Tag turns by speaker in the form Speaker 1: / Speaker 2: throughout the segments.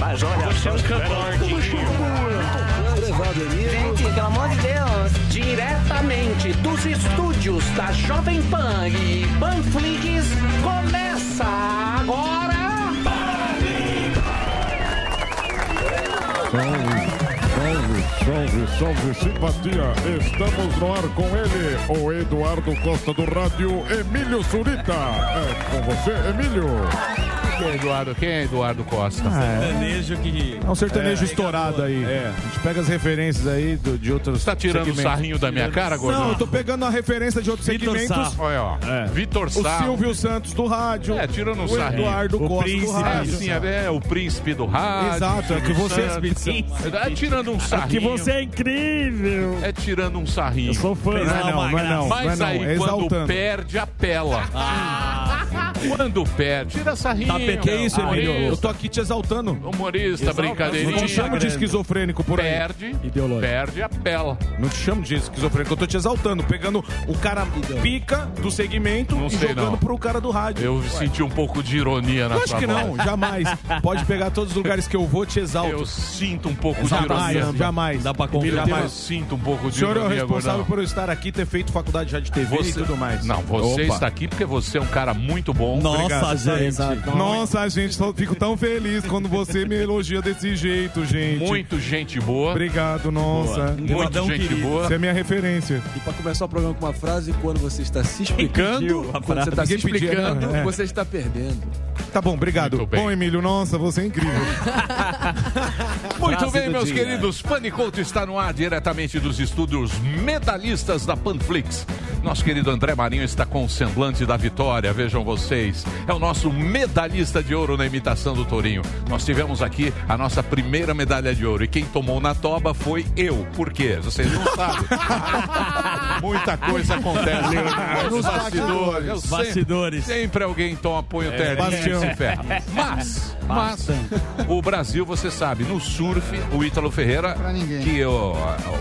Speaker 1: Mas olha,
Speaker 2: Você é um covarde,
Speaker 1: Gil.
Speaker 3: Gente, pelo amor de Deus.
Speaker 4: Diretamente dos estúdios da Jovem Pan e Panflix, começa agora.
Speaker 5: Salve, salve, salve, simpatia! Estamos no ar com ele, o Eduardo Costa do Rádio, Emílio Surita. É com você, Emílio.
Speaker 6: Quem é Eduardo, quem é Eduardo Costa?
Speaker 7: Ah, é. sertanejo que.
Speaker 6: É um sertanejo
Speaker 7: estourado aí. É.
Speaker 6: A gente pega as referências aí do, de outros. Você tá tirando o
Speaker 7: segmentos.
Speaker 6: sarrinho da minha cara, Gordão?
Speaker 7: Não, eu tô pegando a referência de outros
Speaker 6: Vitor
Speaker 7: segmentos. É.
Speaker 6: Sá. Olha, ó. Vitor Sá.
Speaker 7: O Silvio Santos do rádio.
Speaker 6: É, tirando um
Speaker 7: o
Speaker 6: sarrinho.
Speaker 7: Eduardo Costa do
Speaker 6: É,
Speaker 7: rádio.
Speaker 6: sim, é, é, o príncipe do rádio.
Speaker 7: Exato, é que
Speaker 6: Silvio
Speaker 7: você-
Speaker 6: Santos. É tirando um sarrinho.
Speaker 8: Que você é incrível.
Speaker 6: É tirando um sarrinho. Eu
Speaker 8: sou fã.
Speaker 7: Não é não, não é não, não é
Speaker 6: Mas
Speaker 7: não,
Speaker 6: aí,
Speaker 7: é
Speaker 6: quando
Speaker 7: exaltando. Ah,
Speaker 6: perde, apela. Quando perde, tira sarrinho.
Speaker 7: Tá, Pe- que é isso,
Speaker 6: Humorista,
Speaker 7: Emílio? Eu tô aqui te exaltando.
Speaker 6: Humorista, tá brincadeirinha.
Speaker 7: Não te chamo de esquizofrênico por aí.
Speaker 6: Perde,
Speaker 7: Ideológico.
Speaker 6: perde a pela.
Speaker 7: Não te chamo de esquizofrênico, eu tô te exaltando. Pegando o cara pica do segmento
Speaker 6: Não
Speaker 7: e
Speaker 6: sei,
Speaker 7: jogando
Speaker 6: não.
Speaker 7: pro cara do rádio.
Speaker 6: Eu senti um pouco de ironia na
Speaker 7: Acho
Speaker 6: sua
Speaker 7: que não,
Speaker 6: voz.
Speaker 7: jamais. Pode pegar todos os lugares que eu vou, te exalto.
Speaker 6: Eu sinto um pouco de
Speaker 7: jamais,
Speaker 6: ironia.
Speaker 7: jamais. Dá pra
Speaker 6: Eu
Speaker 7: jamais.
Speaker 6: sinto um pouco
Speaker 7: O
Speaker 6: de
Speaker 7: senhor é o
Speaker 6: ironia,
Speaker 7: responsável
Speaker 6: Gordão.
Speaker 7: por eu estar aqui, ter feito faculdade já de TV e tudo mais.
Speaker 6: Não, você
Speaker 7: Opa.
Speaker 6: está aqui porque você é um cara muito bom.
Speaker 7: Obrigado. Nossa, gente, eu fico tão feliz quando você me elogia desse jeito, gente.
Speaker 6: Muito gente boa.
Speaker 7: Obrigado, nossa.
Speaker 6: Muito gente boa.
Speaker 7: Você é minha referência.
Speaker 9: E pra começar o programa com uma frase, quando você está se explicando,
Speaker 7: Pediu a
Speaker 9: quando você
Speaker 7: frase.
Speaker 9: está se
Speaker 7: Ninguém pedia,
Speaker 9: explicando,
Speaker 7: não, é.
Speaker 9: você está perdendo.
Speaker 7: Tá bom, obrigado. Bom, Emílio, nossa, você é incrível.
Speaker 6: Muito
Speaker 7: Frase
Speaker 6: bem,
Speaker 7: do
Speaker 6: meus
Speaker 7: dia.
Speaker 6: queridos. Panicoto está no ar diretamente dos estúdios medalhistas da Panflix. Nosso querido André Marinho está com o semblante da vitória, vejam vocês. É o nosso medalhista de ouro na imitação do Tourinho. Nós tivemos aqui a nossa primeira medalha de ouro e quem tomou na toba foi eu. Por quê? Vocês não sabem. Muita coisa acontece.
Speaker 7: Ah.
Speaker 6: né?
Speaker 7: Nos
Speaker 6: Nos bastidores.
Speaker 7: bastidores.
Speaker 6: Eu sempre-
Speaker 7: Bastidores.
Speaker 6: Sempre, alguém toma, põe o
Speaker 7: É,
Speaker 6: terninho e
Speaker 7: Bastião.
Speaker 6: se ferra. Mas, mas, o Brasil, você sabe, no surf, o Ítalo Ferreira, que é o,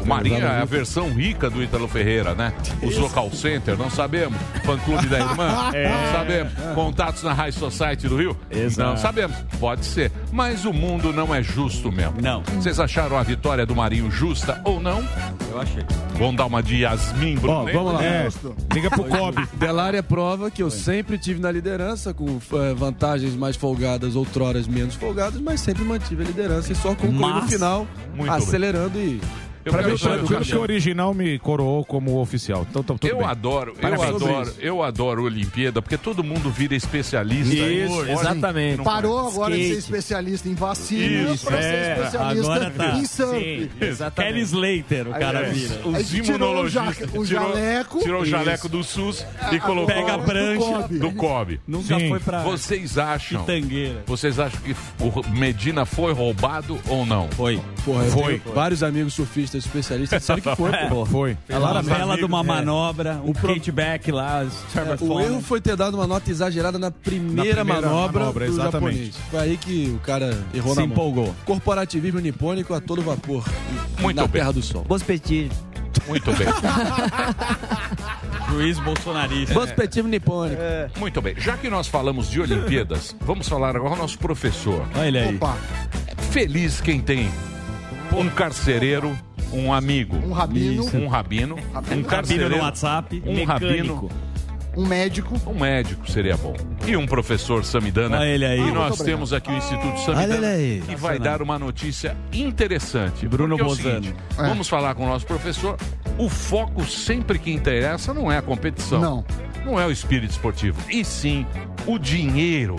Speaker 6: o Marinho é a versão rica do Ítalo Ferreira, né? Os local center, não sabemos. Fã clube da irmã,
Speaker 10: É.
Speaker 6: não sabemos. Contatos na High Society do Rio,
Speaker 10: Exato.
Speaker 6: não sabemos. Pode ser. Mas o mundo não é justo mesmo. Não. Vocês acharam a vitória do Marinho justa ou não? Eu achei. Vamos dar uma de Yasmin
Speaker 9: Ó,
Speaker 6: Brunet?
Speaker 9: vamos lá.
Speaker 7: né?
Speaker 6: É.
Speaker 7: Liga pro Kobe.
Speaker 9: Delária é prova que eu sempre tive na liderança, com eh, vantagens mais folgadas, outroras menos folgadas, mas sempre mantive a liderança e só concluí no
Speaker 7: Mas-
Speaker 9: final,
Speaker 7: Muito
Speaker 9: acelerando e.
Speaker 7: Pra mim,
Speaker 9: Parabéns,
Speaker 7: tranquilo que o original me coroou como oficial. Então, tá tudo
Speaker 6: Eu
Speaker 7: bem.
Speaker 6: adoro, eu
Speaker 7: Parabéns.
Speaker 6: adoro, eu adoro Olimpíada, porque todo mundo vira especialista.
Speaker 7: Isso,
Speaker 6: em esporte.
Speaker 7: exatamente.
Speaker 6: Não
Speaker 11: Parou
Speaker 6: faz.
Speaker 11: agora de ser especialista em vacina
Speaker 6: Isso,
Speaker 11: pra
Speaker 6: é,
Speaker 11: ser especialista
Speaker 6: agora tá.
Speaker 11: em surf. é.
Speaker 6: Sim, exatamente. Kelly Slater, o cara vira.
Speaker 11: Os
Speaker 6: Os imunologistas.
Speaker 11: imunologistas. O
Speaker 6: Tirou-
Speaker 11: jaleco.
Speaker 6: tirou o jaleco do SUS e colocou
Speaker 11: Pega a prancha.
Speaker 6: do Kobe.
Speaker 11: Nunca foi pra-
Speaker 6: Vocês acham?
Speaker 9: Pitangueira.
Speaker 6: Vocês acham que o Medina foi roubado ou não? Foi.
Speaker 9: Porra, eu
Speaker 6: Foi.
Speaker 9: tenho Vários amigos surfistas especialistas disseram que foi, pô.
Speaker 7: Foi.
Speaker 8: Falaram uma bela de uma manobra,
Speaker 9: um feedback
Speaker 8: É,
Speaker 9: lá. o
Speaker 8: Foreman.
Speaker 9: erro foi ter dado uma nota exagerada na primeira,
Speaker 8: Na primeira
Speaker 9: manobra,
Speaker 8: manobra,
Speaker 9: do
Speaker 8: exatamente.
Speaker 9: japonês. Foi aí que o cara errou
Speaker 8: Se
Speaker 9: na mão.
Speaker 8: empolgou.
Speaker 9: Corporativismo nipônico a todo vapor.
Speaker 6: Muito
Speaker 9: na
Speaker 6: bem.
Speaker 9: terra do sol. Bospetismo.
Speaker 6: Muito bem.
Speaker 8: Juiz bolsonarista.
Speaker 9: Bospetismo nipônico.
Speaker 6: Muito bem, já que nós falamos de Olimpíadas, vamos falar agora ao nosso professor. Olha ele aí. Feliz quem tem um carcereiro, um amigo, um
Speaker 11: rabino.
Speaker 6: um rabino, um
Speaker 11: Rabino
Speaker 6: carcereiro
Speaker 11: no WhatsApp,
Speaker 6: um
Speaker 11: mecânico.
Speaker 6: rabino,
Speaker 11: Um médico.
Speaker 6: um médico seria bom e um professor Samidana.
Speaker 8: Olha ele aí.
Speaker 6: E
Speaker 8: Ah, muito
Speaker 6: nós
Speaker 8: obrigado.
Speaker 6: temos aqui o Instituto
Speaker 8: Olha ele
Speaker 6: Samidana
Speaker 8: aí.
Speaker 6: que vai dar uma notícia interessante.
Speaker 8: Bruno
Speaker 6: Porque é o
Speaker 8: Bozano.
Speaker 6: seguinte,
Speaker 8: É.
Speaker 6: Vamos falar com o nosso professor. O foco sempre que interessa não é a competição.
Speaker 11: Não.
Speaker 6: Não é o espírito esportivo. E sim o dinheiro,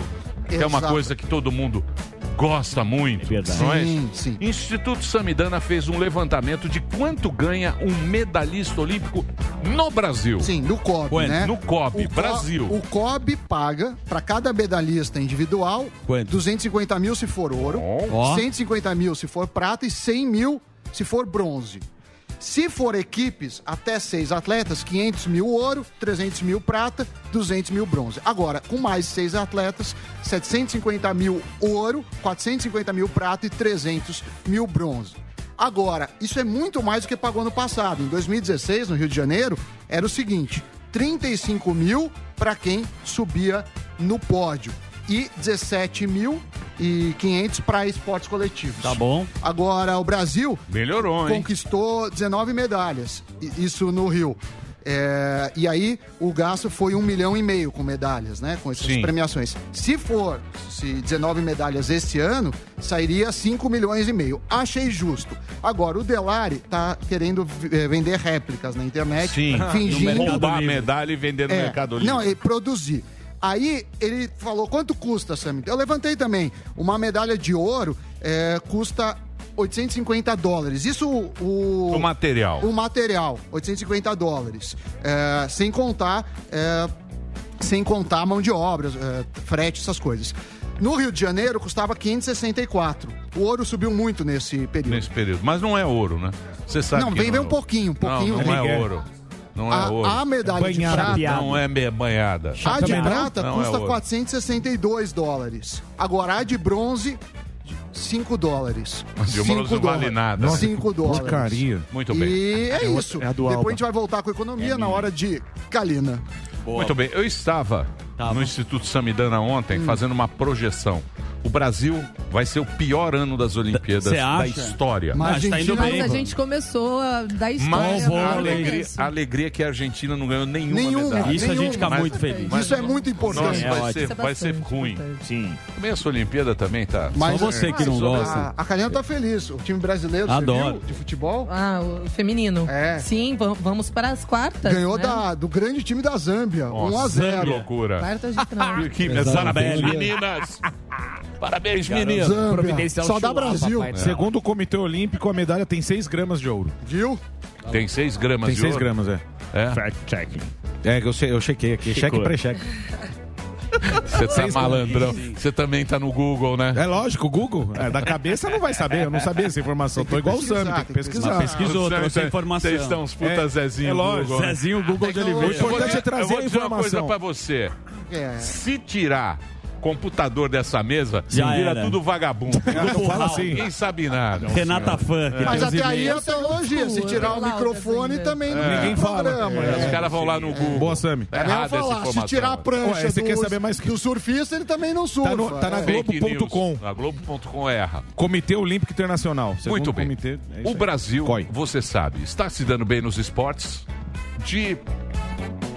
Speaker 6: que é uma
Speaker 11: Exato.
Speaker 6: coisa que todo mundo gosta muito. não é?
Speaker 11: Sim, sim.
Speaker 6: Instituto Samidana fez um levantamento de quanto ganha um medalhista olímpico no Brasil.
Speaker 11: Sim, no COB,
Speaker 6: Quanto?
Speaker 11: né?
Speaker 6: No COB,
Speaker 11: O Co-
Speaker 6: Brasil.
Speaker 11: O COB paga para cada medalhista individual
Speaker 6: Quanto?
Speaker 11: 250 mil se for ouro,
Speaker 6: Ó.
Speaker 11: 150 mil se for prata e 100 mil se for bronze. Se for equipes, até seis atletas, 500 mil ouro, 300 mil prata, 200 mil bronze. Agora, com mais seis atletas, 750 mil ouro, 450 mil prata e 300 mil bronze. Agora, isso é muito mais do que pagou no passado. Em 2016, no Rio de Janeiro, era o seguinte: 35 mil para quem subia no pódio e 17 mil e 500 para esportes coletivos.
Speaker 8: Tá bom.
Speaker 11: Agora, o Brasil
Speaker 6: Melhorou, hein?
Speaker 11: conquistou 19 medalhas, i- isso no Rio. É, e aí o gasto foi um milhão e meio com medalhas, né? Com essas
Speaker 6: Sim.
Speaker 11: premiações. Se for se 19 medalhas este ano, sairia 5 milhões e meio. Achei justo. Agora, o Delari tá querendo v- eh, vender réplicas na internet,
Speaker 6: Sim.
Speaker 11: é fingindo
Speaker 6: Roubar a
Speaker 8: Livre.
Speaker 6: medalha e vender no
Speaker 11: é,
Speaker 6: Mercado Livre.
Speaker 11: Não, e produzir. Aí ele falou, quanto custa, Sam? Eu levantei também. Uma medalha de ouro é, custa 850 dólares. Isso o...
Speaker 6: O material.
Speaker 11: O material, 850 dólares. É, sem contar... é, sem contar mão de obra, é, frete, essas coisas. No Rio de Janeiro, custava 564. O ouro subiu muito nesse período.
Speaker 6: Nesse período. Mas não é ouro, né? Você sabe
Speaker 11: Não,
Speaker 6: que
Speaker 11: vem, vem
Speaker 6: é
Speaker 11: um
Speaker 6: ouro.
Speaker 11: pouquinho, um pouquinho.
Speaker 6: Não, não é ouro. Não é ouro.
Speaker 11: a, a medalha de
Speaker 8: Banhada,
Speaker 11: prata...
Speaker 8: piada.
Speaker 6: Não é me- banhada.
Speaker 11: A de
Speaker 8: Também não?
Speaker 11: prata
Speaker 6: Não, é
Speaker 11: custa
Speaker 6: ouro.
Speaker 11: 462 dólares. Agora, a de bronze, 5 dólares.
Speaker 6: Mas de
Speaker 11: 5
Speaker 6: bronze não vale
Speaker 11: dólares.
Speaker 6: nada. Nossa,
Speaker 11: 5 dólares.
Speaker 7: Porcaria.
Speaker 6: Muito bem.
Speaker 11: E é isso.
Speaker 8: é a do
Speaker 11: Depois
Speaker 8: Alba. É
Speaker 11: a gente vai voltar com a economia na hora de Kalina.
Speaker 6: Muito bem. Eu estava
Speaker 8: Tava.
Speaker 6: no Instituto Samidana ontem
Speaker 11: Hum.
Speaker 6: fazendo uma projeção. O Brasil vai ser o pior ano das Olimpíadas
Speaker 8: Cê
Speaker 6: da
Speaker 8: acha?
Speaker 6: história.
Speaker 11: Mas
Speaker 8: Mas tá indo
Speaker 11: Argentina-
Speaker 8: bem.
Speaker 1: Mas a gente começou a dar
Speaker 6: Mas
Speaker 1: história. né?
Speaker 8: Bom,
Speaker 6: a
Speaker 8: vôlei.
Speaker 1: pra
Speaker 6: alegria,
Speaker 1: criança.
Speaker 6: a alegria é que a Argentina não ganhou nenhuma
Speaker 11: Nenhuma.
Speaker 6: medalha.
Speaker 8: Isso a
Speaker 11: Nenhum,
Speaker 8: gente fica
Speaker 6: mas-
Speaker 8: muito feliz.
Speaker 6: Mas-
Speaker 11: Isso é muito
Speaker 6: Nossa,
Speaker 11: importante.
Speaker 8: É
Speaker 6: vai,
Speaker 8: ótimo.
Speaker 6: ser,
Speaker 1: Isso é
Speaker 6: vai ser
Speaker 1: bastante
Speaker 6: ruim.
Speaker 1: importante.
Speaker 6: Também essa Olimpíada também tá.
Speaker 11: Mas-
Speaker 8: Só você que não
Speaker 11: mas
Speaker 8: gosta.
Speaker 11: A, a Kalina tá feliz. O time brasileiro,
Speaker 8: Adoro.
Speaker 11: você viu, de futebol,
Speaker 1: Ah, o feminino.
Speaker 11: É.
Speaker 1: Sim, va- vamos para as quartas.
Speaker 11: ganhou
Speaker 1: né?
Speaker 11: da, do grande time da Zâmbia.
Speaker 6: Nossa,
Speaker 11: 1 a 0
Speaker 6: Que loucura.
Speaker 1: Quartas de final.
Speaker 6: Que-
Speaker 9: Exato.
Speaker 6: Parabéns,
Speaker 8: Zambelli.
Speaker 6: meninas! Parabéns, meninas!
Speaker 11: Zâmbia.
Speaker 6: é um
Speaker 8: Providencial
Speaker 11: Só dá
Speaker 8: chulapa,
Speaker 11: Brasil.
Speaker 6: tá?
Speaker 8: pai.
Speaker 7: Segundo o Comitê Olímpico, a medalha tem 6 gramas de ouro.
Speaker 11: Viu?
Speaker 6: Tem 6 gramas
Speaker 7: tem
Speaker 6: de
Speaker 7: 6
Speaker 6: ouro.
Speaker 7: gramas, é.
Speaker 6: É?
Speaker 8: Fact checking.
Speaker 7: É, que eu, che eu chequei aqui. Cheque
Speaker 8: Checou.
Speaker 7: pré-cheque.
Speaker 6: Você tá malandrão. Você também tá no Google, né?
Speaker 7: É lógico, o Google. É, da cabeça não vai saber. Eu não sabia essa informação. Tô igual o Zambi, tem que pesquisar.
Speaker 8: pesquisar. pesquisou,
Speaker 6: Vocês-
Speaker 8: trouxe a informação.
Speaker 6: Vocês estão uns puta
Speaker 7: É,
Speaker 6: Zezinho
Speaker 7: é
Speaker 6: no
Speaker 7: lógico.
Speaker 6: Google, né?
Speaker 8: Zezinho, Google de
Speaker 7: O
Speaker 8: Oliveira.
Speaker 7: importante é
Speaker 6: Eu
Speaker 7: trazer
Speaker 6: vou
Speaker 7: a
Speaker 6: dizer uma coisa
Speaker 7: informação.
Speaker 6: pra você.
Speaker 11: É.
Speaker 6: Se tirar computador dessa mesa,
Speaker 8: Já
Speaker 6: vira
Speaker 8: era.
Speaker 6: tudo vagabundo.
Speaker 7: Não, não fala assim.
Speaker 6: Ninguém sabe nada.
Speaker 8: Renata Fã. que
Speaker 11: Mas
Speaker 8: tem os
Speaker 11: até aí é
Speaker 8: e-mails.
Speaker 11: tecnologia. Se tirar o
Speaker 1: Laudas
Speaker 11: microfone
Speaker 1: ainda.
Speaker 11: também não
Speaker 7: É.
Speaker 11: tem
Speaker 7: Ninguém fala.
Speaker 11: programa,
Speaker 7: É.
Speaker 11: né?
Speaker 6: Os caras vão lá no Google.
Speaker 7: Boa, Sammy.
Speaker 6: Tá
Speaker 11: É mesmo
Speaker 6: errada essa
Speaker 11: falar, se
Speaker 6: informação.
Speaker 11: tirar a prancha
Speaker 7: Ué, você
Speaker 11: do,
Speaker 7: quer saber mais que-
Speaker 11: do surfista, ele também não surfa.
Speaker 7: Tá no- tá na
Speaker 11: É.
Speaker 7: Globo.
Speaker 6: Fake news.
Speaker 7: Globo.com.
Speaker 6: A Globo.com erra.
Speaker 7: Comitê Olímpico Internacional. Segundo
Speaker 6: é Muito bem.
Speaker 7: comitê, é isso
Speaker 6: o
Speaker 7: aí.
Speaker 6: Brasil,
Speaker 7: Coi.
Speaker 6: você sabe, está se dando bem nos esportes de.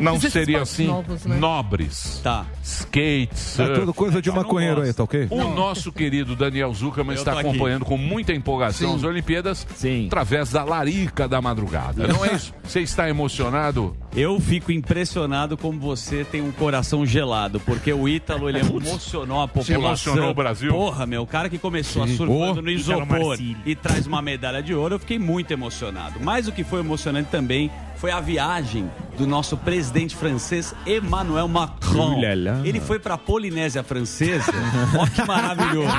Speaker 6: Não
Speaker 1: Esses
Speaker 6: seria
Speaker 1: esportes
Speaker 6: assim,
Speaker 1: novos, né?
Speaker 6: nobres.
Speaker 8: Tá.
Speaker 6: Skate,
Speaker 7: É
Speaker 6: surf.
Speaker 7: tudo coisa de
Speaker 8: Eu não
Speaker 7: maconheiro aí,
Speaker 8: gosto.
Speaker 7: tá ok?
Speaker 6: O nosso querido Daniel Zuckerman
Speaker 8: Eu
Speaker 6: está
Speaker 8: tô aqui.
Speaker 6: acompanhando com muita empolgação as Olimpíadas
Speaker 8: Sim.
Speaker 6: através da larica da madrugada. Não é isso? Você está emocionado?
Speaker 8: Eu fico impressionado como você tem um coração gelado, porque o Ítalo ele emocionou a população.
Speaker 6: emocionou o Brasil? Oh,
Speaker 8: Porra, meu, o cara que começou a surfando no isopor e traz uma medalha de ouro, eu fiquei muito emocionado. Mas o que foi emocionante também foi a viagem do nosso presidente francês Emmanuel Macron. Ele foi pra Polinésia Francesa. Olha que maravilhoso.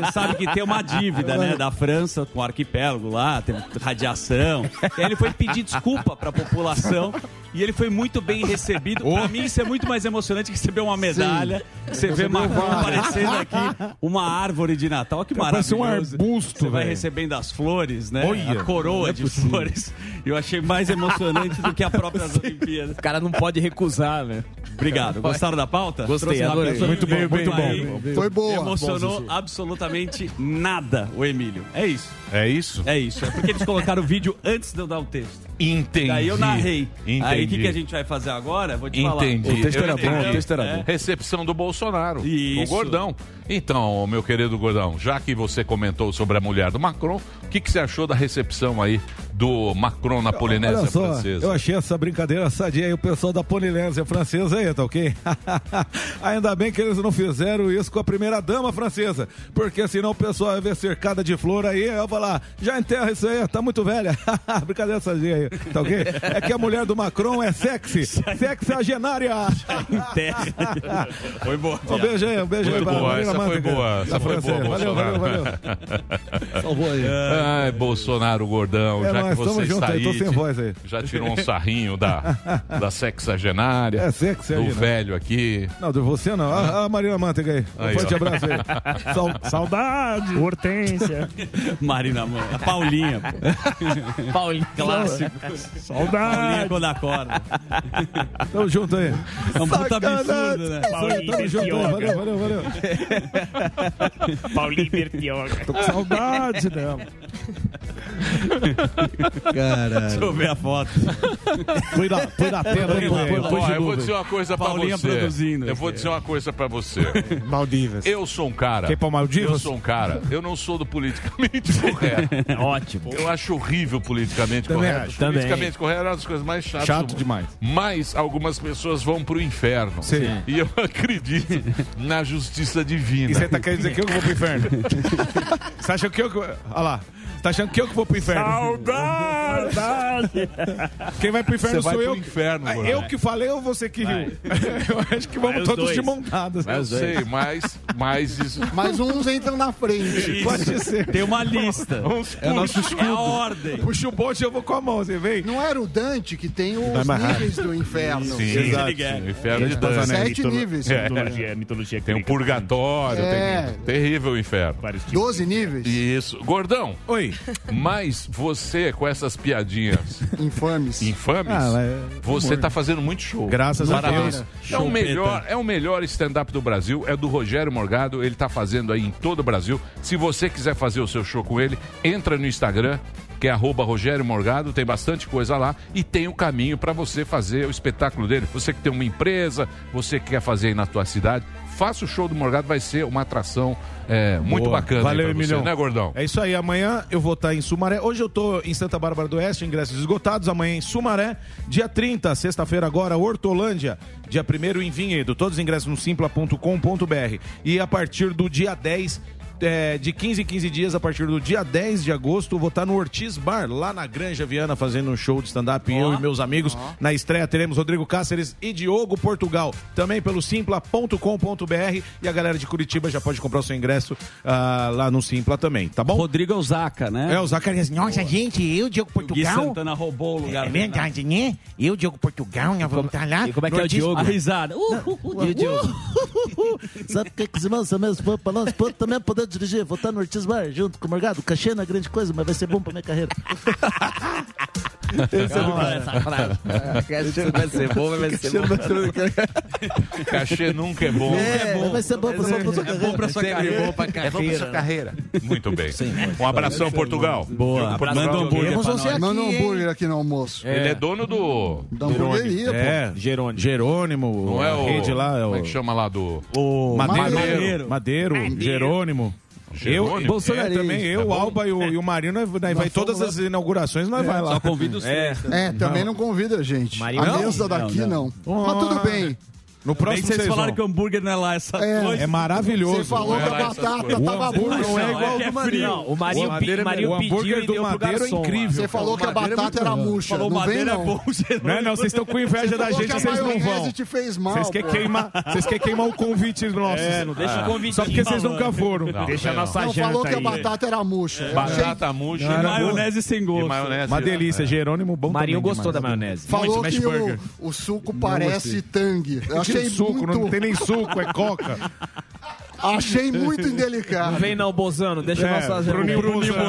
Speaker 8: Você sabe que tem uma dívida, né, da França com o arquipélago lá, tem radiação. E aí ele foi pedir desculpa pra população. E ele foi muito bem recebido. Pra mim, isso é muito mais emocionante que receber uma medalha. Você vê Macron aparecendo aqui, uma árvore de Natal. Olha que
Speaker 7: Parece
Speaker 8: maravilhoso.
Speaker 7: um arbusto,
Speaker 8: Você vai
Speaker 7: velho.
Speaker 8: recebendo as flores, né?
Speaker 7: Olha,
Speaker 8: a coroa de flores. Eu achei mais emocionante do que a própria Olimpíadas.
Speaker 2: O cara não pode recusar, né?
Speaker 8: Obrigado. Gostaram da pauta?
Speaker 2: Gostei, adorei.
Speaker 8: Muito bom, muito
Speaker 11: Foi boa.
Speaker 8: Emocionou absolutamente nada o Emílio. É isso,
Speaker 6: É isso?
Speaker 8: é isso. É porque eles colocaram o vídeo antes de eu dar o texto.
Speaker 6: Entendi.
Speaker 8: Daí eu narrei.
Speaker 6: Entendi.
Speaker 8: Aí o que, que a gente vai fazer agora? Vou te falar.
Speaker 6: Entendi.
Speaker 2: O texto
Speaker 6: Eu
Speaker 2: era
Speaker 6: entendi.
Speaker 2: bom, o texto era
Speaker 8: É.
Speaker 2: bom.
Speaker 6: Recepção do Bolsonaro. O
Speaker 8: Isso.
Speaker 6: Gordão. Então, meu querido Gordão, já que você comentou sobre a mulher do Macron, o que, que você achou da recepção aí do Macron na Polinésia
Speaker 2: Olha só,
Speaker 6: Francesa?
Speaker 2: eu achei essa brincadeira sadia e o pessoal da Polinésia francesa aí, tá ok? Ainda bem que eles não fizeram isso com a primeira dama francesa, porque senão o pessoal ia ver cercada de flor aí, eu ia falar, já enterra isso aí, tá muito velha. brincadeira sadia aí, tá ok? É que a mulher do Macron é sexy, sexagenária.
Speaker 8: Terra. É. Foi boa.
Speaker 2: Um beijo aí, um beijo aí
Speaker 6: Foi
Speaker 2: pra
Speaker 6: boa,
Speaker 2: Marina
Speaker 6: essa foi
Speaker 2: Manteiga,
Speaker 6: boa,
Speaker 2: da
Speaker 6: essa foi boa,
Speaker 2: francesa. Valeu, valeu,
Speaker 6: Bolsonaro.
Speaker 2: valeu. Salvou aí.
Speaker 6: Ai, Bolsonaro gordão,
Speaker 2: É
Speaker 6: já
Speaker 2: nóis, nós
Speaker 6: você
Speaker 2: estamos juntos
Speaker 6: está
Speaker 2: aí, tô sem
Speaker 6: ti-
Speaker 2: voz aí.
Speaker 6: Já tirou um sarrinho da, da sexagenária.
Speaker 2: É, sexagenária.
Speaker 6: Do velho aqui.
Speaker 2: Não, de você não. A, a Marina Manteiga aí. Um
Speaker 6: Aí,
Speaker 2: forte
Speaker 6: ó.
Speaker 2: abraço aí.
Speaker 10: Saudade. Hortência.
Speaker 8: Marina, mano. A Paulinha, pô. Paulinha. Clássico.
Speaker 10: Saudade.
Speaker 8: Paulinha quando acorda.
Speaker 2: Tamo junto aí.
Speaker 8: É um puta absurdo, né?
Speaker 10: Paulinho
Speaker 2: Tamo junto aí.
Speaker 10: Bertioga.
Speaker 2: Valeu, valeu, valeu.
Speaker 10: Paulinho Bertioga.
Speaker 2: Tô com saudade
Speaker 10: dela.
Speaker 9: Caralho.
Speaker 8: Deixa eu ver a foto.
Speaker 2: Põe na, põe na tela, põe, põe, põe
Speaker 6: Ó,
Speaker 2: de
Speaker 6: eu vou
Speaker 2: novo
Speaker 6: dizer
Speaker 2: aí.
Speaker 6: uma coisa pra
Speaker 8: Paulinha
Speaker 6: você.
Speaker 8: produzindo
Speaker 6: Eu vou
Speaker 8: aqui.
Speaker 6: dizer uma coisa pra você.
Speaker 7: Maldivas.
Speaker 6: Eu sou um cara.
Speaker 7: Quer ir pra Maldivas?
Speaker 6: Eu sou um cara. Eu não sou do politicamente correto.
Speaker 10: Ótimo.
Speaker 6: Eu acho horrível politicamente
Speaker 7: Também
Speaker 6: correto.
Speaker 7: acho.
Speaker 10: Também.
Speaker 6: Politicamente correto é uma das coisas mais chatas.
Speaker 7: Chato
Speaker 6: do-
Speaker 7: demais.
Speaker 6: Mas algumas pessoas vão pro inferno.
Speaker 7: Sim.
Speaker 6: E eu acredito na justiça divina.
Speaker 7: E você tá querendo dizer que eu que vou pro inferno? Você acha que eu que. Olha lá. Você tá achando que eu que vou pro inferno?
Speaker 10: Saudade.
Speaker 7: Quem vai pro inferno
Speaker 6: Você vai
Speaker 7: sou
Speaker 6: pro
Speaker 7: eu. que-
Speaker 6: inferno,
Speaker 7: Ah,
Speaker 6: Gordo.
Speaker 7: Eu que falei ou você que riu? Eu acho que vamos
Speaker 10: Vai os
Speaker 7: todos
Speaker 10: dois.
Speaker 7: de montadas.
Speaker 6: Eu sei, mas, mas isso.
Speaker 11: Mas
Speaker 10: um.
Speaker 11: uns entram na frente.
Speaker 7: Pode ser.
Speaker 8: Tem uma lista.
Speaker 7: É nosso escudo.
Speaker 8: É a ordem.
Speaker 7: Puxa o bote e eu vou com a mão, você vem? é
Speaker 11: Não era o Dante que tem os
Speaker 7: mais rápido.
Speaker 11: níveis do inferno.
Speaker 6: Sim, é.
Speaker 7: Exato.
Speaker 6: sim, o inferno de
Speaker 7: Pasanelli.
Speaker 6: Dante.
Speaker 11: Sete
Speaker 10: mitolo-
Speaker 11: níveis.
Speaker 10: É, Mitologia, é mitologia
Speaker 6: Tem um
Speaker 10: grega.
Speaker 6: purgatório,
Speaker 11: É.
Speaker 6: tem um terrível o inferno.
Speaker 10: Vários tipos.
Speaker 11: Doze níveis?
Speaker 6: Isso. Gordão,
Speaker 7: Oi.
Speaker 6: mas você com essas piadinhas
Speaker 11: Infames.
Speaker 6: infames,
Speaker 7: Ah, mas-
Speaker 6: você tá fazendo muito show.
Speaker 7: Graças a
Speaker 6: Parabéns.
Speaker 7: Deus.
Speaker 6: É o melhor, é o melhor stand-up do Brasil, é do Rogério Morgado, ele tá fazendo aí em todo o Brasil. Se você quiser fazer o seu show com ele, entra no Instagram, que é arroba Rogério Morgado, tem bastante coisa lá e tem o caminho para você fazer o espetáculo dele. Você que tem uma empresa, você que quer fazer aí na tua cidade, faça o show do Morgado, vai ser uma atração é, muito
Speaker 7: Boa.
Speaker 6: bacana. aí
Speaker 7: Valeu,
Speaker 6: pra você,
Speaker 7: Emilhão.
Speaker 6: né, Gordão?
Speaker 7: É isso aí, amanhã eu vou estar em Sumaré. Hoje eu tô em Santa Bárbara do Oeste, ingressos esgotados. Amanhã em Sumaré, dia 30, sexta-feira agora, Hortolândia, dia 1 em Vinhedo. Todos os ingressos no simpla.com.br. E a partir do dia 10, é, de 15 em 15 dias, a partir do dia 10 de agosto, eu vou estar no Ortiz Bar, lá na Granja Viana, fazendo um show de stand-up. Eu e meus amigos. Na estreia teremos Rodrigo Cáceres e Diogo Portugal. Também pelo simpla.com.br. E a galera de Curitiba já pode comprar o seu ingresso ah, lá no Simpla também, tá bom?
Speaker 8: Rodrigo Osaka, né?
Speaker 7: É, o Zacarias. Nossa, gente, eu, Diogo
Speaker 8: o Gui Santana roubou o lugar dele.
Speaker 7: né? Eu, Diogo Portugal, nós vamos estar lá.
Speaker 12: E como é que é o
Speaker 8: A
Speaker 12: Diogo?
Speaker 8: risada. Uh, uh, uh,
Speaker 12: E o Diogo? Sabe o que é que se lança mesmo? Vamos pra nós, pra eu também poder dirigir. Vou estar no Ortiz Bar junto com o Morgado. Cachê não é grande coisa, mas vai ser bom pra minha carreira.
Speaker 8: essa frase.
Speaker 7: É,
Speaker 12: vai ser bom, vai ser bom.
Speaker 6: Cachê nunca é bom.
Speaker 12: É, vai ser bom pra sua pra sua
Speaker 8: É bom
Speaker 12: carreira.
Speaker 8: pra sua carreira.
Speaker 12: É bom
Speaker 6: né?
Speaker 12: pra sua carreira.
Speaker 6: Muito bem. Um abração, Portugal.
Speaker 8: Boa. Manda um hambúrguer
Speaker 12: Vamos
Speaker 8: pra
Speaker 12: você
Speaker 8: nós.
Speaker 12: aqui,
Speaker 11: Manda um
Speaker 12: hein?
Speaker 11: hambúrguer aqui no almoço.
Speaker 6: Ele é dono do.
Speaker 11: Da hamburgueria, pô.
Speaker 7: É, Jerônimo. Jerônimo,
Speaker 6: Não é
Speaker 7: a
Speaker 6: o.
Speaker 7: rede lá. É
Speaker 6: Como
Speaker 7: o...
Speaker 6: é que chama lá do.
Speaker 7: o Madeiro.
Speaker 8: Madeiro.
Speaker 7: Madeiro. Jerônimo.
Speaker 6: Jerônimo?
Speaker 7: Eu, Bolsonaro,
Speaker 11: É,
Speaker 7: também, eu, o Alba e o, e o Marinho, nós, É, nós vai todas as inaugurações, nós vai lá.
Speaker 8: Só convido os três.
Speaker 7: né?
Speaker 11: É, também não convida a gente.
Speaker 7: Não?
Speaker 11: A mesa daqui não. Mas tudo bem.
Speaker 7: No
Speaker 8: Bem
Speaker 7: próximo
Speaker 8: que vocês falaram que
Speaker 7: vão.
Speaker 8: hambúrguer não é lá essa
Speaker 11: É.
Speaker 8: coisa.
Speaker 7: É
Speaker 11: Você
Speaker 7: maravilhoso.
Speaker 11: falou
Speaker 6: Não
Speaker 11: que
Speaker 6: é
Speaker 11: a
Speaker 6: lá essas
Speaker 11: batata
Speaker 6: coisas.
Speaker 11: tava boa.
Speaker 7: Não é igual
Speaker 8: é
Speaker 7: ao
Speaker 8: que é
Speaker 7: do Marinho.
Speaker 8: frio.
Speaker 12: O Marinho,
Speaker 7: Madeiro
Speaker 12: o
Speaker 7: é
Speaker 12: Marinho
Speaker 7: bom. O
Speaker 12: pediu
Speaker 7: hambúrguer
Speaker 12: e
Speaker 7: do
Speaker 12: deu pro
Speaker 7: Madeiro é
Speaker 12: garçom. lá.
Speaker 7: incrível.
Speaker 11: Você falou que a
Speaker 7: Madeira é
Speaker 11: batata
Speaker 7: muito
Speaker 11: era
Speaker 7: bom.
Speaker 11: murcha.
Speaker 8: Falou
Speaker 11: Não vem
Speaker 8: madeira é
Speaker 11: não.
Speaker 8: bom, Jerônimo.
Speaker 7: Não, é não, vocês estão com inveja da
Speaker 11: Falou
Speaker 7: gente,
Speaker 11: que a
Speaker 7: vocês não vão.
Speaker 11: maionese te fez mal.
Speaker 7: Vocês querem
Speaker 11: pô.
Speaker 7: queimar, vocês querem queimar o convite nosso.
Speaker 10: É, não deixa o convite.
Speaker 7: Ah. Só porque vocês nunca foram.
Speaker 6: Não,
Speaker 10: Deixa a
Speaker 6: não.
Speaker 10: nossa
Speaker 11: Não,
Speaker 10: janta
Speaker 11: falou que a
Speaker 10: aí.
Speaker 11: batata era murcha.
Speaker 6: Batata murcha
Speaker 7: Não,
Speaker 6: e
Speaker 7: era
Speaker 8: Maionese sem
Speaker 6: E
Speaker 8: gosto.
Speaker 6: maionese.
Speaker 7: Uma delícia, Jerônimo bom
Speaker 12: Marinho
Speaker 7: também
Speaker 12: gostou da
Speaker 7: demais.
Speaker 12: maionese.
Speaker 11: Falou
Speaker 7: Muito,
Speaker 11: que
Speaker 7: Smash Burger.
Speaker 11: o, o suco parece tangue. Eu achei
Speaker 7: Tira o suco,
Speaker 11: muito,
Speaker 7: não tem nem suco, é coca.
Speaker 11: achei muito indelicado.
Speaker 12: Vem não, Bozano, deixa a
Speaker 7: É,
Speaker 12: nossa... né?
Speaker 7: Bruninho Bozano.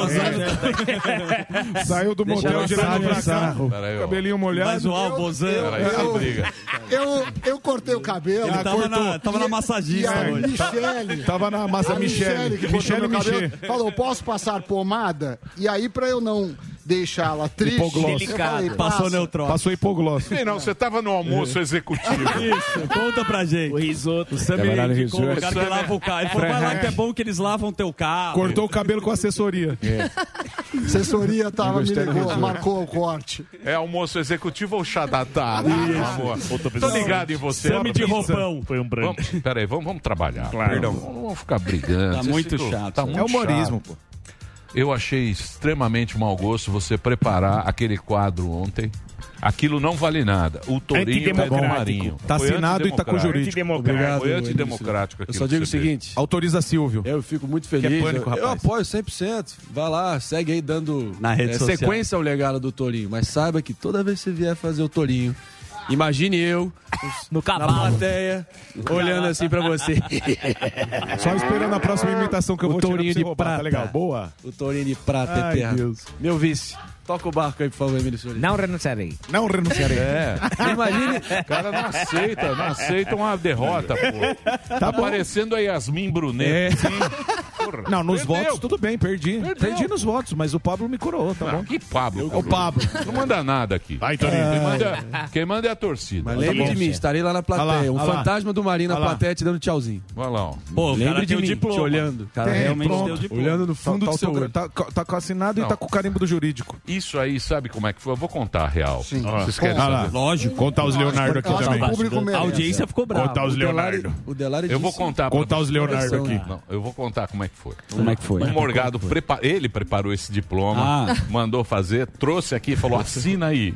Speaker 8: Bozano.
Speaker 7: Saiu do
Speaker 12: Deixa
Speaker 7: motel
Speaker 12: ela
Speaker 7: girando
Speaker 12: sair,
Speaker 7: pra cá.
Speaker 12: sarro.
Speaker 6: Peraí, ó.
Speaker 7: Cabelinho
Speaker 8: Vai
Speaker 7: molhado.
Speaker 8: zoar o Bozano.
Speaker 6: Peraí, sem briga.
Speaker 11: Eu, eu cortei o cabelo.
Speaker 8: Ele tava na, tava na
Speaker 11: E
Speaker 8: massagista
Speaker 11: a
Speaker 8: hoje.
Speaker 11: Michele,
Speaker 7: Tava Tá na massa
Speaker 11: a Michele que
Speaker 7: Michele.
Speaker 11: botou
Speaker 7: Michele
Speaker 11: meu cabelo,
Speaker 7: Michele.
Speaker 11: falou, posso passar pomada? E aí, pra eu não deixá-la triste,
Speaker 7: Hipogloss.
Speaker 11: eu falei,
Speaker 8: Passou
Speaker 11: passa.
Speaker 8: neutro.
Speaker 7: Passou É. hipogloss.
Speaker 6: Sei não, você tava no almoço executivo.
Speaker 8: Isso, conta pra
Speaker 12: O
Speaker 8: gente.
Speaker 12: risoto. O
Speaker 8: Sammy
Speaker 7: Trabalhar no
Speaker 8: indicou o
Speaker 7: resort.
Speaker 8: cara que lava o carro. Ele falou, vai lá que é bom que eles lavam teu carro.
Speaker 7: Cortou o cabelo com assessoria.
Speaker 6: É.
Speaker 11: É. Assessoria tava, me
Speaker 7: Gostei do
Speaker 11: ligou,
Speaker 7: risoto.
Speaker 11: marcou o corte.
Speaker 6: É almoço executivo ou chá da tarde? por favor? Tô ligado em você.
Speaker 8: Sami de roupão.
Speaker 10: Foi um branco.
Speaker 6: Vamos, peraí, vamos, vamos trabalhar.
Speaker 10: Claro.
Speaker 6: Perdão. Não vamos ficar brigando.
Speaker 8: Tá
Speaker 6: Vocês
Speaker 8: muito
Speaker 6: ficam-
Speaker 8: chato,
Speaker 6: Tá
Speaker 8: né?
Speaker 6: muito
Speaker 7: É humorismo, pô.
Speaker 6: chato. Eu achei extremamente mau gosto você preparar aquele quadro ontem Aquilo não vale nada. O Torinho é do Marinho.
Speaker 7: Tá
Speaker 6: Foi
Speaker 7: assinado
Speaker 6: antidemocrático.
Speaker 7: Itacu Jurídico.
Speaker 6: Foi antidemocrático
Speaker 13: Eu
Speaker 6: aquilo
Speaker 13: só digo o
Speaker 6: que você
Speaker 13: seguinte.
Speaker 7: Autoriza Silvio.
Speaker 13: Eu fico muito
Speaker 6: é
Speaker 13: feliz.
Speaker 9: né?
Speaker 6: pânico,
Speaker 13: eu, eu
Speaker 6: rapaz.
Speaker 13: apoio 100%. Vai lá, segue aí dando
Speaker 8: Na rede
Speaker 9: É,
Speaker 8: social.
Speaker 13: sequência ao legado do Torinho. Mas saiba que toda vez que você vier fazer o Torinho, imagine eu
Speaker 8: no
Speaker 13: na plateia, olhando assim pra você.
Speaker 7: Só esperando a próxima imitação que eu
Speaker 13: o
Speaker 7: vou tirar pra
Speaker 13: Tourinho
Speaker 7: você
Speaker 13: de
Speaker 7: roubar,
Speaker 13: prata.
Speaker 7: tá legal? Boa.
Speaker 13: O Tourinho de prata
Speaker 7: Ai,
Speaker 13: eterno.
Speaker 7: Deus.
Speaker 13: Meu vice, toca o barco aí, por favor, Emílio Soares.
Speaker 14: Não renunciarei.
Speaker 7: Não renunciarei.
Speaker 6: É. Imagine. O cara não aceita, não aceita uma derrota, pô. Tá parecendo a Yasmin Brunet.
Speaker 7: É. Não, nos
Speaker 6: Perdeu.
Speaker 7: votos, tudo bem, perdi. Perdi nos votos, mas o Pablo me coroou, tá bom?
Speaker 6: Que Pablo.
Speaker 7: O Pablo.
Speaker 6: Não manda nada aqui. Quem manda, quem manda é a torcida.
Speaker 13: Mas lembre de mim, estarei lá na plateia.
Speaker 6: Olha lá,
Speaker 13: um
Speaker 6: olha lá.
Speaker 13: fantasma do Marinho na
Speaker 6: Olha lá.
Speaker 13: plateia te dando tchauzinho.
Speaker 6: Olha lá, ó.
Speaker 13: Pô,
Speaker 8: o cara
Speaker 13: lembre de
Speaker 8: tem um
Speaker 13: mim,
Speaker 8: diploma.
Speaker 13: te olhando. O
Speaker 6: cara realmente
Speaker 7: É, pronto.
Speaker 6: deu o diploma.
Speaker 13: Olhando no fundo
Speaker 7: Tá,
Speaker 13: do seu olho.
Speaker 7: tá, tá, tá assinado
Speaker 6: Não.
Speaker 7: e tá com o carimbo do jurídico.
Speaker 6: Isso aí, sabe como é que foi? Eu vou contar a real. Vocês querem
Speaker 7: Ah lá.
Speaker 6: saber?
Speaker 7: Lógico. Contar os Leonardo aqui também.
Speaker 6: merece.
Speaker 8: A audiência ficou brava.
Speaker 6: Contar os
Speaker 8: O Delari-
Speaker 6: Leonardo.
Speaker 13: O Delari
Speaker 6: Eu vou
Speaker 13: disse-
Speaker 6: contar. pra
Speaker 13: Contar os
Speaker 6: vocês.
Speaker 13: Leonardo aqui.
Speaker 6: Não, eu vou contar como é que foi.
Speaker 8: Como é que foi?
Speaker 6: O Morgado, prepa- ele preparou esse diploma,
Speaker 8: Ah.
Speaker 6: mandou fazer, trouxe aqui e falou, assina aí.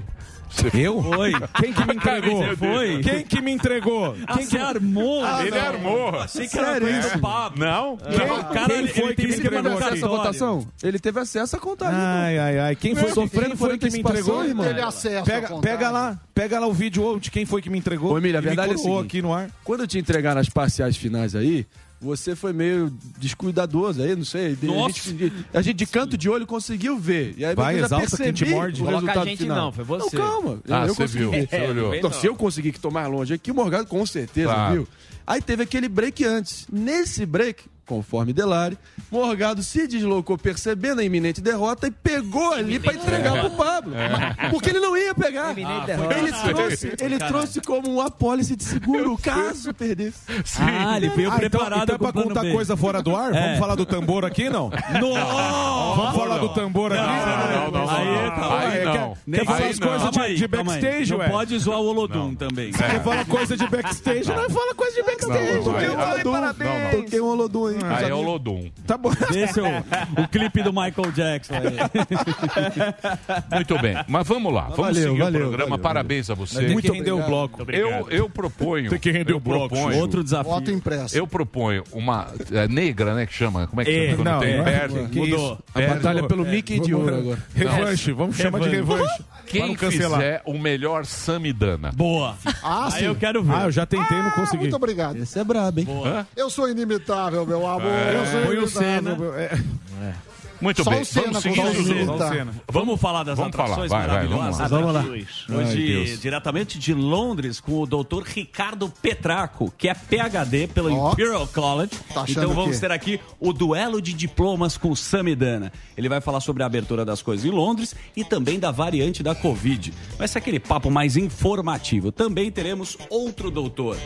Speaker 7: Eu?
Speaker 8: Foi.
Speaker 7: Quem que me entregou?
Speaker 8: Foi.
Speaker 7: Quem que me entregou?
Speaker 8: Ah, você armou?
Speaker 6: Ah, ele
Speaker 8: não.
Speaker 6: armou.
Speaker 8: Achei que era coisa do Pablo.
Speaker 6: Não?
Speaker 8: Não, o cara,
Speaker 13: Quem
Speaker 8: ele-
Speaker 13: foi
Speaker 8: ele
Speaker 13: que
Speaker 8: tem
Speaker 13: me
Speaker 8: esquema
Speaker 13: entregou
Speaker 8: da
Speaker 13: essa
Speaker 8: cartório.
Speaker 13: votação? Ele teve acesso à contagem.
Speaker 7: Ai, ai, ai. Quem foi,
Speaker 13: Sofrendo
Speaker 7: quem foi
Speaker 13: por
Speaker 7: que me
Speaker 13: antecipação,
Speaker 7: entregou, irmão?
Speaker 13: irmão? Teve
Speaker 11: acesso à
Speaker 7: Pega,
Speaker 11: contagem.
Speaker 7: pega lá. Pega lá o vídeo ou de quem foi que me entregou.
Speaker 13: Ô, Emílio,
Speaker 7: E
Speaker 13: a
Speaker 7: me
Speaker 13: verdade é a
Speaker 7: coroou
Speaker 13: seguinte.
Speaker 7: aqui no ar.
Speaker 13: Quando eu te entregar nas parciais finais aí, você foi meio descuidadoso aí, não sei. de- A
Speaker 14: Nossa.
Speaker 13: gente, a gente de canto de olho conseguiu ver. E aí
Speaker 14: Vai,
Speaker 13: eu já
Speaker 14: exalta
Speaker 13: percebi
Speaker 14: quem te morde.
Speaker 13: O
Speaker 14: Coloca a
Speaker 13: resultado
Speaker 14: gente
Speaker 13: final.
Speaker 14: não, foi você.
Speaker 13: Não, calma.
Speaker 14: Ah,
Speaker 13: eu
Speaker 14: você
Speaker 13: consegui
Speaker 14: viu,
Speaker 13: ver.
Speaker 14: você olhou.
Speaker 13: Então, se eu conseguir que tomar longe aqui, o Morgado com certeza
Speaker 6: Claro.
Speaker 13: viu. Aí teve aquele break antes. Nesse break, conforme Delari, Morgado se deslocou percebendo a iminente derrota e pegou ali pra entregar pro Pablo.
Speaker 14: É.
Speaker 13: Porque ele não ia pegar.
Speaker 14: Iminente derrota.
Speaker 13: Ele trouxe, ele
Speaker 14: Caralho.
Speaker 13: trouxe como um apólice de seguro, caso perdesse.
Speaker 8: Ah, ele veio
Speaker 7: Ah,
Speaker 8: preparado
Speaker 9: é
Speaker 7: então, então
Speaker 8: com
Speaker 7: pra
Speaker 8: o plano
Speaker 7: contar
Speaker 8: B. É.
Speaker 7: coisa fora do ar, É. vamos falar do tambor aqui, não?
Speaker 8: Não!
Speaker 7: Vamos falar do tambor aqui?
Speaker 6: Não, não, não.
Speaker 8: Aí tá-
Speaker 6: Aí não.
Speaker 7: Quer, quer falar
Speaker 8: Aí
Speaker 7: as
Speaker 8: não.
Speaker 7: coisas
Speaker 8: Calma
Speaker 7: de,
Speaker 8: aí,
Speaker 7: de
Speaker 8: calma aí.
Speaker 7: backstage,
Speaker 8: Não
Speaker 7: ué?
Speaker 8: pode zoar o Olodum também.
Speaker 7: Quer falar coisa de backstage? Não, fala coisa de backstage.
Speaker 6: Não, não,
Speaker 7: Toquei um
Speaker 6: não,
Speaker 7: Olodum.
Speaker 6: não, não.
Speaker 7: Toquei um Olodum aí.
Speaker 6: Aí é o Lodum.
Speaker 7: Tá bom.
Speaker 8: Esse é o, o clipe do Michael Jackson. aí.
Speaker 6: Muito bem. Mas vamos lá. Vamos
Speaker 13: Valeu,
Speaker 6: seguir
Speaker 13: valeu,
Speaker 6: o programa.
Speaker 13: valeu,
Speaker 6: Parabéns a você.
Speaker 13: Tem que
Speaker 7: Muito
Speaker 13: render
Speaker 7: obrigado.
Speaker 13: o bloco.
Speaker 6: Eu, eu proponho.
Speaker 7: Tem que render
Speaker 6: eu
Speaker 7: o bloco.
Speaker 6: proponho-
Speaker 8: Outro desafio.
Speaker 11: Voto impresso.
Speaker 6: Eu proponho uma é, negra, né? Que chama? Como é que
Speaker 8: É,
Speaker 6: chama? Quando
Speaker 7: não,
Speaker 6: tem É,
Speaker 7: não é
Speaker 6: perde.
Speaker 7: Que
Speaker 8: Mudou.
Speaker 7: isso?
Speaker 13: A batalha pelo Mickey de ouro agora.
Speaker 7: Revanche, vamos chamar de revanche. Pra
Speaker 6: Quem
Speaker 7: não cancelar.
Speaker 6: fizer o melhor Samidana.
Speaker 8: Boa.
Speaker 11: Ah,
Speaker 8: Aí
Speaker 11: sim.
Speaker 8: eu quero ver.
Speaker 7: Ah, eu já tentei e não
Speaker 11: Ah,
Speaker 7: consegui.
Speaker 11: muito obrigado.
Speaker 13: Esse é brabo, hein?
Speaker 11: Eu sou inimitável, meu amor. Eu sou
Speaker 7: Põe o Senna.
Speaker 11: inimitável.
Speaker 7: É.
Speaker 6: Muito
Speaker 11: Só
Speaker 6: bem,
Speaker 11: o Senna
Speaker 6: vamos seguir
Speaker 11: consegue
Speaker 6: os
Speaker 11: imitar.
Speaker 6: outros.
Speaker 11: Tá.
Speaker 8: Vamos falar das
Speaker 6: Vamos falar,
Speaker 8: atrações
Speaker 6: vai, vai,
Speaker 8: maravilhosas.
Speaker 7: vamos lá.
Speaker 6: Ai,
Speaker 8: Hoje,
Speaker 6: Deus.
Speaker 8: diretamente de Londres, com o doutor Ricardo Petraco, que é PhD pelo
Speaker 11: Ó.
Speaker 8: Imperial College.
Speaker 11: Tá achando
Speaker 8: então vamos
Speaker 11: o quê?
Speaker 8: ter aqui o duelo de diplomas com o Samidana. Ele vai falar sobre a abertura das coisas em Londres e também da variante da Covid. Vai ser aquele papo mais informativo. Também teremos outro doutor.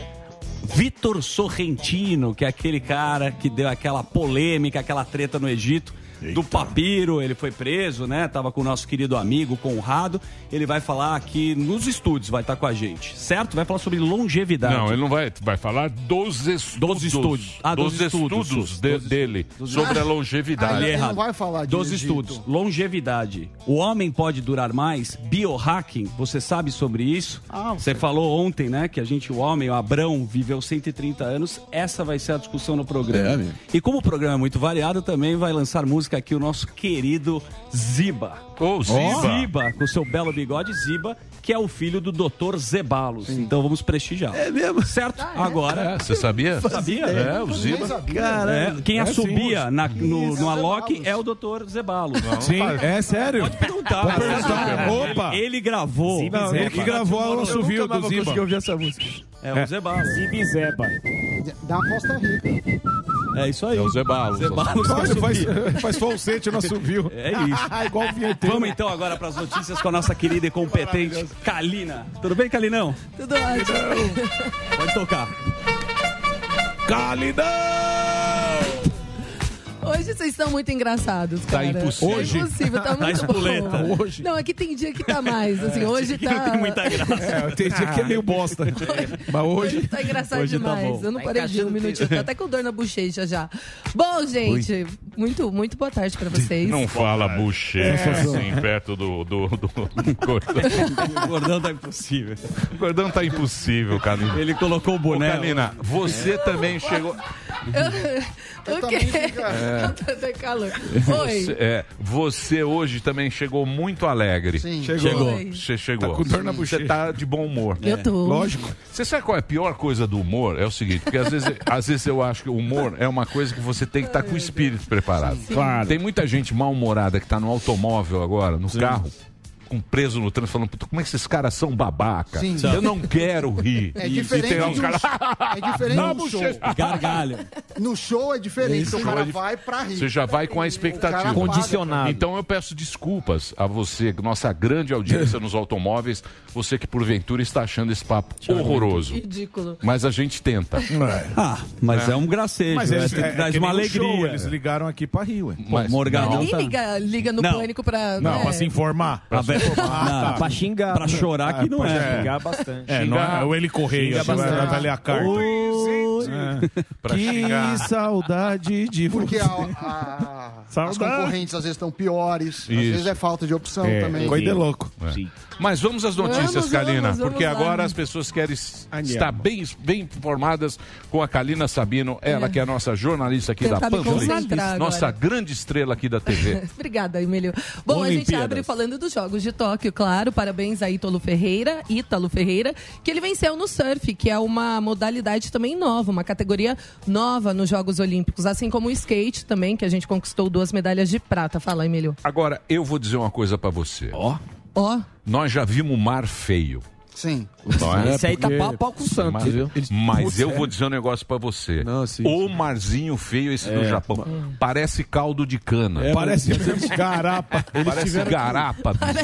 Speaker 8: Vitor Sorrentino, que é aquele cara que deu aquela polêmica, aquela treta no Egito do papiro, ele foi preso, né? Tava com o nosso querido amigo Conrado. Ele vai falar aqui nos estúdios, vai estar com a gente, certo? Vai falar sobre longevidade.
Speaker 6: Não, ele não vai, vai falar dos estudos.
Speaker 8: estúdios. Ah, dos
Speaker 6: dos, estudos,
Speaker 8: estudos.
Speaker 6: de-
Speaker 8: Dos-
Speaker 6: dele sobre a
Speaker 11: Ah,
Speaker 6: longevidade.
Speaker 11: ele
Speaker 8: é errado.
Speaker 11: não vai falar de
Speaker 8: Dos
Speaker 11: Egito.
Speaker 8: estudos, longevidade. O homem pode durar mais? Biohacking, você sabe sobre isso?
Speaker 11: Ah,
Speaker 8: você falou ontem, né, que a gente, o homem, o Abrão, viveu 130 anos. Essa vai ser a discussão no
Speaker 13: É,
Speaker 8: programa.
Speaker 13: amigo.
Speaker 8: e como o programa é muito variado, também vai lançar música aqui o nosso querido Ziba.
Speaker 6: Ô, Ziba.
Speaker 8: Ziba, com seu belo bigode Ziba, que é o filho do Dr. Zebalos. Então vamos prestigiar. É
Speaker 13: mesmo?
Speaker 8: Certo?
Speaker 11: Ah,
Speaker 8: Agora.
Speaker 6: É, você sabia?
Speaker 8: Sabia?
Speaker 6: É, o
Speaker 11: Nem
Speaker 6: Ziba.
Speaker 11: sabia.
Speaker 7: né?
Speaker 8: É, quem assobia na- no, no Alok é o Dr. Zebalos.
Speaker 7: Sim, é sério.
Speaker 8: Pode perguntar.
Speaker 7: Pode perguntar.
Speaker 8: Ele-
Speaker 7: Opa!
Speaker 8: Ele, gravou.
Speaker 7: Não, ele que gravou a Alan Suvio do Ziba.
Speaker 13: ouvir essa música.
Speaker 8: É o Zebalos.
Speaker 15: Zeba.
Speaker 11: Da Costa Rica.
Speaker 8: É isso aí.
Speaker 6: É o Zebalos.
Speaker 8: Zebalos.
Speaker 7: Olha, faz, faz falsete no assobio.
Speaker 8: É isso.
Speaker 7: Ah, igual o vinheteiro.
Speaker 8: Vamos então agora para as notícias com a nossa querida e competente Kalina. Tudo bem, Kalinão?
Speaker 1: Tudo ótimo.
Speaker 8: Pode tocar.
Speaker 1: Hoje Hoje vocês estão muito engraçados, cara.
Speaker 6: Tá impossível. Hoje?
Speaker 1: É impossível, tá
Speaker 6: Tá
Speaker 1: muito
Speaker 6: espoleta.
Speaker 1: bom.
Speaker 6: Hoje.
Speaker 1: Não, é que tem dia que tá mais, assim, hoje tá...
Speaker 2: É, tem dia que é meio bosta. Mas hoje.
Speaker 1: Ah. Tá engraçado
Speaker 2: hoje tá
Speaker 1: demais.
Speaker 2: bom.
Speaker 1: Eu não parei de um minutinho. Tô até com dor na bochecha já. Bom, gente, muito, muito boa tarde pra vocês.
Speaker 6: Não fala bochecha assim, perto do, do, do, do cordão.
Speaker 8: O gordão tá impossível.
Speaker 6: O gordão tá impossível, Canina.
Speaker 8: Ele colocou o
Speaker 7: Né,
Speaker 8: boné. É.
Speaker 6: Canina, você
Speaker 7: É.
Speaker 6: também chegou.
Speaker 1: Eu, o quê?
Speaker 6: É.
Speaker 1: Tá até calor. Oi.
Speaker 6: Você, é, você hoje também chegou muito alegre.
Speaker 1: Sim.
Speaker 6: Chegou.
Speaker 1: Chegou.
Speaker 6: Você chegou.
Speaker 1: Tá com dor na
Speaker 6: Você
Speaker 1: bochecha.
Speaker 6: tá de bom humor.
Speaker 1: Eu tô. Lógico.
Speaker 6: Você sabe qual é a pior coisa do humor? É o seguinte, porque às vezes, às vezes eu acho que o humor é uma coisa que você tem que estar com o espírito preparado.
Speaker 2: Sim. Claro.
Speaker 6: Tem muita gente mal-humorada que tá no automóvel agora, no carro. Com preso no trânsito, falando, "Puta, como é que esses caras são babaca?
Speaker 11: Sim.
Speaker 6: Eu não quero rir.
Speaker 11: É
Speaker 6: E-
Speaker 11: diferente
Speaker 6: e tem lá uns
Speaker 11: de um-
Speaker 6: caras.
Speaker 11: É diferente
Speaker 6: Dá
Speaker 11: do show.
Speaker 6: bochecha. Gargalho.
Speaker 11: No show é diferente,
Speaker 6: Isso.
Speaker 11: o
Speaker 6: Show é
Speaker 11: cara
Speaker 6: dif-
Speaker 11: vai pra rir.
Speaker 6: Você já vai com a
Speaker 11: O
Speaker 6: expectativa.
Speaker 11: cara Condicionado. paga.
Speaker 6: Então eu peço desculpas a você, nossa grande audiência nos automóveis, você que porventura está achando esse papo horroroso.
Speaker 1: Ridículo.
Speaker 6: Mas a gente tenta.
Speaker 8: Ah, mas é, um gracejo.
Speaker 6: Mas
Speaker 8: Mas
Speaker 6: eles-
Speaker 8: tem que
Speaker 6: é-
Speaker 8: dar
Speaker 6: é que
Speaker 8: uma
Speaker 6: nem um
Speaker 8: alegria.
Speaker 6: show, eles
Speaker 8: ligaram aqui pra Rio, hein?
Speaker 6: Mas-
Speaker 8: Morgadão
Speaker 1: Ninguém
Speaker 8: tá...
Speaker 1: liga, liga no
Speaker 8: Não.
Speaker 1: pânico pra...
Speaker 8: Não,
Speaker 1: né?
Speaker 8: pra se
Speaker 7: informar.
Speaker 8: Pra se informar.
Speaker 7: Ah,
Speaker 8: Pra xingar. Pra chorar que não é.
Speaker 7: Xingar
Speaker 10: bastante.
Speaker 7: É, não é, ou ele correia,
Speaker 8: Xingar
Speaker 7: vai
Speaker 8: bastante.
Speaker 11: Ah.
Speaker 7: avaliar a carta. É.
Speaker 6: Pra
Speaker 7: que
Speaker 6: xingar.
Speaker 7: saudade de
Speaker 11: Porque a,
Speaker 7: você.
Speaker 11: a- as
Speaker 7: Saudade.
Speaker 11: concorrentes às vezes estão piores, às vezes é falta de opção também.
Speaker 6: Coisa de É. Mas vamos às notícias,
Speaker 11: Vamos,
Speaker 6: Kalina,
Speaker 11: vamos, vamos
Speaker 6: porque
Speaker 11: lá.
Speaker 6: agora as pessoas querem s-
Speaker 11: Andiamo.
Speaker 6: estar bem, bem informadas com a Kalina Sabino, ela
Speaker 1: É.
Speaker 6: que é a nossa jornalista aqui
Speaker 1: Tentar
Speaker 6: da
Speaker 1: me
Speaker 6: Panflix,
Speaker 1: concentrar
Speaker 6: nossa
Speaker 1: agora.
Speaker 6: grande estrela aqui da TV.
Speaker 1: Obrigada, Emílio. Bom, a gente
Speaker 6: Olimpíadas.
Speaker 1: abre falando dos Jogos de Tóquio, claro. Parabéns a Ítalo Ferreira, Ítalo Ferreira, que ele venceu no surf, que é uma modalidade também nova, uma categoria nova nos Jogos Olímpicos, assim como o skate também, que a gente conquistou duas medalhas de prata. Fala, Emílio.
Speaker 6: Agora, eu vou dizer uma coisa pra você. Ó.
Speaker 1: Ó.
Speaker 6: Nós já vimos o mar feio.
Speaker 11: Sim.
Speaker 6: Isso
Speaker 11: Esse aí tá pau a pau com o Santos,
Speaker 6: Então é
Speaker 11: viu?
Speaker 6: mas, Mas
Speaker 11: Putz,
Speaker 6: eu
Speaker 11: é.
Speaker 6: vou dizer um negócio pra você. o marzinho feio esse do
Speaker 2: É.
Speaker 6: Japão. Parece caldo de cana.
Speaker 2: É, Parece mas-
Speaker 7: garapa.
Speaker 2: Eles
Speaker 6: um Parece
Speaker 2: tiveram que-
Speaker 6: garapa,
Speaker 2: Parece.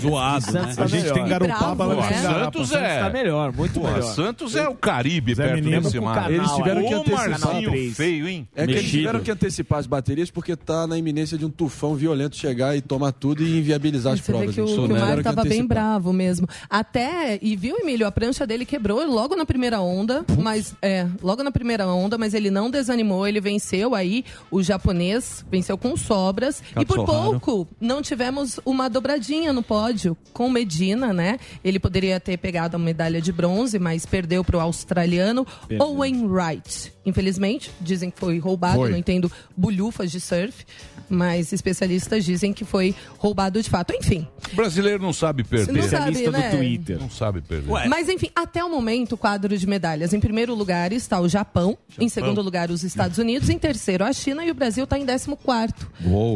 Speaker 7: né?
Speaker 6: zoado. né?
Speaker 2: Santos tá A gente melhor. tem Garopaba, Bravo, mas né? tem garapa.
Speaker 6: Santos
Speaker 2: Santos
Speaker 6: é.
Speaker 2: tá melhor, muito
Speaker 6: Pô,
Speaker 2: melhor.
Speaker 6: Santos é o Caribe
Speaker 9: Zé
Speaker 6: perto
Speaker 9: Menino
Speaker 6: desse
Speaker 9: com
Speaker 6: mar.
Speaker 9: canal, Eles
Speaker 13: é.
Speaker 9: tiveram
Speaker 6: o
Speaker 9: que antecipar.
Speaker 6: marzinho feio, hein?
Speaker 9: É que eles tiveram que antecipar as baterias porque tá na iminência de um tufão violento chegar e tomar tudo e inviabilizar as
Speaker 1: Você vê
Speaker 9: provas.
Speaker 1: que o,
Speaker 9: Eles
Speaker 1: que o
Speaker 9: tiveram
Speaker 1: Mário
Speaker 9: que
Speaker 1: tava bem
Speaker 9: antecipar.
Speaker 1: bravo mesmo. Até, e viu, Emílio, a prancha dele quebrou logo na primeira onda, mas é, logo na primeira onda, mas ele não desanimou, ele venceu aí o japonês, venceu com sobras. e por
Speaker 15: Katsuhara.
Speaker 1: pouco não tivemos uma dobradinha no pódio com Medina, né? Ele poderia ter pegado a medalha de bronze, mas perdeu para o australiano
Speaker 15: Perdeu.
Speaker 1: Owen Wright. Infelizmente, dizem que foi roubado,
Speaker 15: Foi.
Speaker 1: não entendo bulhufas de surf, mas especialistas dizem que foi roubado de fato. Enfim,
Speaker 6: O brasileiro não sabe perder.
Speaker 1: Não sabe, Especialista do né? Twitter.
Speaker 6: Não sabe perder.
Speaker 1: Mas enfim, até o momento, o quadro de medalhas. Em primeiro lugar está o Japão, em segundo lugar os Estados Unidos, em terceiro a China e o Brasil está em décimo quarto.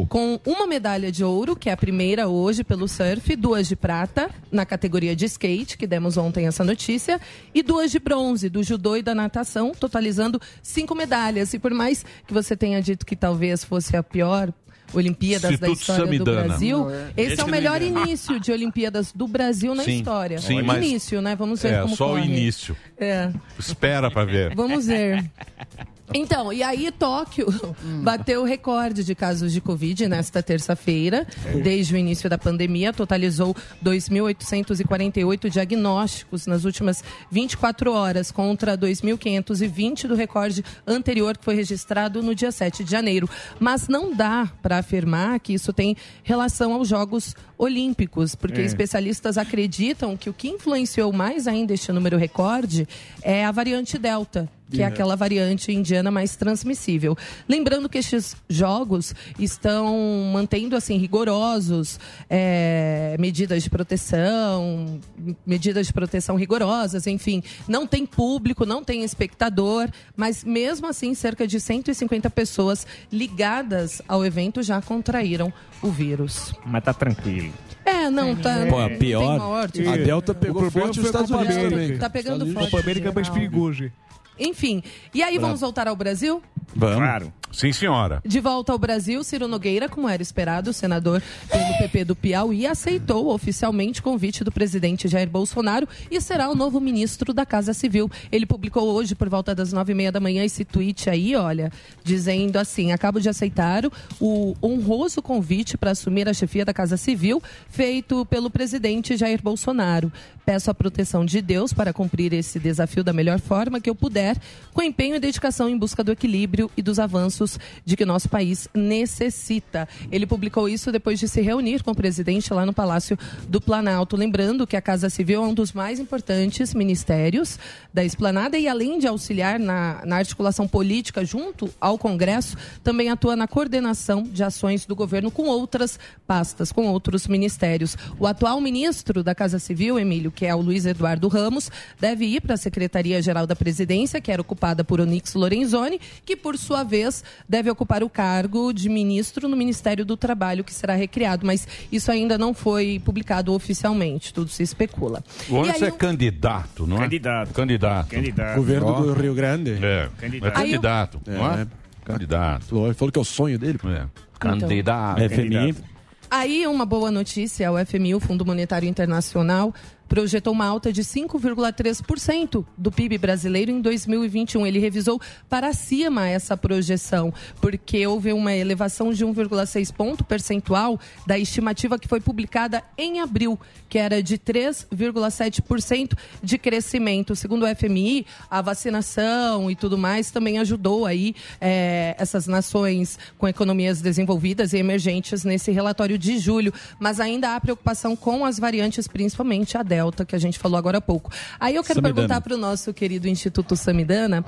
Speaker 1: Com uma medalha de ouro, que é a primeira hoje pelo surf, duas de prata na categoria de skate, que demos ontem essa notícia, e duas de bronze do judô e da natação, totalizando cinco medalhas. E por mais que você tenha dito que talvez fosse a pior Olimpíadas da
Speaker 6: Instituto
Speaker 1: história
Speaker 6: Samidana.
Speaker 1: do Brasil,
Speaker 6: Não, é.
Speaker 1: esse
Speaker 6: Esse
Speaker 1: é o
Speaker 6: não
Speaker 1: melhor
Speaker 6: engana.
Speaker 1: início de Olimpíadas do Brasil na
Speaker 6: Sim,
Speaker 1: história.
Speaker 6: sim,
Speaker 1: O
Speaker 6: mas-
Speaker 1: início, né? Vamos ver
Speaker 6: É,
Speaker 1: como
Speaker 6: só o
Speaker 1: corre.
Speaker 6: início.
Speaker 1: É.
Speaker 6: Espera pra ver.
Speaker 1: Vamos ver. Então, e aí Tóquio bateu o recorde de casos de Covid nesta terça-feira. Desde o início da pandemia, totalizou 2.848 diagnósticos nas últimas 24 horas, contra 2.520 do recorde anterior que foi registrado no dia 7 de janeiro. Mas não dá para afirmar que isso tem relação aos Jogos Olímpicos, porque
Speaker 15: É.
Speaker 1: especialmente especialistas acreditam que o que influenciou mais ainda este número recorde é a variante Delta. Que é
Speaker 15: Uhum.
Speaker 1: aquela variante indiana mais transmissível. Lembrando que estes jogos estão mantendo assim rigorosos é, medidas de proteção, medidas de proteção rigorosas, enfim. Não tem público, não tem espectador, mas mesmo assim cerca de 150 pessoas ligadas ao evento já contraíram o vírus.
Speaker 10: Mas tá tranquilo.
Speaker 1: É, não,
Speaker 16: Uhum.
Speaker 1: tá.
Speaker 10: Pô, a
Speaker 1: tem
Speaker 10: pior-
Speaker 1: morte.
Speaker 10: A Delta pegou
Speaker 1: O problema
Speaker 10: forte
Speaker 1: foi
Speaker 10: os Estados
Speaker 1: a Copa
Speaker 10: Unidos
Speaker 1: América.
Speaker 10: também.
Speaker 1: Tá pegando
Speaker 10: Estados Unidos.
Speaker 1: forte.
Speaker 10: Copa América é mais
Speaker 1: geral.
Speaker 10: perigoso.
Speaker 1: Enfim. E aí, vamos voltar ao Brasil?
Speaker 6: Vamos. Claro. Sim, senhora.
Speaker 1: De volta ao Brasil, Ciro Nogueira, como era esperado, o senador pelo PP do Piauí, aceitou oficialmente o convite do presidente Jair Bolsonaro e será o novo ministro da Casa Civil. Ele publicou hoje, por volta das nove e meia da manhã, esse tweet aí, olha, dizendo assim: acabo de aceitar o honroso convite para assumir a chefia da Casa Civil, feito pelo presidente Jair Bolsonaro. Peço a proteção de Deus para cumprir esse desafio da melhor forma que eu puder, com empenho e dedicação em busca do equilíbrio e dos avanços de que o nosso país necessita. Ele publicou isso depois de se reunir com o presidente lá no Palácio do Planalto. Lembrando que a Casa Civil é um dos mais importantes ministérios da esplanada e, além de auxiliar na, na articulação política junto ao Congresso, também atua na coordenação de ações do governo com outras pastas, com outros ministérios. O atual ministro da Casa Civil, Emílio, que é o Luiz Eduardo Ramos, deve ir para a Secretaria-Geral da Presidência, que era ocupada por Onix Lorenzoni, que, por sua vez, deve ocupar o cargo de ministro no Ministério do Trabalho, que será recriado, mas isso ainda não foi publicado oficialmente, tudo se especula.
Speaker 6: O
Speaker 1: E
Speaker 6: Anderson
Speaker 1: aí
Speaker 6: é candidato, não é? Candidato. Candidato.
Speaker 9: Governo
Speaker 6: Ó.
Speaker 9: do Rio Grande.
Speaker 6: É.
Speaker 9: Candidato.
Speaker 6: É candidato,
Speaker 9: Aí eu-
Speaker 6: não é?
Speaker 9: É.
Speaker 6: Candidato.
Speaker 9: Ele falou que é o sonho dele.
Speaker 1: Então.
Speaker 6: Candidato.
Speaker 9: É FMI.
Speaker 1: Aí, uma boa notícia: o FMI, o Fundo Monetário Internacional, projetou uma alta de 5,3% do PIB brasileiro em 2021. Ele revisou para cima essa projeção, porque houve uma elevação de 1,6 ponto percentual da estimativa que foi publicada em abril, que é era de 3,7% de crescimento. Segundo o FMI, a vacinação e tudo mais também ajudou aí eh, essas nações com economias desenvolvidas e emergentes nesse relatório de julho. Mas ainda há preocupação com as variantes, principalmente a Delta, que a gente falou agora há pouco. Aí eu quero
Speaker 15: Samidana.
Speaker 1: perguntar para o nosso querido Instituto Samidana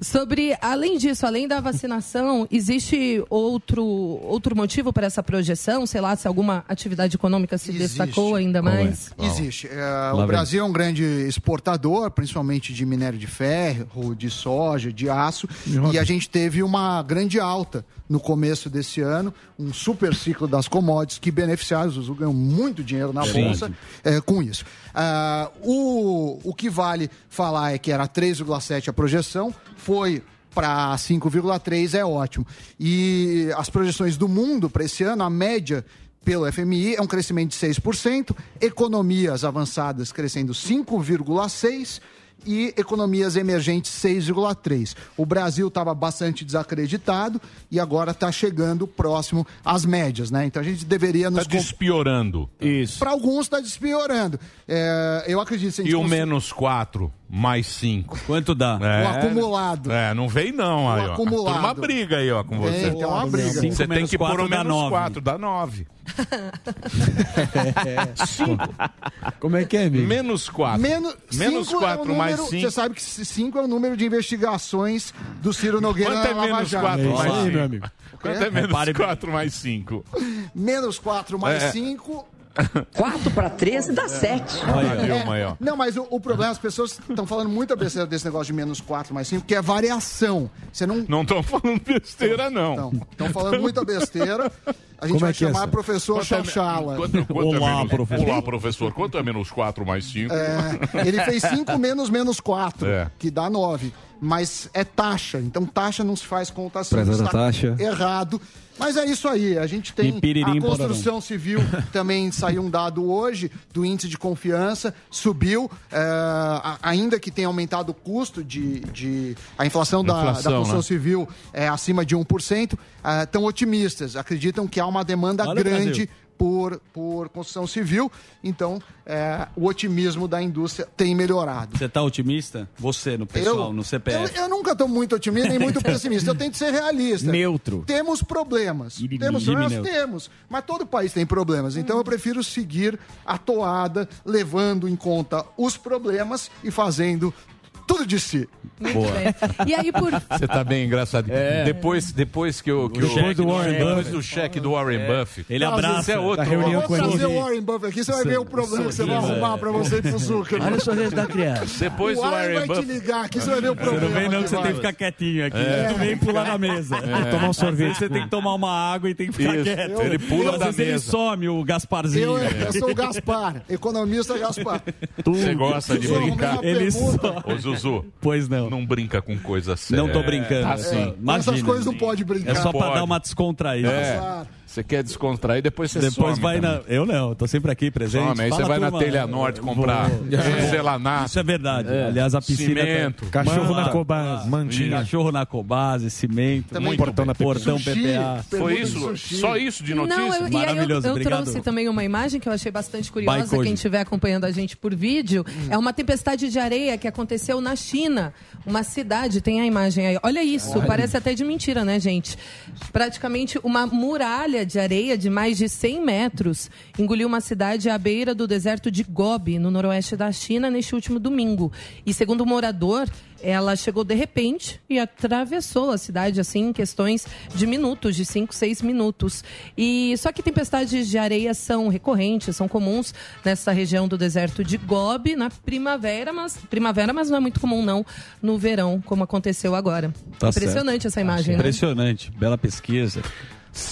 Speaker 1: sobre, além disso, além da vacinação, existe outro, outro motivo para essa projeção? Sei lá, se alguma atividade econômica se destacou ainda mais?
Speaker 11: Existe. É,
Speaker 1: vem.
Speaker 11: o Brasil é um grande exportador, principalmente de minério de ferro, de soja, de aço. E a gente teve uma grande alta no começo desse ano, um super ciclo das commodities que beneficiaram, o Zuzu ganhou muito dinheiro na
Speaker 17: Sim.
Speaker 11: bolsa é, com isso. Ah, o, o que vale falar é que era 3,7 a projeção, foi para 5,3 é ótimo. E as projeções do mundo para esse ano, a média pelo FMI é um crescimento de 6%, economias avançadas crescendo 5,6% e economias emergentes 6,3. O Brasil estava bastante desacreditado e agora está chegando próximo às médias, né? Então a gente deveria nos
Speaker 6: Está Tá despiorando. Isso.
Speaker 11: para alguns está despiorando. É, eu acredito se a gente
Speaker 6: E o
Speaker 11: cons-
Speaker 6: menos 4, mais 5.
Speaker 8: Quanto dá?
Speaker 11: O acumulado.
Speaker 6: É, não vem não aí, ó.
Speaker 11: acumulado.
Speaker 6: Tem uma briga aí, ó, com
Speaker 11: Vem,
Speaker 6: você.
Speaker 11: tem uma briga. Cinco
Speaker 6: Você tem
Speaker 11: menos
Speaker 6: que pôr
Speaker 11: quatro
Speaker 6: o
Speaker 11: dá
Speaker 6: menos
Speaker 11: nove.
Speaker 6: 4, dá 9.
Speaker 7: É.
Speaker 9: Cinco. Como é que é, amigo?
Speaker 6: Menos 4.
Speaker 11: Menos,
Speaker 6: menos
Speaker 11: cinco
Speaker 6: 4
Speaker 11: é o
Speaker 6: mais
Speaker 11: número-
Speaker 6: 5.
Speaker 11: Você sabe que 5 é o número de investigações do Ciro Nogueira
Speaker 6: Quanto é
Speaker 11: na Lava
Speaker 6: menos
Speaker 11: Jato.
Speaker 6: 4 mais 5?
Speaker 9: meu amigo.
Speaker 6: Quanto é
Speaker 11: É?
Speaker 6: menos
Speaker 11: Repare bem.
Speaker 6: 4 mais 5?
Speaker 11: Menos 4 mais
Speaker 6: É.
Speaker 11: 5.
Speaker 3: 4 para 13 dá 7.
Speaker 6: Olha, viu, maior.
Speaker 11: É. Não, mas o, o problema, é as pessoas estão falando muita besteira desse negócio de menos 4 mais 5, que é variação. Você não.
Speaker 6: Não estão falando besteira, não.
Speaker 11: Estão falando muita besteira. A gente
Speaker 6: Como
Speaker 11: vai
Speaker 6: é que é
Speaker 11: chamar
Speaker 6: essa?
Speaker 11: o professor
Speaker 6: Quanto é me-
Speaker 11: Chachala.
Speaker 6: Quanto- quanto é menos- Olá, professor. Quanto é menos 4 mais 5?
Speaker 11: É, ele fez 5 menos menos 4,
Speaker 6: É.
Speaker 11: que dá 9. Mas é taxa, então taxa não se faz conta assim.
Speaker 9: Prezada
Speaker 11: está
Speaker 9: taxa.
Speaker 11: Errado. Mas é isso aí, a gente
Speaker 9: E
Speaker 11: tem
Speaker 9: piririm,
Speaker 11: a construção civil também saiu um dado hoje do índice de confiança, subiu, é, a- ainda que tenha aumentado o custo de. de- a inflação da, da
Speaker 6: Inflação,
Speaker 11: construção
Speaker 6: né?
Speaker 11: civil é acima de 1%, é, estão otimistas, acreditam que há uma demanda
Speaker 9: Olha o
Speaker 11: grande
Speaker 9: Brasil.
Speaker 11: por, por construção civil. Então, é, o otimismo da indústria tem melhorado.
Speaker 8: Você tá otimista? Você, no pessoal, no
Speaker 11: Eu,
Speaker 8: CPF.
Speaker 11: eu nunca estou muito otimista nem muito pessimista. Eu tento ser realista.
Speaker 8: Neutro.
Speaker 11: Temos problemas.
Speaker 8: Inimigo.
Speaker 11: Temos problemas?
Speaker 8: Neutro.
Speaker 11: Temos. Mas todo país tem problemas. Então eu prefiro seguir a toada, levando em conta os problemas e fazendo tudo de si.
Speaker 6: Boa.
Speaker 1: E aí, por
Speaker 6: Você tá bem engraçadinho.
Speaker 1: É.
Speaker 6: Depois, depois que o. Que
Speaker 9: Depois do Warren
Speaker 6: depois
Speaker 9: Buffett.
Speaker 6: do cheque do Warren Buffett.
Speaker 9: Ele abraça.
Speaker 6: Esse é
Speaker 9: Da
Speaker 6: outro.
Speaker 9: reunião
Speaker 11: Vou trazer o Warren Buffett aqui, você vai ver o problema que você vai
Speaker 6: sorriso,
Speaker 11: arrumar
Speaker 6: é.
Speaker 11: pra você e pro Zucca.
Speaker 6: Olha o sorriso da
Speaker 9: criança.
Speaker 6: Depois
Speaker 11: o
Speaker 6: do
Speaker 11: Warren
Speaker 6: Warren
Speaker 11: vai te
Speaker 6: Buffett.
Speaker 11: ligar aqui, você vai ver o problema.
Speaker 8: Não vem não que você
Speaker 11: vai.
Speaker 8: tem que ficar quietinho aqui. né?
Speaker 6: É.
Speaker 8: Tu vem pular na mesa.
Speaker 6: É.
Speaker 9: Tomar um sorvete.
Speaker 8: Você tem que tomar uma água e tem que ficar
Speaker 6: Isso.
Speaker 8: quieto.
Speaker 6: Ele pula
Speaker 8: Às
Speaker 6: da
Speaker 8: vezes Ele
Speaker 6: mesa.
Speaker 8: some, o
Speaker 11: Eu,
Speaker 8: Gasparzinho.
Speaker 9: é.
Speaker 11: eu sou o Gaspar, economista Gaspar.
Speaker 6: Você gosta de
Speaker 11: Zuzu,
Speaker 6: brincar?
Speaker 11: arrumei uma pergunta.
Speaker 6: Ô, Zuzu, Zuzu.
Speaker 8: Pois não.
Speaker 6: Não brinca com coisa séria.
Speaker 8: Não tô brincando.
Speaker 6: Tá sim.
Speaker 8: É,
Speaker 6: Imagina.
Speaker 11: Essas coisas não pode brincar.
Speaker 8: É só pra dar uma
Speaker 6: É.
Speaker 8: descontraída.
Speaker 6: Você quer descontrair, depois você
Speaker 8: Depois
Speaker 6: some
Speaker 8: vai na.
Speaker 6: também.
Speaker 8: Eu não, tô sempre aqui presente.
Speaker 6: Some, aí
Speaker 8: Fala,
Speaker 6: você vai na
Speaker 8: turma.
Speaker 6: telha norte comprar porcelanato.
Speaker 8: Isso é verdade. Aliás, a piscina. é
Speaker 6: Cimento.
Speaker 8: Cachorro
Speaker 6: Manta.
Speaker 8: na cobase.
Speaker 6: Mantinha.
Speaker 8: Cachorro na cobase, cimento.
Speaker 6: Também
Speaker 8: muito
Speaker 6: portão
Speaker 8: bem.
Speaker 6: na Pepe.
Speaker 8: portão
Speaker 6: Sushi.
Speaker 8: PPA.
Speaker 6: Foi isso? Só isso de notícia?
Speaker 1: Não, eu, e aí eu,
Speaker 8: Maravilhoso,
Speaker 1: eu
Speaker 8: obrigado.
Speaker 1: trouxe também uma imagem que eu achei bastante curiosa.
Speaker 8: Vai, Hum. Cody.
Speaker 1: Quem estiver acompanhando a gente por vídeo, é uma tempestade de areia que aconteceu na China. Uma cidade, tem a imagem aí. Olha isso,
Speaker 15: Olha.
Speaker 1: parece até de mentira, né, gente? Praticamente uma muralha de areia de mais de 100 metros engoliu uma cidade à beira do deserto de Gobi, no noroeste da China, neste último domingo. E segundo o morador, ela chegou de repente e atravessou a cidade assim em questões de minutos, de 5, 6 minutos. E só que tempestades de areia são recorrentes, são comuns nessa região do deserto de Gobi na primavera, mas primavera, mas não é muito comum não no verão, como aconteceu agora.
Speaker 8: Tá
Speaker 1: Impressionante
Speaker 8: certo.
Speaker 1: essa imagem, né?
Speaker 8: Impressionante. Bela pesquisa.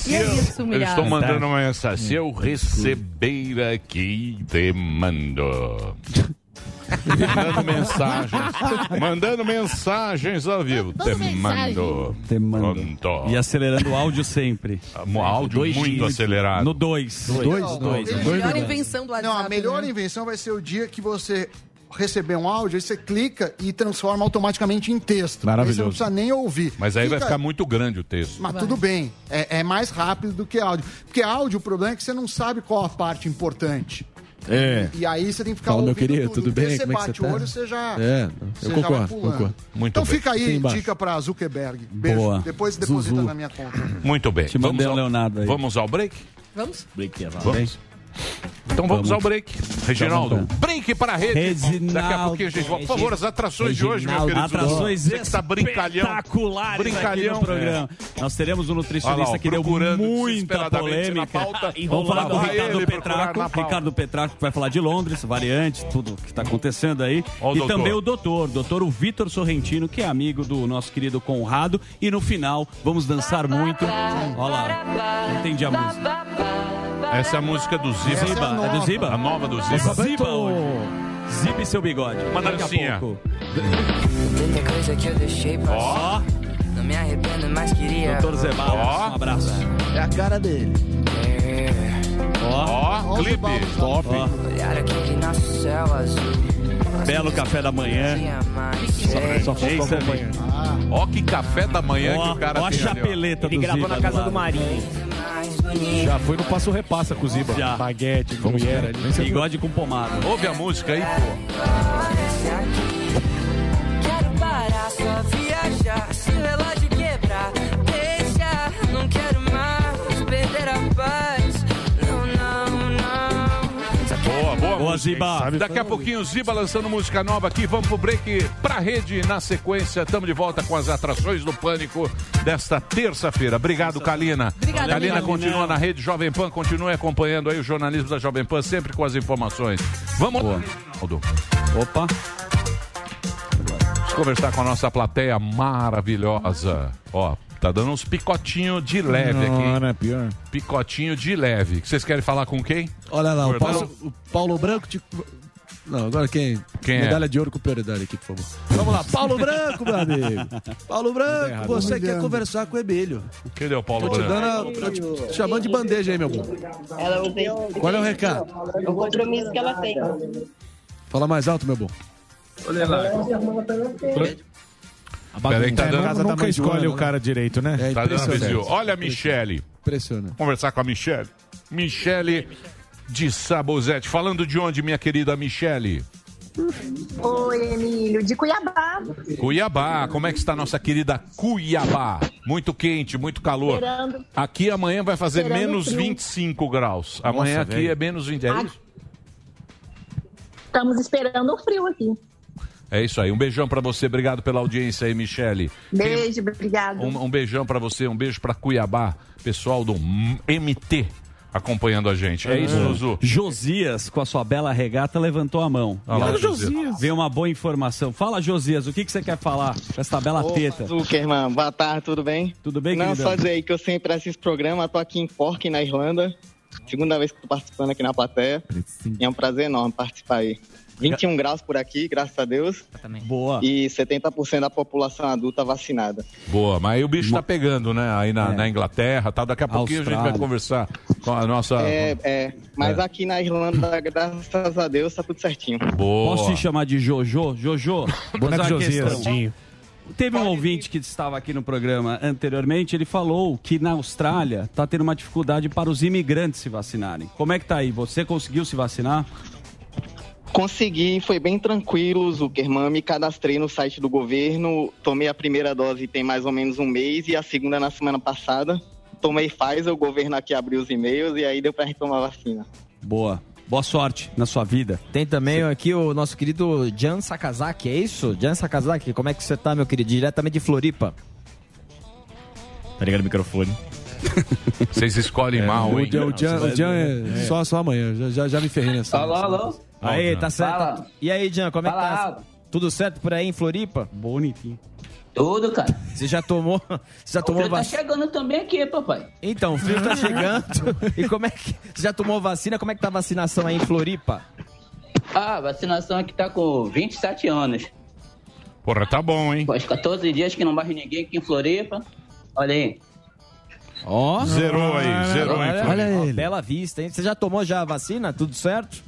Speaker 1: E é isso,
Speaker 6: Eu
Speaker 1: Mirada.
Speaker 6: estou mandando uma mensagem. Se eu receber aqui, te mando. mandando mensagens. Mandando
Speaker 7: é
Speaker 6: mensagens ao vivo. Te mando.
Speaker 8: Te mando. E acelerando o áudio sempre.
Speaker 6: Um áudio muito acelerado.
Speaker 8: No 2.
Speaker 11: Não, não,
Speaker 6: né?
Speaker 1: Melhor invenção do WhatsApp.
Speaker 11: Não, a melhor
Speaker 1: né?
Speaker 11: invenção vai ser o dia que você receber um áudio, aí você clica e transforma automaticamente em texto.
Speaker 6: Maravilhoso.
Speaker 11: Aí Você não precisa nem ouvir.
Speaker 6: Mas aí vai
Speaker 11: Fica-
Speaker 6: ficar muito grande o texto.
Speaker 11: Mas tudo bem, é, é mais rápido do que áudio. Porque áudio, o problema é que você não sabe qual a parte importante.
Speaker 9: É.
Speaker 11: E aí você tem que ficar
Speaker 9: Fala, meu
Speaker 11: ouvindo
Speaker 9: querido, tudo
Speaker 11: Porque
Speaker 9: bem?
Speaker 11: Você
Speaker 9: Como é que
Speaker 11: bate
Speaker 9: você tá?
Speaker 11: o olho, você já.
Speaker 9: É, eu
Speaker 11: você já
Speaker 9: concordo,
Speaker 11: vai pulando.
Speaker 9: concordo. Muito
Speaker 11: então
Speaker 6: bem.
Speaker 11: fica
Speaker 6: Tem
Speaker 11: aí,
Speaker 6: embaixo.
Speaker 11: dica pra Zuckerberg. Beijo.
Speaker 6: Boa.
Speaker 11: Depois deposita
Speaker 6: Zuzu.
Speaker 11: na minha conta.
Speaker 6: Muito bem.
Speaker 8: Te mandei
Speaker 6: Vamos
Speaker 8: um
Speaker 6: ao-
Speaker 8: Leonardo aí. é
Speaker 6: Vamos ao break?
Speaker 1: Vamos?
Speaker 6: Vamos. Então vamos,
Speaker 8: Vamos.
Speaker 6: ao break. Reginaldo,
Speaker 8: Então vamos.
Speaker 6: break para a rede.
Speaker 8: Reginaldo.
Speaker 6: Daqui a pouquinho a gente volta. Por favor, as atrações de hoje, meu querido.
Speaker 8: Reginaldo. Atrações
Speaker 6: Você que está brincalhão. é.
Speaker 8: espetaculares aqui no programa. Nós teremos um
Speaker 6: Olha
Speaker 8: nutricionista
Speaker 6: lá, ó,
Speaker 8: que deu
Speaker 6: procurando
Speaker 8: muita
Speaker 6: desesperadamente na
Speaker 8: polêmica.
Speaker 6: pauta.
Speaker 8: Vamos falar com o
Speaker 6: Enrolava
Speaker 8: Ricardo
Speaker 6: ele procurar
Speaker 8: Petraco.
Speaker 6: na pauta.
Speaker 8: Ricardo Petraco que vai falar de Londres, variante, tudo que está acontecendo aí.
Speaker 6: Ó o
Speaker 8: e
Speaker 6: doutor.
Speaker 8: também o doutor, doutor o Vitor Sorrentino, que é amigo do nosso querido Conrado. E no final, vamos dançar muito. Olha lá, entendi a música.
Speaker 6: Essa é a música do Ziba.
Speaker 8: Ziba, é, do Ziba?
Speaker 6: A nova do
Speaker 8: É
Speaker 6: Ziba.
Speaker 8: Ziba hoje. Ziba e seu bigode.
Speaker 6: Uma
Speaker 8: Daqui a
Speaker 17: É.
Speaker 6: dancinha.
Speaker 8: pouco.
Speaker 17: Tanta coisa que eu deixei passar. Não me arrependo, mas queria.
Speaker 8: Doutor Zé Barros, um abraço.
Speaker 17: É a cara dele.
Speaker 8: Ó,
Speaker 17: Ó,
Speaker 8: clipe. Top.
Speaker 17: Olhar aquele nosso céu azul.
Speaker 8: Belo café da manhã.
Speaker 17: Tinha mais. É.
Speaker 8: Só faltou acompanhar.
Speaker 6: Ó que café da manhã
Speaker 8: Ó,
Speaker 6: que o cara
Speaker 8: ó a
Speaker 6: tem ali,
Speaker 8: chapeleta Ele do gravou Ziba na do casa lado. do Marinho.
Speaker 9: Já foi no Passo Repassa com o Ziba.
Speaker 8: Já.
Speaker 9: Baguete, mulher.
Speaker 8: Bigode com pomada.
Speaker 6: Ouve a música aí, pô.
Speaker 17: Quero parar, só viajar. Se o relógio quebrar, deixa. Não quero mais perder a paz. Não, não, não. Só quero
Speaker 6: Boa, boa,
Speaker 17: mais.
Speaker 6: música, hein? Daqui a pouquinho o Ziba lançando música nova aqui. Vamos pro break pra rede na sequência. Estamos de volta com as atrações do Pânico desta terça-feira. Obrigado, Kalina.
Speaker 1: Obrigada,
Speaker 6: Kalina
Speaker 1: Kalina.
Speaker 6: continua na rede Jovem Pan. Continue acompanhando aí o jornalismo da Jovem Pan, sempre com as informações. Vamos lá, Reginaldo.
Speaker 8: Opa.
Speaker 6: Vamos conversar com a nossa plateia maravilhosa. Ó, tá dando uns picotinhos de leve aqui. hein?
Speaker 7: Não, não é pior.
Speaker 6: Picotinho de leve. Vocês querem falar com quem?
Speaker 9: Olha lá, o
Speaker 6: Gordão?
Speaker 9: Paulo, o Paulo Branco te... Não, agora quem?
Speaker 6: Quem é?
Speaker 9: Medalha de ouro com prioridade aqui, por favor. Vamos lá, Paulo Branco, meu amigo. Paulo Branco, você quer conversar com o Ebelho.
Speaker 6: Cadê o Paulo
Speaker 9: Tô te
Speaker 6: Branco?
Speaker 9: dando, a- tô te te chamando de bandeja aí, meu bom.
Speaker 18: Ela não tem.
Speaker 9: Qual é o recado?
Speaker 18: O compromisso que ela tem.
Speaker 9: Fala mais alto, meu bom.
Speaker 18: Olha lá.
Speaker 6: Peraí, que tá dando-
Speaker 7: nunca escolhe o cara direito, né?
Speaker 9: É,
Speaker 6: Tá dando
Speaker 9: impressionante.
Speaker 6: aviso. Olha a Michele.
Speaker 9: Impressionante.
Speaker 6: Conversar com a Michele. Michele de Sabozete. Falando de onde, minha querida Michele?
Speaker 19: Oi, Emílio, Um de Cuiabá.
Speaker 6: Cuiabá. Como é que está a nossa querida Cuiabá? Muito quente, muito calor.
Speaker 19: Esperando.
Speaker 6: Aqui amanhã vai fazer
Speaker 19: Esperando
Speaker 6: menos
Speaker 19: frio. Ah.
Speaker 6: 25 graus. Amanhã
Speaker 7: Nossa,
Speaker 6: aqui
Speaker 7: velho.
Speaker 6: é menos 20. É isso?
Speaker 19: Estamos esperando o frio aqui.
Speaker 6: É isso aí. Um beijão pra você. Obrigado pela audiência aí, Michele.
Speaker 19: Beijo, obrigado.
Speaker 6: Um, um beijão pra você, um beijo pra Cuiabá, pessoal do MT acompanhando a gente. É isso, Zuzu.
Speaker 8: Josias, com a sua bela regata, levantou a mão.
Speaker 6: Olha lá,
Speaker 8: Veio
Speaker 6: Josias.
Speaker 8: Veio uma boa informação. Fala, Josias, o que, que você quer falar com essa bela teta?
Speaker 16: Zucker, irmão. Boa tarde, tudo bem?
Speaker 8: Tudo bem,
Speaker 16: Não,
Speaker 8: queridão?
Speaker 16: só dizer aí que eu sempre assisto programa, tô aqui em Cork, na Irlanda.
Speaker 15: segunda vez que estou participando aqui na plateia. E é um prazer enorme participar aí. 21 graus por aqui, graças a Deus.
Speaker 8: Boa.
Speaker 15: E 70% da população adulta vacinada.
Speaker 6: Boa, mas aí o bicho tá pegando, né? Aí na, na Inglaterra, tá? Daqui a pouquinho a gente vai
Speaker 15: Austrália.
Speaker 6: conversar com a
Speaker 11: Tá.
Speaker 6: nossa.
Speaker 15: É, é, mas
Speaker 6: É.
Speaker 15: aqui na Irlanda, graças a Deus, tá tudo certinho.
Speaker 8: Posso te chamar de Jojo? Jojo,
Speaker 15: Boneco
Speaker 8: fazer uma
Speaker 15: Josias.
Speaker 8: questão. é um- Teve um ouvinte que estava aqui no programa anteriormente, ele falou que na Austrália está tendo uma dificuldade para os imigrantes se vacinarem. Como é que tá aí? Você conseguiu se vacinar?
Speaker 15: Consegui, foi bem tranquilo, Zuckerman. Me cadastrei no site do governo, tomei a primeira dose tem mais ou menos um mês e a segunda na semana passada. Tomei Pfizer, o governo aqui abriu os e-mails e aí deu pra retomar a vacina.
Speaker 8: Boa. Boa sorte na sua vida.
Speaker 16: Tem também aqui o nosso querido Jan Sakazaki, é isso? Jan Sakazaki, como é que você tá, meu querido? Diretamente de Floripa.
Speaker 10: Tá ligado o microfone?
Speaker 6: Vocês escolhem
Speaker 9: É,
Speaker 6: mal,
Speaker 9: o
Speaker 6: hein?
Speaker 9: Jan- o Jan, o Jan é, Só, só amanhã, já, já, já me ferrei nessa.
Speaker 16: Alô, alô?
Speaker 9: Ó,
Speaker 16: Aí, tá
Speaker 9: Jan.
Speaker 16: certo. E aí, Jan, como é que tá? Tudo certo por aí em Floripa?
Speaker 8: Bonitinho.
Speaker 16: Tudo, cara. Você já tomou? Você já
Speaker 20: O
Speaker 16: tomou
Speaker 20: frio tá
Speaker 16: vacina?
Speaker 20: chegando também aqui, papai.
Speaker 16: Então, o frio tá chegando. E como é que. Você já tomou vacina? Como é que tá a vacinação aí em Floripa?
Speaker 20: Ah, a vacinação aqui tá com 27 anos.
Speaker 6: Porra, tá bom, hein?
Speaker 20: Faz 14 dias que não bate ninguém aqui em Floripa. Olha aí.
Speaker 16: Ó.
Speaker 6: Zerou aí, zerou, hein,
Speaker 16: olha,
Speaker 6: Floripa.
Speaker 16: olha aí. Bela vista, hein? Você já tomou já a vacina? Tudo certo?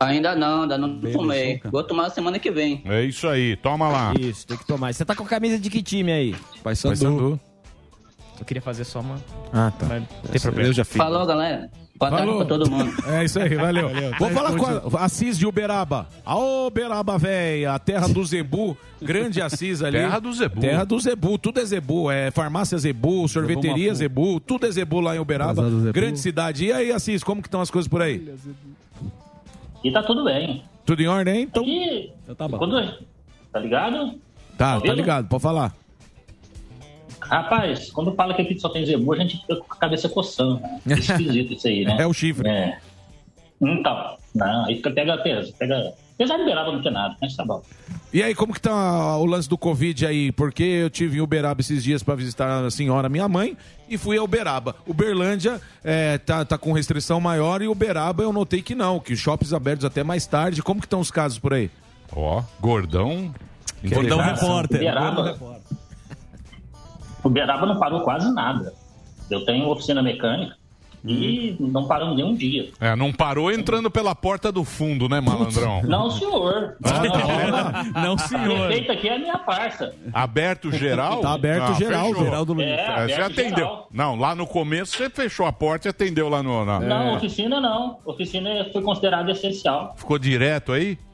Speaker 20: Ainda não, ainda não tomei. Vou tomar semana que vem.
Speaker 6: É isso aí, toma lá.
Speaker 16: Isso, tem que tomar. Você tá com a camisa de que time aí?
Speaker 9: Paysandu. Paysandu.
Speaker 16: Eu queria fazer só uma.
Speaker 9: Ah, tá.
Speaker 16: tem problema.
Speaker 9: Eu já fiz.
Speaker 20: Falou, galera. Boa tarde pra todo mundo.
Speaker 7: É isso aí, valeu. Vou
Speaker 9: Tá
Speaker 7: falar
Speaker 9: respondido.
Speaker 7: com a Assis de Uberaba. A Uberaba, véia, a terra do Zebu, grande Assis ali.
Speaker 6: Terra do Zebu.
Speaker 7: Terra do Zebu, tudo é Zebu, é farmácia Zebu, sorveteria
Speaker 6: Mafu.
Speaker 7: Zebu, tudo é Zebu lá em Uberaba,
Speaker 6: Casa do Zebu.
Speaker 7: grande cidade. E aí, Assis, como que estão as coisas por aí?
Speaker 21: E tá tudo bem.
Speaker 7: Tudo em ordem, hein? Então,
Speaker 21: E
Speaker 7: tá bom.
Speaker 21: quando- tá ligado?
Speaker 7: tá, tá
Speaker 21: ouvindo?
Speaker 7: ligado, pode falar.
Speaker 21: Rapaz, quando fala que aqui só tem zebu, a gente fica com a cabeça coçando. Né? É esquisito isso aí, né?
Speaker 7: É o chifre.
Speaker 21: É. Então, não, aí fica- pega peso, pega. Apesar de Beraba não ter nada, mas tá bom.
Speaker 7: E aí, como que tá o lance do Covid aí? Porque eu tive em Uberaba esses dias para visitar a senhora, minha mãe, e fui a Uberaba. Uberlândia é, tá, tá com restrição maior e Uberaba eu notei que não, que shoppings abertos até mais tarde. Como que estão os casos por aí?
Speaker 6: Ó, gordão.
Speaker 7: Gordão
Speaker 6: um repórter.
Speaker 21: Uberaba. Uberaba não parou quase nada. Eu tenho oficina mecânica e
Speaker 6: Hum.
Speaker 21: não paramos nenhum dia.
Speaker 6: É, não parou entrando pela porta do fundo, né, malandrão?
Speaker 21: Não, senhor.
Speaker 6: Ah, tá. Não,
Speaker 21: A receita aqui é a minha parça.
Speaker 6: Aberto geral? Ah,
Speaker 21: Tá aberto geral,
Speaker 6: fechou.
Speaker 21: Geraldo Luiz. É,
Speaker 6: É, você
Speaker 21: aberto
Speaker 6: atendeu.
Speaker 21: geral.
Speaker 6: Não, lá no começo você fechou a porta e atendeu lá no. na-
Speaker 21: Não, oficina não. Oficina foi considerada essencial.
Speaker 6: Ficou direto aí? É,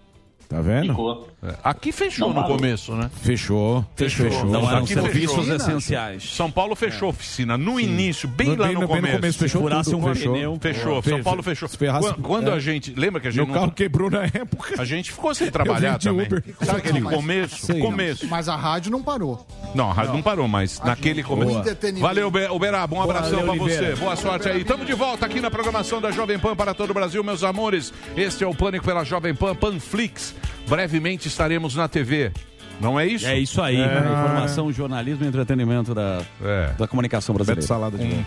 Speaker 7: Tá vendo?
Speaker 21: Ficou.
Speaker 6: Aqui fechou
Speaker 21: Não
Speaker 6: no
Speaker 21: parou.
Speaker 6: começo, né?
Speaker 7: Fechou.
Speaker 6: Fechou. é
Speaker 7: Não eram
Speaker 6: Aqui
Speaker 7: serviços
Speaker 6: fechou.
Speaker 7: essenciais. É.
Speaker 6: São Paulo fechou a oficina no início, bem
Speaker 7: No-
Speaker 6: lá
Speaker 7: bem
Speaker 6: no,
Speaker 7: no- bem no
Speaker 6: começo.
Speaker 7: começo, fechou Furasse tudo, um fechou. pneu.
Speaker 6: Fechou.
Speaker 7: Fe-
Speaker 6: São Paulo
Speaker 7: fe-
Speaker 6: fechou.
Speaker 7: se ferrasse-
Speaker 6: quando quando
Speaker 7: é.
Speaker 6: a gente, lembra que a gente
Speaker 7: Meu
Speaker 6: não-
Speaker 7: carro quebrou na época.
Speaker 6: A gente ficou sem trabalhar
Speaker 7: Eu vim de
Speaker 6: também.
Speaker 7: Uber.
Speaker 6: Sabe aquele
Speaker 11: Não, mas-
Speaker 6: começo?
Speaker 11: Sei, não.
Speaker 6: começo.
Speaker 11: Mas a rádio não parou.
Speaker 6: Não, a rádio não parou, mas naquele começo.
Speaker 11: Entretenimento.
Speaker 6: Valeu, Be- Uberaba. Um abração
Speaker 11: Valeu,
Speaker 6: pra você.
Speaker 11: Oliveira.
Speaker 6: Boa sorte aí. Tamo de volta aqui na programação da Jovem Pan para todo o Brasil, meus amores. Este é o Pânico pela Jovem Pan, Panflix. Brevemente estaremos na TV. Não é isso?
Speaker 8: É isso aí. Informação, jornalismo e entretenimento da, da comunicação brasileira.
Speaker 6: Beto Salada de volta.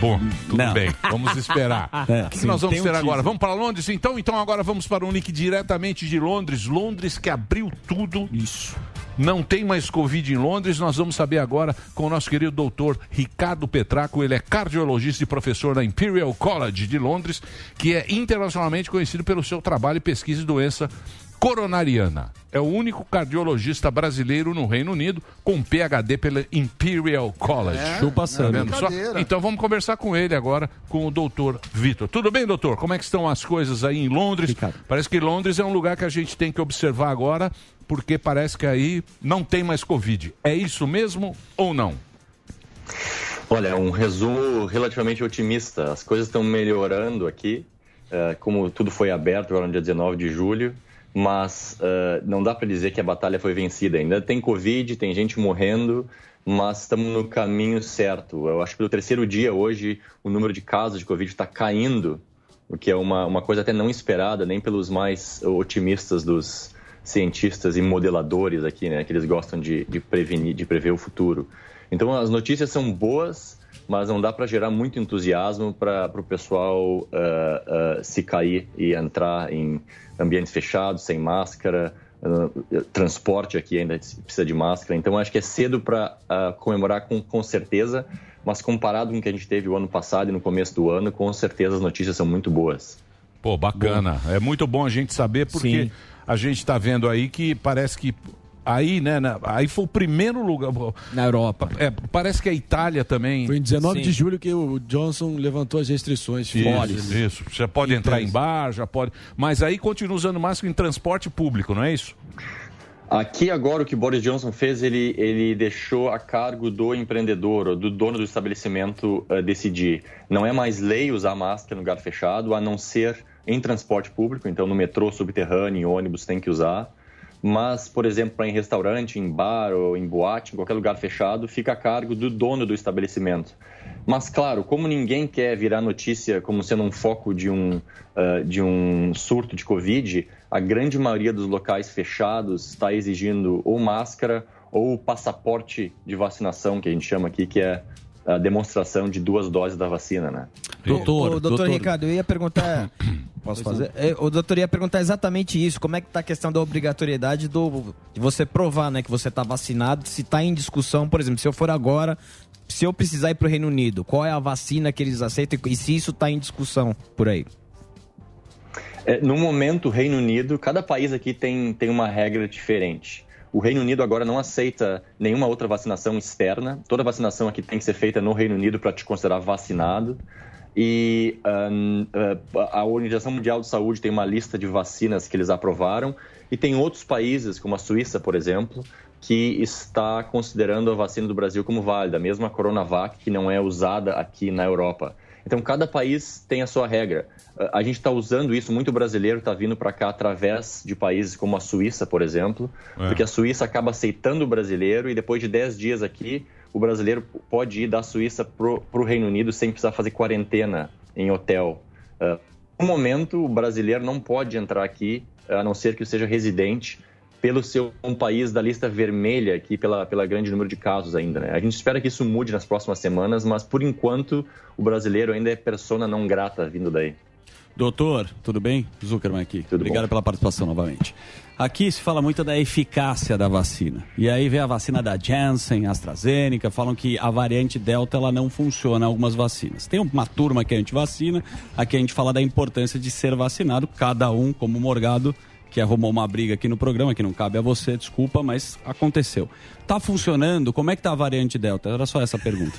Speaker 6: Bom, tudo bem. Vamos esperar.
Speaker 8: É,
Speaker 6: o que, que
Speaker 8: sim.
Speaker 6: nós vamos
Speaker 8: Tem um
Speaker 6: ter
Speaker 8: teaser.
Speaker 6: agora? Vamos para Londres, então? Então agora vamos para um link diretamente de Londres. Londres que abriu tudo.
Speaker 8: Isso.
Speaker 6: Não tem mais Covid em Londres. Nós vamos saber agora com o nosso querido doutor Ricardo Petraco. Ele é cardiologista e professor da Imperial College de Londres, que é internacionalmente conhecido pelo seu trabalho e pesquisa de doença coronariana. É o único cardiologista brasileiro no Reino Unido com PhD pela Imperial College.
Speaker 8: É, Chupa
Speaker 6: Tá
Speaker 8: Sam.
Speaker 6: vendo só?
Speaker 8: Brincadeira.
Speaker 6: Então vamos conversar com ele agora, com o doutor Vitor. Tudo bem, doutor? Como é que estão as coisas aí em Londres? Parece que Londres é um lugar que a gente tem que observar agora, porque parece que aí não tem mais Covid. É isso mesmo ou não?
Speaker 22: Olha, um resumo relativamente otimista. As coisas estão melhorando aqui, eh, como tudo foi aberto agora no dia 19 de julho, mas eh, não dá para dizer que a batalha foi vencida. Ainda tem Covid, tem gente morrendo, mas estamos no caminho certo. Eu acho que pelo terceiro dia hoje o número de casos de Covid está caindo, o que é uma, uma coisa até não esperada, nem pelos mais otimistas dos cientistas e modeladores aqui, né, que eles gostam de, de prevenir, de prever o futuro. Então as notícias são boas, mas não dá para gerar muito entusiasmo para o pessoal ah, ah, se cair e entrar em ambientes fechados, sem máscara. ah, transporte aqui ainda precisa de máscara, então acho que é cedo para comemorar com, com certeza, mas comparado com o que a gente teve o ano passado e no começo do ano, com certeza as notícias são muito boas.
Speaker 6: Pô, bacana. É muito bom a gente saber, porque a gente está vendo aí que parece que. Aí, né? na- aí foi o primeiro lugar.
Speaker 16: Na Europa.
Speaker 6: É, parece que a Itália também.
Speaker 13: Foi em 19
Speaker 6: Sim.
Speaker 13: de julho que o Johnson levantou as restrições.
Speaker 6: Isso, isso. Você pode entrar em bar, já pode. Mas aí continua usando máscara em transporte público, não é isso?
Speaker 22: Aqui agora o que Boris Johnson fez, ele, ele deixou a cargo do empreendedor, ou do dono do estabelecimento eh, decidir. Não é mais lei usar máscara no lugar fechado, a não ser em transporte público, então no metrô subterrâneo, em ônibus tem que usar. Mas, por exemplo, para em restaurante, em bar ou em boate, em qualquer lugar fechado, fica a cargo do dono do estabelecimento. Mas, claro, como ninguém quer virar notícia como sendo um foco de um, ah, de um surto de Covid, a grande maioria dos locais fechados está exigindo ou máscara ou o passaporte de vacinação, que a gente chama aqui, que é a demonstração de duas doses da vacina, né?
Speaker 16: Ô, doutor, Ricardo, eu ia perguntar. Posso fazer? É, O doutor ia perguntar exatamente isso. Como é que tá a questão da obrigatoriedade do de você provar, né, que você tá vacinado? Se tá em discussão, por exemplo, se eu for agora, se eu precisar ir pro Reino Unido, qual é a vacina que eles aceitam e se isso tá em discussão por aí?
Speaker 22: É, no momento, o Reino Unido, cada país aqui tem, tem uma regra diferente. O Reino Unido agora não aceita nenhuma outra vacinação externa. Toda vacinação aqui tem que ser feita no Reino Unido para te considerar vacinado. E ahn, ah, a Organização Mundial de Saúde tem uma lista de vacinas que eles aprovaram. E tem outros países, como a Suíça, por exemplo, que está considerando a vacina do Brasil como válida, mesmo a Coronavac, que não é usada aqui na Europa. Então, cada país tem a sua regra. A- A gente está usando isso, muito brasileiro está vindo para cá através de países como a Suíça, por exemplo,
Speaker 6: É.
Speaker 22: porque a Suíça acaba aceitando o brasileiro e depois de 10 dias aqui, o brasileiro pode ir da Suíça para o Reino Unido sem precisar fazer quarentena em hotel. Ah, no momento, o brasileiro não pode entrar aqui, a não ser que seja residente, pelo seu um país da lista vermelha aqui, pela, pela grande número de casos ainda. Né? A gente espera que isso mude nas próximas semanas, mas por enquanto o brasileiro ainda é persona não grata vindo daí.
Speaker 8: Doutor, tudo bem? Zuckerman aqui. Obrigado pela participação novamente. Aqui se fala muito da eficácia da vacina. E aí vem a vacina da Janssen, AstraZeneca, falam que a variante Delta ela não funciona em algumas vacinas. Tem uma turma que é antivacina, aqui a gente fala da importância de ser vacinado, cada um como morgado, que arrumou uma briga aqui no programa, que não cabe a você, desculpa, mas aconteceu. Tá funcionando? Como é que tá a variante Delta? Era só essa a pergunta.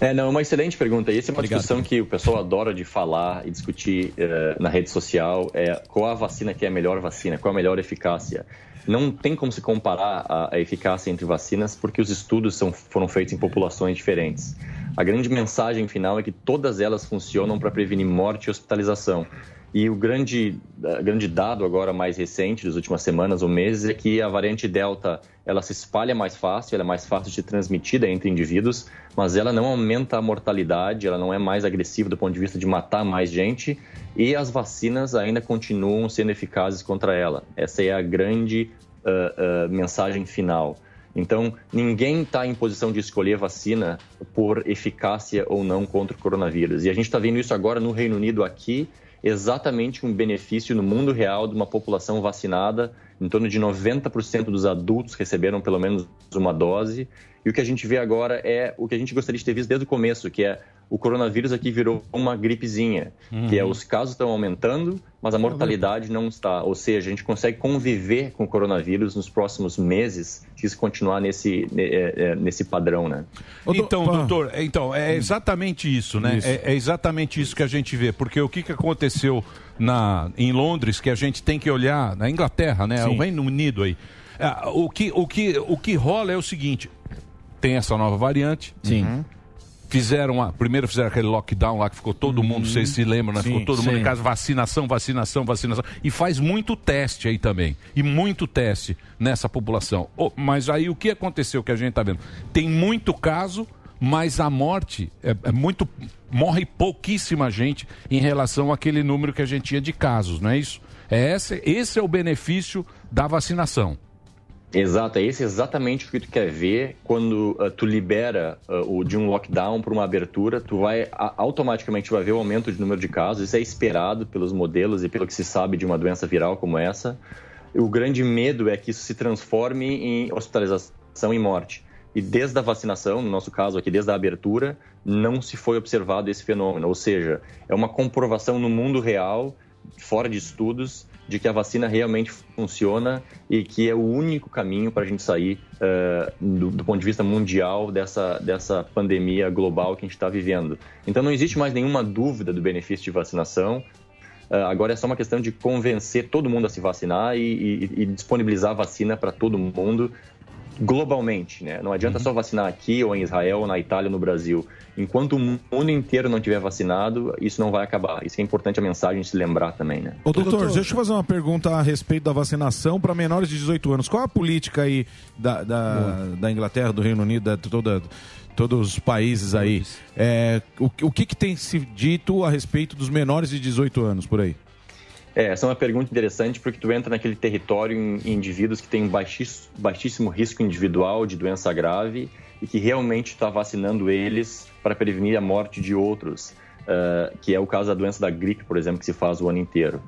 Speaker 22: É, não, é uma excelente pergunta. E essa é uma
Speaker 8: Obrigado.
Speaker 22: discussão que o pessoal adora de falar e discutir eh, na rede social. É qual a vacina que é a melhor vacina, qual a melhor eficácia. Não tem como se comparar a, a eficácia entre vacinas porque os estudos são, foram feitos em populações diferentes. A grande mensagem final é que todas elas funcionam para prevenir morte e hospitalização. E o grande, eh, grande dado agora mais recente, das últimas semanas ou meses, é que a variante Delta ela se espalha mais fácil, ela é mais fácil de ser transmitida entre indivíduos, mas ela não aumenta a mortalidade, ela não é mais agressiva do ponto de vista de matar mais gente, e as vacinas ainda continuam sendo eficazes contra ela. Essa é a grande ah, ah, mensagem final. Então, ninguém está em posição de escolher vacina por eficácia ou não contra o coronavírus. E a gente está vendo isso agora no Reino Unido aqui, exatamente um benefício no mundo real de uma população vacinada. Em torno de 90% dos adultos receberam pelo menos uma dose. E o que a gente vê agora é o que a gente gostaria de ter visto desde o começo, que é o coronavírus aqui virou uma gripezinha,
Speaker 23: Uhum.
Speaker 22: que é os casos estão aumentando, mas a mortalidade não está. Ou seja, a gente consegue conviver com o coronavírus nos próximos meses se isso continuar nesse, ne- eh, eh, nesse padrão, né?
Speaker 6: Então, doutor, é, então, é exatamente isso, né? É, é exatamente isso que a gente vê. Porque o que, que aconteceu na, em Londres, que a gente tem que olhar, na Inglaterra, né?
Speaker 23: Sim.
Speaker 6: O Reino Unido aí. Ah, O que, o, que, o que rola é o seguinte: tem essa nova variante. Uhum. Sim. Fizeram a. Primeiro fizeram aquele lockdown lá que ficou todo mundo, vocês se lembram, né?
Speaker 23: Uhum. Sim,
Speaker 6: ficou todo
Speaker 23: sim.
Speaker 6: mundo em casa, vacinação, vacinação, vacinação. E faz muito teste aí também. E muito teste nessa população. Ô, mas aí o que aconteceu que a gente tá vendo? Tem muito caso, mas a morte é, é muito. Morre pouquíssima gente em relação àquele número que a gente tinha de casos, não é isso? É esse, esse é o benefício da vacinação.
Speaker 22: Exato, é esse exatamente o que tu quer ver quando ah, tu libera ah, o, de um lockdown para uma abertura, tu vai a- automaticamente vai ver o aumento de número de casos, isso é esperado pelos modelos e pelo que se sabe de uma doença viral como essa. O grande medo é que isso se transforme em hospitalização e morte. E desde a vacinação, no nosso caso aqui, desde a abertura, não se foi observado esse fenômeno. Ou seja, é uma comprovação no mundo real, fora de estudos, de que a vacina realmente funciona e que é o único caminho para a gente sair eh, do, do ponto de vista mundial dessa, dessa pandemia global que a gente está vivendo. Então não existe mais nenhuma dúvida do benefício de vacinação. Ah, Agora é só uma questão de convencer todo mundo a se vacinar e, e- e disponibilizar a vacina para todo mundo globalmente, né? Não adianta só vacinar aqui ou em Israel ou na Itália ou no Brasil. Enquanto o mundo inteiro não tiver vacinado, isso não vai acabar. Isso que é importante a mensagem se lembrar também, né?
Speaker 7: Ô, doutor, deixa eu fazer uma pergunta a respeito da vacinação para menores de 18 anos. Qual a política aí da, da, da Inglaterra, do Reino Unido, da- de toda, todos os países aí? É, o, o que, que tem se dito a respeito dos menores de 18 anos por aí?
Speaker 22: É, essa é uma pergunta interessante porque tu entra naquele território em em indivíduos que têm baixíssimo, baixíssimo risco individual de doença grave e que realmente está vacinando eles para prevenir a morte de outros, eh, que é o caso da doença da gripe, por exemplo, que se faz o ano inteiro.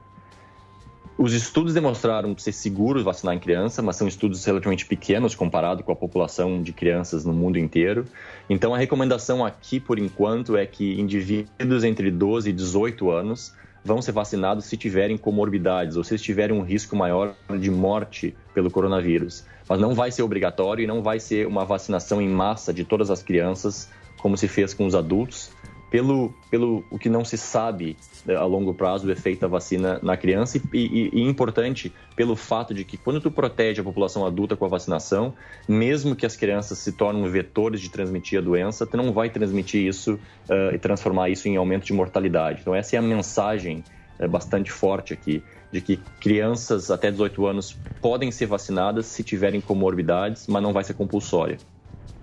Speaker 22: Os estudos demonstraram ser seguros vacinar em criança, mas são estudos relativamente pequenos comparado com a população de crianças no mundo inteiro. Então, a recomendação aqui, por enquanto, é que indivíduos entre 12 e 18 anos vão ser vacinados se tiverem comorbidades ou se eles tiverem um risco maior de morte pelo coronavírus. Mas não vai ser obrigatório e não vai ser uma vacinação em massa de todas as crianças, como se fez com os adultos pelo, pelo o que não se sabe né, a longo prazo do efeito da vacina na criança e, e- e importante pelo fato de que quando tu protege a população adulta com a vacinação, mesmo que as crianças se tornem vetores de transmitir a doença, tu não vai transmitir isso eh, e transformar isso em aumento de mortalidade. Então essa é a mensagem eh, bastante forte aqui de que crianças até 18 anos podem ser vacinadas se tiverem comorbidades, mas não vai ser compulsória.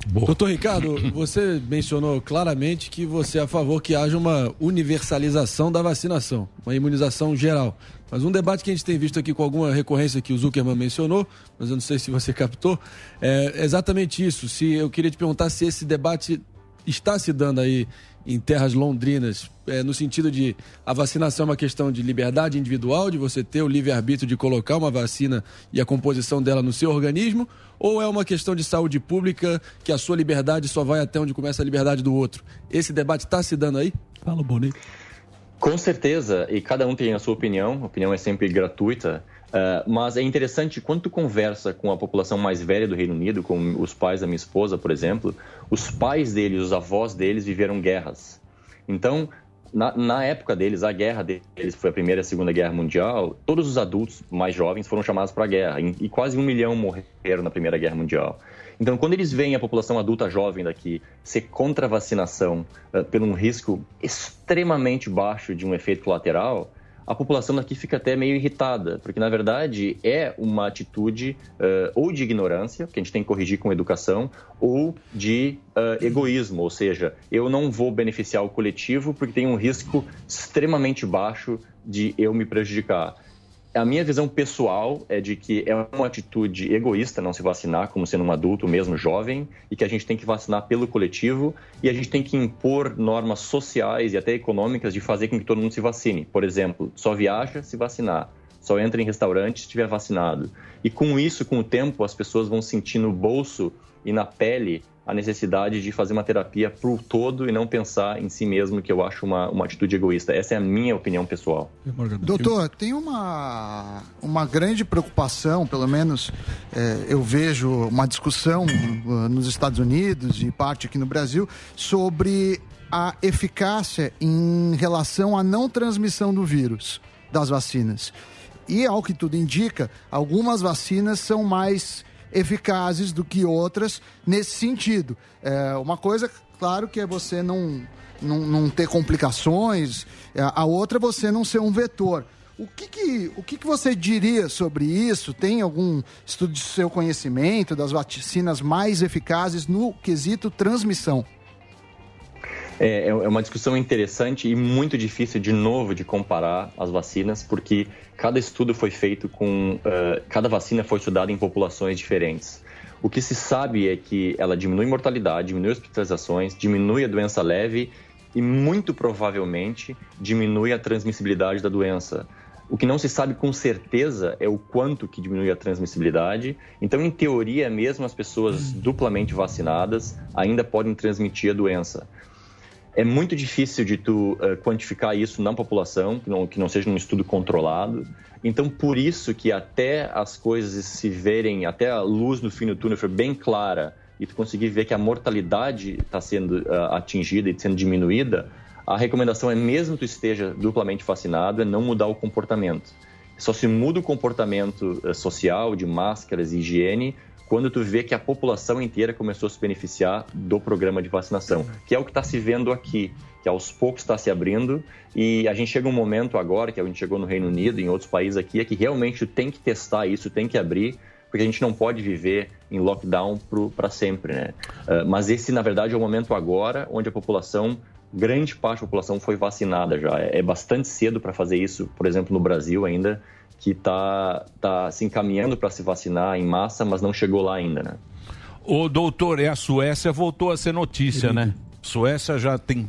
Speaker 13: Doutor Ricardo, você mencionou claramente que você é a favor que haja uma universalização da vacinação, uma imunização geral. Mas um debate que a gente tem visto aqui com alguma recorrência que o Zuckerman mencionou, mas eu não sei se você captou, é exatamente isso. Se eu queria te perguntar se esse debate está se dando aí em terras londrinas, é, no sentido de a vacinação é uma questão de liberdade individual, de você ter o livre-arbítrio de colocar uma vacina e a composição dela no seu organismo, ou é uma questão de saúde pública, que a sua liberdade só vai até onde começa a liberdade do outro? Esse debate está se dando aí? Fala, Bonito.
Speaker 22: Com certeza, e cada um tem a sua opinião, a opinião é sempre gratuita, ah, mas é interessante, quando tu conversa com a população mais velha do Reino Unido, com os pais da minha esposa, por exemplo, os pais deles, os avós deles viveram guerras. Então, na, na época deles, a guerra deles foi a Primeira e a Segunda Guerra Mundial, todos os adultos mais jovens foram chamados para a guerra, e, e quase um milhão morreram na Primeira Guerra Mundial. Então, quando eles veem a população adulta jovem daqui ser contra a vacinação eh, por um risco extremamente baixo de um efeito colateral, a população daqui fica até meio irritada, porque na verdade é uma atitude eh, ou de ignorância, que a gente tem que corrigir com educação, ou de eh, egoísmo, ou seja, eu não vou beneficiar o coletivo porque tem um risco extremamente baixo de eu me prejudicar. A minha visão pessoal é de que é uma atitude egoísta não se vacinar como sendo um adulto, mesmo jovem, e que a gente tem que vacinar pelo coletivo e a gente tem que impor normas sociais e até econômicas de fazer com que todo mundo se vacine. Por exemplo, só viaja se vacinar, só entra em restaurante se estiver vacinado. E com isso, com o tempo, as pessoas vão sentir no bolso e na pele a necessidade de fazer uma terapia pro todo e não pensar em si mesmo, que eu acho uma, uma atitude egoísta. Essa é a minha opinião pessoal.
Speaker 11: Doutor, tem um- uma, uma grande preocupação, pelo menos eh, eu vejo uma discussão eh, nos Estados Unidos e parte aqui no Brasil, sobre a eficácia em relação à não transmissão do vírus das vacinas. E, ao que tudo indica, algumas vacinas são mais eficazes do que outras nesse sentido. É, uma coisa, claro, que é você não, não, não ter complicações, é, a outra é você não ser um vetor. O que, que, o que, que você diria sobre isso? Tem algum estudo de seu conhecimento das vacinas mais eficazes no quesito transmissão?
Speaker 22: é, é uma discussão interessante e muito difícil, de novo, de comparar as vacinas, porque cada estudo foi feito com. eh, cada vacina foi estudada em populações diferentes. O que se sabe é que ela diminui mortalidade, diminui hospitalizações, diminui a doença leve e, muito provavelmente, diminui a transmissibilidade da doença. O que não se sabe com certeza é o quanto que diminui a transmissibilidade. Então, em teoria, mesmo as pessoas duplamente vacinadas ainda podem transmitir a doença é muito difícil de tu eh, quantificar isso na população, que não, que não seja um estudo controlado. Então, por isso que até as coisas se verem, até a luz no fim do túnel for bem clara e tu conseguir ver que a mortalidade está sendo ah, atingida e sendo diminuída, a recomendação é mesmo tu esteja duplamente vacinado, é não mudar o comportamento. Só se muda o comportamento eh, social, de máscaras e higiene, quando tu vê que a população inteira começou a se beneficiar do programa de vacinação, que é o que está se vendo aqui, que aos poucos está se abrindo e a gente chega um momento agora, que a gente chegou no Reino Unido e em outros países aqui, é que realmente tu tem que testar isso, tem que abrir, porque a gente não pode viver em lockdown para sempre, né? Ah, mas esse, na verdade, é o momento agora onde a população grande parte da população foi vacinada já. É é bastante cedo para fazer isso, por exemplo, no Brasil ainda, que está tá se encaminhando para se vacinar em massa, mas não chegou lá ainda, né?
Speaker 6: Ô, doutor, é a Suécia voltou a ser notícia, né? Suécia já tem.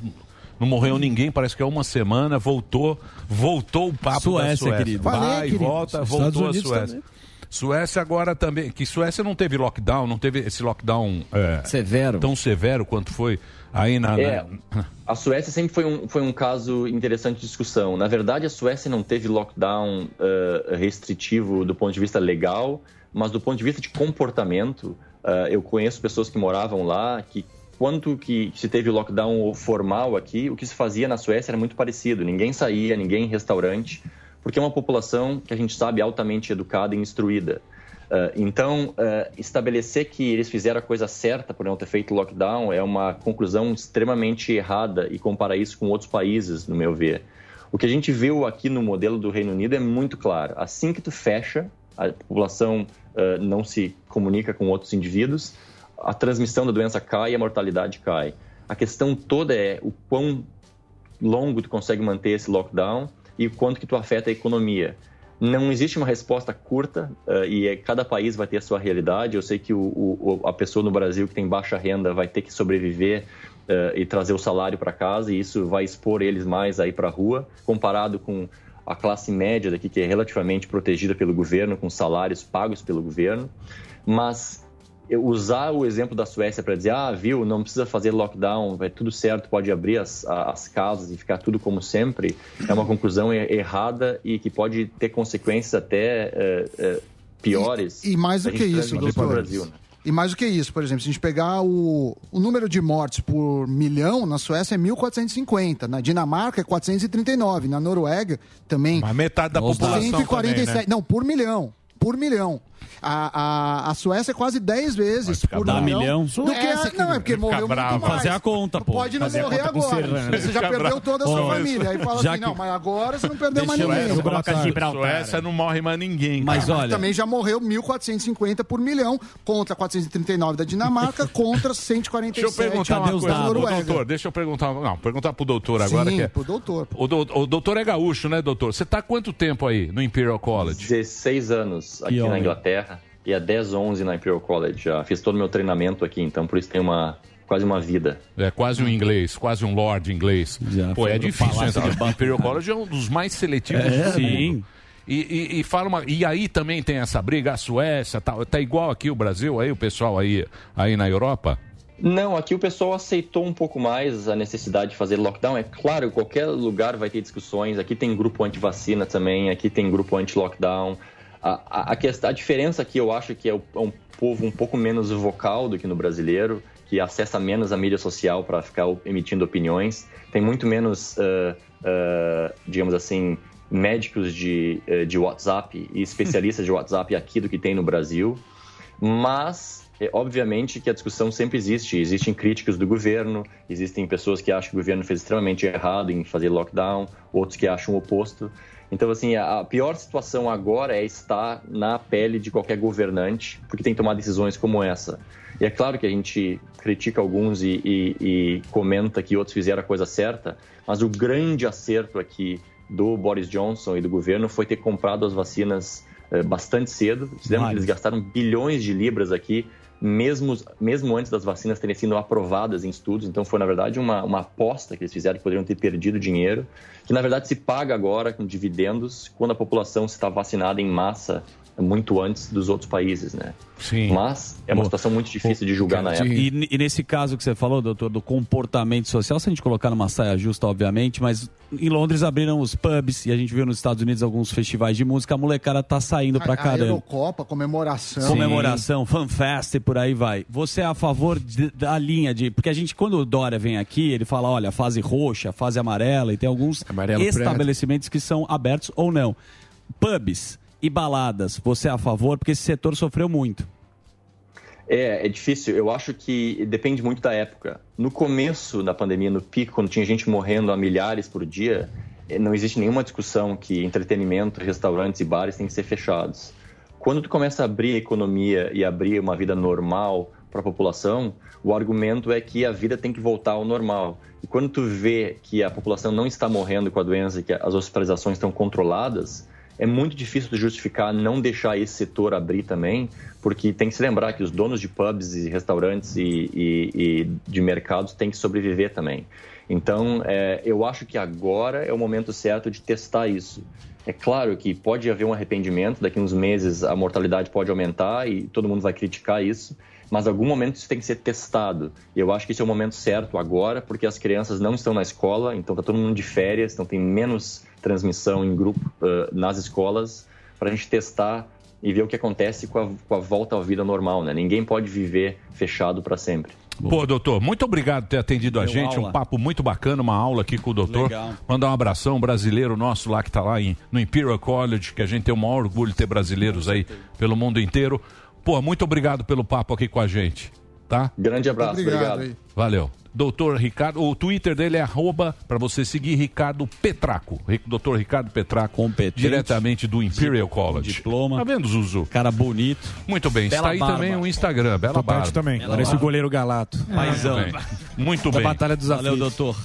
Speaker 6: Não morreu ninguém, parece que é uma semana, voltou, voltou o papo da
Speaker 10: Suécia,
Speaker 6: Suécia.
Speaker 10: querido.
Speaker 6: Vai
Speaker 10: Falei,
Speaker 6: e
Speaker 10: querido.
Speaker 6: volta,
Speaker 10: Os Estados
Speaker 6: voltou a
Speaker 10: Unidos
Speaker 6: Suécia.
Speaker 10: também.
Speaker 6: Suécia agora também, que Suécia não teve lockdown, não teve esse lockdown é,
Speaker 16: severo.
Speaker 6: tão severo quanto foi aí na,
Speaker 22: É,
Speaker 6: na-
Speaker 22: a Suécia sempre foi um, foi um caso interessante de discussão. Na verdade, a Suécia não teve lockdown eh, restritivo do ponto de vista legal, mas do ponto de vista de comportamento, eh, eu conheço pessoas que moravam lá que quanto que se teve lockdown formal aqui, o que se fazia na Suécia era muito parecido. Ninguém saía, ninguém em restaurante, porque é uma população que a gente sabe altamente educada e instruída. Eh, então, eh, estabelecer que eles fizeram a coisa certa por não ter feito lockdown é uma conclusão extremamente errada e comparar isso com outros países, no meu ver. O que a gente viu aqui no modelo do Reino Unido é muito claro. Assim que tu fecha, a população eh, não se comunica com outros indivíduos, a transmissão da doença cai e a mortalidade cai. A questão toda é o quão longo tu consegue manter esse lockdown e o quanto que tu afeta a economia. Não existe uma resposta curta eh, e eh, cada país vai ter a sua realidade. Eu sei que o, o- o- a pessoa no Brasil que tem baixa renda vai ter que sobreviver eh, e trazer o salário para casa e isso vai expor eles mais aí para a rua, comparado com a classe média daqui que é relativamente protegida pelo governo, com salários pagos pelo governo. Mas eu usar o exemplo da Suécia para dizer, ah, viu, não precisa fazer lockdown, é tudo certo, pode abrir as, a- as casas e ficar tudo como sempre, é uma conclusão er- errada e que pode ter consequências até eh, eh, piores.
Speaker 11: E mais do
Speaker 22: a
Speaker 11: que
Speaker 22: gente
Speaker 11: isso,
Speaker 22: transmitir pro
Speaker 11: doutor.
Speaker 22: Brasil, né?
Speaker 11: E mais do que isso, por exemplo, se a gente pegar o, o número de mortes por milhão, na Suécia é 1.450, na Dinamarca é 439, na Noruega também.
Speaker 6: A metade da população também, né?
Speaker 11: Não, por milhão. Por milhão. A, a, a Suécia é quase 10 vezes por
Speaker 10: bravo.
Speaker 11: milhão.
Speaker 10: milhão?
Speaker 11: Do que
Speaker 10: Suécia,
Speaker 11: a, não, é porque
Speaker 10: querido. Fica
Speaker 11: morreu muito
Speaker 10: bravo.
Speaker 11: mais.
Speaker 10: Fazer a conta, pô.
Speaker 11: Pode não
Speaker 10: Fazer a
Speaker 11: morrer
Speaker 10: conta com
Speaker 11: agora.
Speaker 10: Serrano.
Speaker 11: Você já
Speaker 10: Fica
Speaker 11: perdeu
Speaker 10: bravo.
Speaker 11: toda a sua
Speaker 10: Ó,
Speaker 11: família. Aí fala
Speaker 10: já
Speaker 11: assim,
Speaker 10: que-
Speaker 11: não, mas agora você não perdeu mais
Speaker 6: Deixa eu-
Speaker 11: ninguém.
Speaker 6: Suécia- Suécia não morre mais ninguém. cara.
Speaker 11: Mas também já morreu 1.450 por milhão contra 439 da Dinamarca contra 147
Speaker 6: Deixa eu perguntar
Speaker 11: da
Speaker 6: uma coisa, pro
Speaker 11: Noruega.
Speaker 6: doutor. Deixa eu perguntar, não, perguntar pro doutor agora
Speaker 11: Sim,
Speaker 6: que é.
Speaker 11: pro doutor.
Speaker 6: O, do, o doutor é gaúcho, né, doutor? Você tá há quanto tempo aí no Imperial College?
Speaker 22: 16 anos aqui
Speaker 6: Que
Speaker 22: na
Speaker 6: homem.
Speaker 22: Inglaterra e há 10, 11 na Imperial College. Já fiz todo o meu treinamento aqui, então por isso tem uma, quase uma vida.
Speaker 6: É quase um inglês, quase um lord inglês. Pô, é
Speaker 22: foi pro
Speaker 6: difícil
Speaker 22: palácio
Speaker 6: entrar.
Speaker 22: de
Speaker 6: O Imperial College é um dos mais seletivos
Speaker 22: É,
Speaker 6: do
Speaker 22: sim.
Speaker 6: mundo. E, e, e fala uma- e aí também tem essa briga, a Suécia, tá, tá igual aqui o Brasil, aí o pessoal aí, aí na Europa?
Speaker 22: Não, aqui o pessoal aceitou um pouco mais a necessidade de fazer lockdown. É claro, qualquer lugar vai ter discussões. Aqui tem grupo anti-vacina também, aqui tem grupo anti-lockdown. A, a, a, quest- a diferença aqui eu acho que é, o- é um povo um pouco menos vocal do que no brasileiro, que acessa menos a mídia social para ficar o- emitindo opiniões. Tem muito menos, eh, eh, digamos assim, médicos de, eh, de WhatsApp e especialistas de WhatsApp aqui do que tem no Brasil. Mas, é, obviamente, que a discussão sempre existe. Existem críticos do governo, existem pessoas que acham que o governo fez extremamente errado em fazer lockdown, outros que acham o oposto. Então, assim, a a pior situação agora é estar na pele de qualquer governante, porque tem que tomar decisões como essa. E é claro que a gente critica alguns e, e- e comenta que outros fizeram a coisa certa, mas o grande acerto aqui do Boris Johnson e do governo foi ter comprado as vacinas eh, bastante cedo. Fizemos que eles gastaram bilhões de libras aqui, mesmo, mesmo antes das vacinas terem sido aprovadas em estudos. Então, foi, na verdade, uma, uma aposta que eles fizeram, que poderiam ter perdido dinheiro, que, na verdade, se paga agora com dividendos quando a população está vacinada em massa muito antes dos outros países, né?
Speaker 6: Sim.
Speaker 22: Mas é uma situação muito difícil de julgar na época.
Speaker 8: É, E, e nesse caso que você falou, doutor, do comportamento social, se a gente colocar numa saia justa, obviamente, mas em Londres abriram os pubs e a gente viu nos Estados Unidos alguns festivais de música, a molecada tá saindo
Speaker 11: a,
Speaker 8: pra
Speaker 11: a
Speaker 8: caramba.
Speaker 11: Eurocopa, comemoração.
Speaker 8: Comemoração, fanfest e por aí vai. Você é a favor de- da linha de. Porque a gente, quando o Dória vem aqui, ele fala: olha, fase roxa, fase amarela, e tem alguns
Speaker 13: prédio.
Speaker 8: estabelecimentos que são abertos ou não. Pubs e baladas, você é a favor? Porque esse setor sofreu muito.
Speaker 22: É, é difícil. Eu acho que depende muito da época. No começo da pandemia, no pico, quando tinha gente morrendo a milhares por dia, eh, não existe nenhuma discussão que entretenimento, restaurantes e bares têm que ser fechados. Quando tu começa a abrir a economia e abrir uma vida normal para a população, o argumento é que a vida tem que voltar ao normal. E quando tu vê que a população não está morrendo com a doença, que as hospitalizações estão controladas, é muito difícil de justificar não deixar esse setor abrir também, porque tem que se lembrar que os donos de pubs e restaurantes e, e- e de mercados têm que sobreviver também. Então, é, eu acho que agora é o momento certo de testar isso. É claro que pode haver um arrependimento, daqui a uns meses a mortalidade pode aumentar e todo mundo vai criticar isso, mas em algum momento isso tem que ser testado. E eu acho que esse é o momento certo agora, porque as crianças não estão na escola, então está todo mundo de férias, então tem menos transmissão em grupo eh, nas escolas, para a gente testar e ver o que acontece com a, com a volta à vida normal, né? Ninguém pode viver fechado para sempre.
Speaker 6: Pô, doutor, muito obrigado por ter atendido a
Speaker 22: Deu
Speaker 6: gente.
Speaker 22: aula.
Speaker 6: Um papo muito bacana, uma aula aqui com o doutor.
Speaker 22: Legal.
Speaker 6: Mandar um abração um brasileiro nosso lá que está lá em- no Imperial College, que a gente tem o maior orgulho de ter brasileiros aí pelo mundo inteiro. Pô, muito obrigado pelo papo aqui com a gente, tá?
Speaker 22: Grande abraço, Obrigado obrigado. aí.
Speaker 6: Valeu. Doutor Ricardo, o Twitter dele é arroba, para você seguir, Ricardo Petraco. Ri- Doutor Ricardo Petraco, Competente. diretamente do Imperial College. Diploma. Tá vendo, Zuzu?
Speaker 8: Cara bonito.
Speaker 6: Muito bem,
Speaker 8: Bela
Speaker 6: está aí
Speaker 8: barba.
Speaker 6: também o Instagram, Bela
Speaker 8: Topete
Speaker 6: Barba.
Speaker 8: também.
Speaker 6: Bela
Speaker 8: Parece
Speaker 6: barba.
Speaker 8: o goleiro
Speaker 10: Galato.
Speaker 6: Paizão.
Speaker 8: Muito bem.
Speaker 6: Muito
Speaker 8: É, Da
Speaker 6: bem.
Speaker 8: Batalha dos Valeu, Afins. doutor.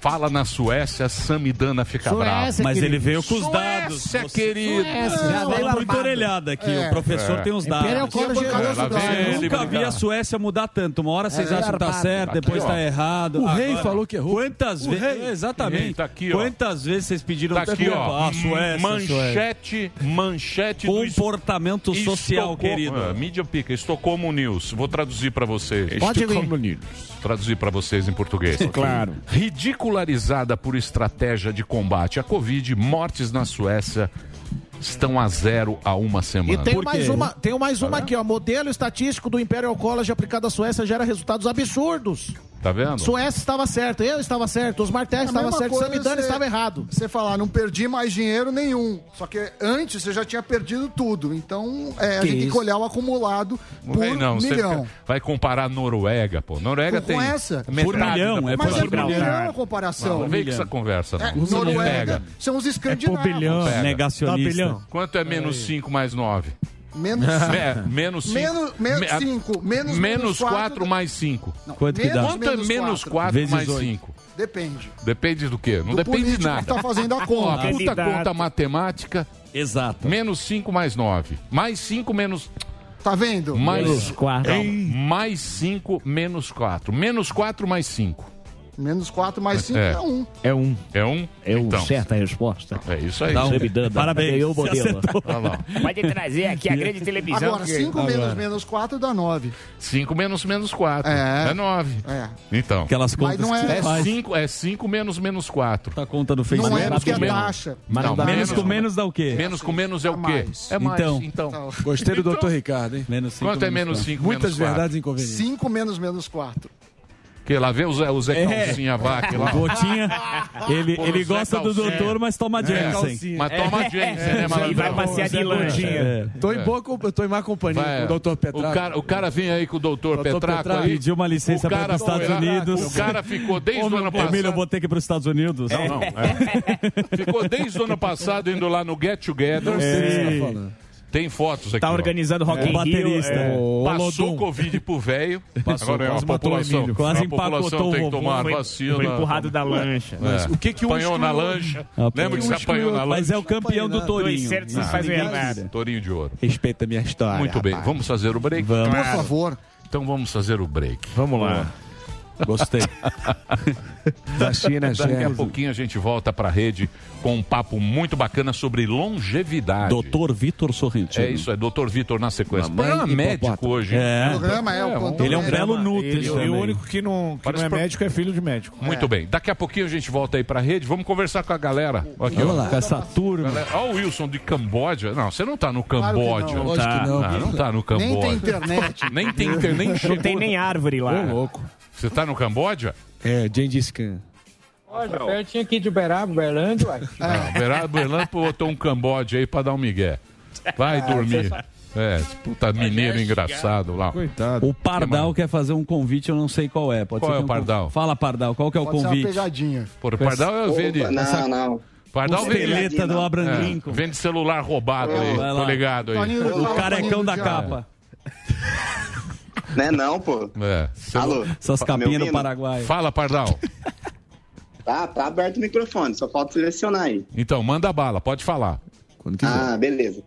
Speaker 6: Fala na Suécia, Samidana fica
Speaker 8: Suécia,
Speaker 6: bravo.
Speaker 8: Mas ele veio com os
Speaker 6: Suécia,
Speaker 8: dados. Você-
Speaker 6: querido.
Speaker 8: Suécia, já
Speaker 6: Não,
Speaker 8: veio
Speaker 6: fala
Speaker 8: é muito orelhada aqui.
Speaker 6: É.
Speaker 8: O professor
Speaker 6: É.
Speaker 8: tem os dados.
Speaker 6: Imperial College é
Speaker 8: Eu
Speaker 6: Lá vem ele
Speaker 8: nunca
Speaker 6: brigar.
Speaker 8: vi a Suécia mudar tanto. Uma hora vocês
Speaker 6: É,
Speaker 8: acham que tá
Speaker 6: barbado.
Speaker 8: certo,
Speaker 6: Aqui,
Speaker 8: depois
Speaker 6: ó.
Speaker 8: tá errado.
Speaker 6: O rei
Speaker 8: falou
Speaker 13: é
Speaker 8: que errou. Quantas
Speaker 6: O
Speaker 8: vezes?
Speaker 6: rei.
Speaker 8: Exatamente.
Speaker 6: Rei, tá aqui, ó.
Speaker 8: Quantas vezes vocês pediram
Speaker 6: Tá aqui,
Speaker 8: desculpa?
Speaker 6: ó.
Speaker 8: Ah, Suécia, Suécia.
Speaker 6: manchete, manchete
Speaker 8: Comportamento
Speaker 6: do
Speaker 8: social, querido.
Speaker 6: Ah, mídia pica, Estocolmo News. Vou traduzir para vocês.
Speaker 10: Pode vir.
Speaker 6: Estocolmo News. Traduzir para vocês em português.
Speaker 10: Claro.
Speaker 6: Ridicularizada por estratégia de combate à Covid, mortes na Suécia estão a zero há uma
Speaker 12: E
Speaker 6: semana.
Speaker 12: tem mais uma, tem mais
Speaker 7: Tá
Speaker 12: uma aqui, ó. Modelo estatístico do Imperial College aplicado à Suécia gera resultados absurdos.
Speaker 6: Tá vendo? Ah,
Speaker 12: Suécia estava certo, eu estava certo, Osmar Terra estava certo,
Speaker 6: é
Speaker 12: Samidana estava errado.
Speaker 11: é Você falar, não perdi mais dinheiro nenhum. Só que antes você já tinha perdido tudo. Então, é, a
Speaker 6: Que
Speaker 11: gente tem
Speaker 6: isso?
Speaker 11: que olhar o acumulado por
Speaker 6: Vai, não, você
Speaker 11: milhão.
Speaker 6: fica- vai comparar Noruega, pô. Noruega
Speaker 11: Com
Speaker 6: tem.
Speaker 11: essa?
Speaker 6: metade
Speaker 11: Por milhão,
Speaker 6: da
Speaker 11: é por milhão.
Speaker 6: população.
Speaker 11: Mas é por milhão a comparação.
Speaker 6: Não, não vem então. com essa conversa, não.
Speaker 11: É,
Speaker 6: Você não
Speaker 11: Noruega
Speaker 6: pega.
Speaker 11: são os escandinavos.
Speaker 6: Não pega.
Speaker 11: Tá, bilhão.
Speaker 6: Quanto é menos 5 mais 9?
Speaker 11: Menos
Speaker 6: É, menos 5.
Speaker 11: Menos- menos cinco, menos- menos
Speaker 6: menos
Speaker 11: quatro
Speaker 6: 4
Speaker 11: dá-
Speaker 6: mais 5.
Speaker 11: Quanto que dá? menos
Speaker 6: Quanto é menos
Speaker 11: quatro?
Speaker 6: 4
Speaker 11: Vezes
Speaker 6: mais
Speaker 11: oito.
Speaker 6: 5?
Speaker 11: Depende.
Speaker 6: Depende do quê? Não
Speaker 11: Do
Speaker 6: depende
Speaker 11: político
Speaker 6: de
Speaker 11: que
Speaker 6: nada.
Speaker 11: tá fazendo a conta.
Speaker 6: Uma puta
Speaker 11: Candidato.
Speaker 6: conta matemática.
Speaker 8: Exato.
Speaker 6: Menos 5 mais 9. Mais 5 menos.
Speaker 11: Tá vendo?
Speaker 6: Mais,
Speaker 11: Menos quatro.
Speaker 6: Não, mais 5 menos 4. Menos 4 mais 5.
Speaker 11: Menos 4 mais 5 é 1. Um.
Speaker 6: É 1. Um. É 1? Um? É
Speaker 10: um. Certa
Speaker 6: a resposta. É isso aí.
Speaker 10: Dá um. Samidana. Parabéns. Ganhou o modelo.
Speaker 6: Olha Tá lá.
Speaker 10: Pode trazer aqui a grande televisão.
Speaker 11: Agora, 5 menos menos 4 dá 9.
Speaker 6: 5 menos menos 4.
Speaker 11: É.
Speaker 6: É 9.
Speaker 11: É.
Speaker 6: Então.
Speaker 8: Aquelas
Speaker 11: Mas
Speaker 8: contas
Speaker 11: não
Speaker 8: que
Speaker 11: é-
Speaker 8: você
Speaker 6: É
Speaker 8: faz.
Speaker 6: 5 é cinco menos menos 4.
Speaker 8: Tá conta no
Speaker 11: Não
Speaker 8: Facebook.
Speaker 11: é porque é taxa.
Speaker 8: Mas não dá. Menos com menos dá o quê?
Speaker 6: Menos com menos é o quê? É mais.
Speaker 8: Então.
Speaker 6: então.
Speaker 13: Gostei do
Speaker 6: Então,
Speaker 13: doutor Ricardo, hein?
Speaker 8: Menos
Speaker 6: Quanto é menos 5 menos
Speaker 13: Muitas verdades inconvenientes.
Speaker 11: 5 menos menos 4.
Speaker 6: Que lá vem o Zé, o Zé
Speaker 4: É.
Speaker 6: Calcinha Vac lá.
Speaker 4: O Botinha, ele-
Speaker 6: Pô,
Speaker 4: ele
Speaker 6: Zé
Speaker 4: gosta do
Speaker 6: Calcinha.
Speaker 4: doutor, mas toma
Speaker 13: É.
Speaker 4: Janssen.
Speaker 6: Mas toma
Speaker 4: É.
Speaker 6: Jensen,
Speaker 4: É.
Speaker 6: né, malandro?
Speaker 4: E vai passear de lancha. É.
Speaker 13: Tô em boa compa- tô em má companhia
Speaker 6: Vai, é.
Speaker 13: com o Dr. Petraco.
Speaker 6: O cara, o cara vinha aí com o doutor,
Speaker 13: Doutor
Speaker 6: Petraco,
Speaker 13: Petraco.
Speaker 6: aí.
Speaker 13: Pediu uma licença
Speaker 6: O cara
Speaker 13: para os Estados
Speaker 6: foi lá,
Speaker 13: Unidos.
Speaker 6: O cara ficou desde o ano
Speaker 4: Ô, Emílio, eu
Speaker 6: passado.
Speaker 4: vou ter que ir para os Estados Unidos.
Speaker 6: Não, não, é. Ficou desde o ano passado indo lá no Get Together.
Speaker 4: Não sei o que você tá falando.
Speaker 6: Tem fotos aqui.
Speaker 4: Tá
Speaker 6: ó.
Speaker 4: organizando Rock in Rio, é. O
Speaker 6: Passou
Speaker 4: Olodum.
Speaker 6: Covid pro velho.
Speaker 4: Passou,
Speaker 6: Agora é uma
Speaker 4: quase matou o
Speaker 6: população.
Speaker 4: Emílio. Quase
Speaker 6: a população
Speaker 4: empacotou
Speaker 6: tem
Speaker 4: o
Speaker 6: que
Speaker 4: vovô.
Speaker 6: tomar
Speaker 4: Foi-
Speaker 6: vacina.
Speaker 4: foi empurrado da lancha.
Speaker 6: É.
Speaker 4: O que que um
Speaker 6: Apanhou na
Speaker 4: excluiu?
Speaker 6: lancha.
Speaker 4: Ah,
Speaker 6: Lembra que
Speaker 4: um
Speaker 6: você apanhou na
Speaker 4: excluiu.
Speaker 6: lancha?
Speaker 4: Mas é o campeão do Torinho.
Speaker 6: Dois certos
Speaker 4: Não,
Speaker 6: se fazem
Speaker 4: ninguém-
Speaker 6: errado. Torinho de ouro.
Speaker 4: Respeita a minha história.
Speaker 6: Muito bem, vamos fazer o break?
Speaker 4: Vamos. Por
Speaker 11: favor.
Speaker 6: Então vamos fazer o break.
Speaker 4: Vamos lá.
Speaker 6: Gostei.
Speaker 4: Da China,
Speaker 6: Daqui a
Speaker 4: Jesus.
Speaker 6: pouquinho a gente volta para a rede com um papo muito bacana sobre longevidade.
Speaker 4: Doutor Vitor Sorrentino.
Speaker 6: É isso, é Dr. Vitor na sequência.
Speaker 4: Mamãe
Speaker 6: Programa
Speaker 4: e
Speaker 6: médico
Speaker 4: popota.
Speaker 6: hoje. hein?
Speaker 4: É. O programa é o controle. Ele é um belo nutri
Speaker 6: Ele-
Speaker 4: também.
Speaker 6: eu-
Speaker 7: o único que não, que não
Speaker 6: Parece
Speaker 7: é
Speaker 6: pro-
Speaker 7: médico é filho de médico.
Speaker 6: Muito bem. Daqui a pouquinho a gente volta aí pra rede. Vamos conversar com a galera. Aqui,
Speaker 7: Vamos
Speaker 6: ó.
Speaker 7: lá. Com essa
Speaker 4: turma.
Speaker 6: Galera- Ó, o Wilson de Camboja. Não, você não tá no
Speaker 4: Claro que
Speaker 6: Camboja.
Speaker 4: não. Lógico que não.
Speaker 6: Ah, não tá no
Speaker 4: Nem tem
Speaker 6: Camboja.
Speaker 4: internet.
Speaker 6: nem tem internet. Nem
Speaker 4: Não
Speaker 6: chegou-
Speaker 4: tem nem árvore lá.
Speaker 6: Ô, louco. Você tá no Camboja? É, Gengis Khan.
Speaker 23: Olha, pertinho aqui de Uberaba, Uberlândia, uai.
Speaker 6: Berardo Berlan botou um Camboja aí pra dar um migué. Vai dormir. É, esse puta mineiro engraçado lá.
Speaker 4: Coitado. O Pardal quer fazer um convite, eu não sei qual é. Pode
Speaker 6: Qual
Speaker 4: ser
Speaker 6: é
Speaker 4: que
Speaker 6: o
Speaker 4: um
Speaker 6: Pardal?
Speaker 4: convite. Fala, Pardal, qual que é o
Speaker 6: Pode ser uma
Speaker 4: convite?
Speaker 6: pegadinha. Por Pardal é eu vende.
Speaker 4: Opa, não,
Speaker 23: não.
Speaker 6: Pardal é vende.
Speaker 4: Costeleta do Abraham
Speaker 6: É.
Speaker 4: Lincoln.
Speaker 6: Vende celular roubado aí.
Speaker 4: Vai
Speaker 6: Tô
Speaker 4: lá.
Speaker 6: ligado aí.
Speaker 4: Toninho, O fala, carecão Toninho, da já. capa.
Speaker 23: Não é não, pô.
Speaker 6: É.
Speaker 23: Alô?
Speaker 4: Essas
Speaker 23: Me
Speaker 4: capinhas do
Speaker 23: ouvindo?
Speaker 4: Paraguai.
Speaker 6: Fala, Pardal.
Speaker 23: Tá, tá aberto o microfone, só falta selecionar aí.
Speaker 6: Então, manda bala, pode falar.
Speaker 23: Ah, beleza.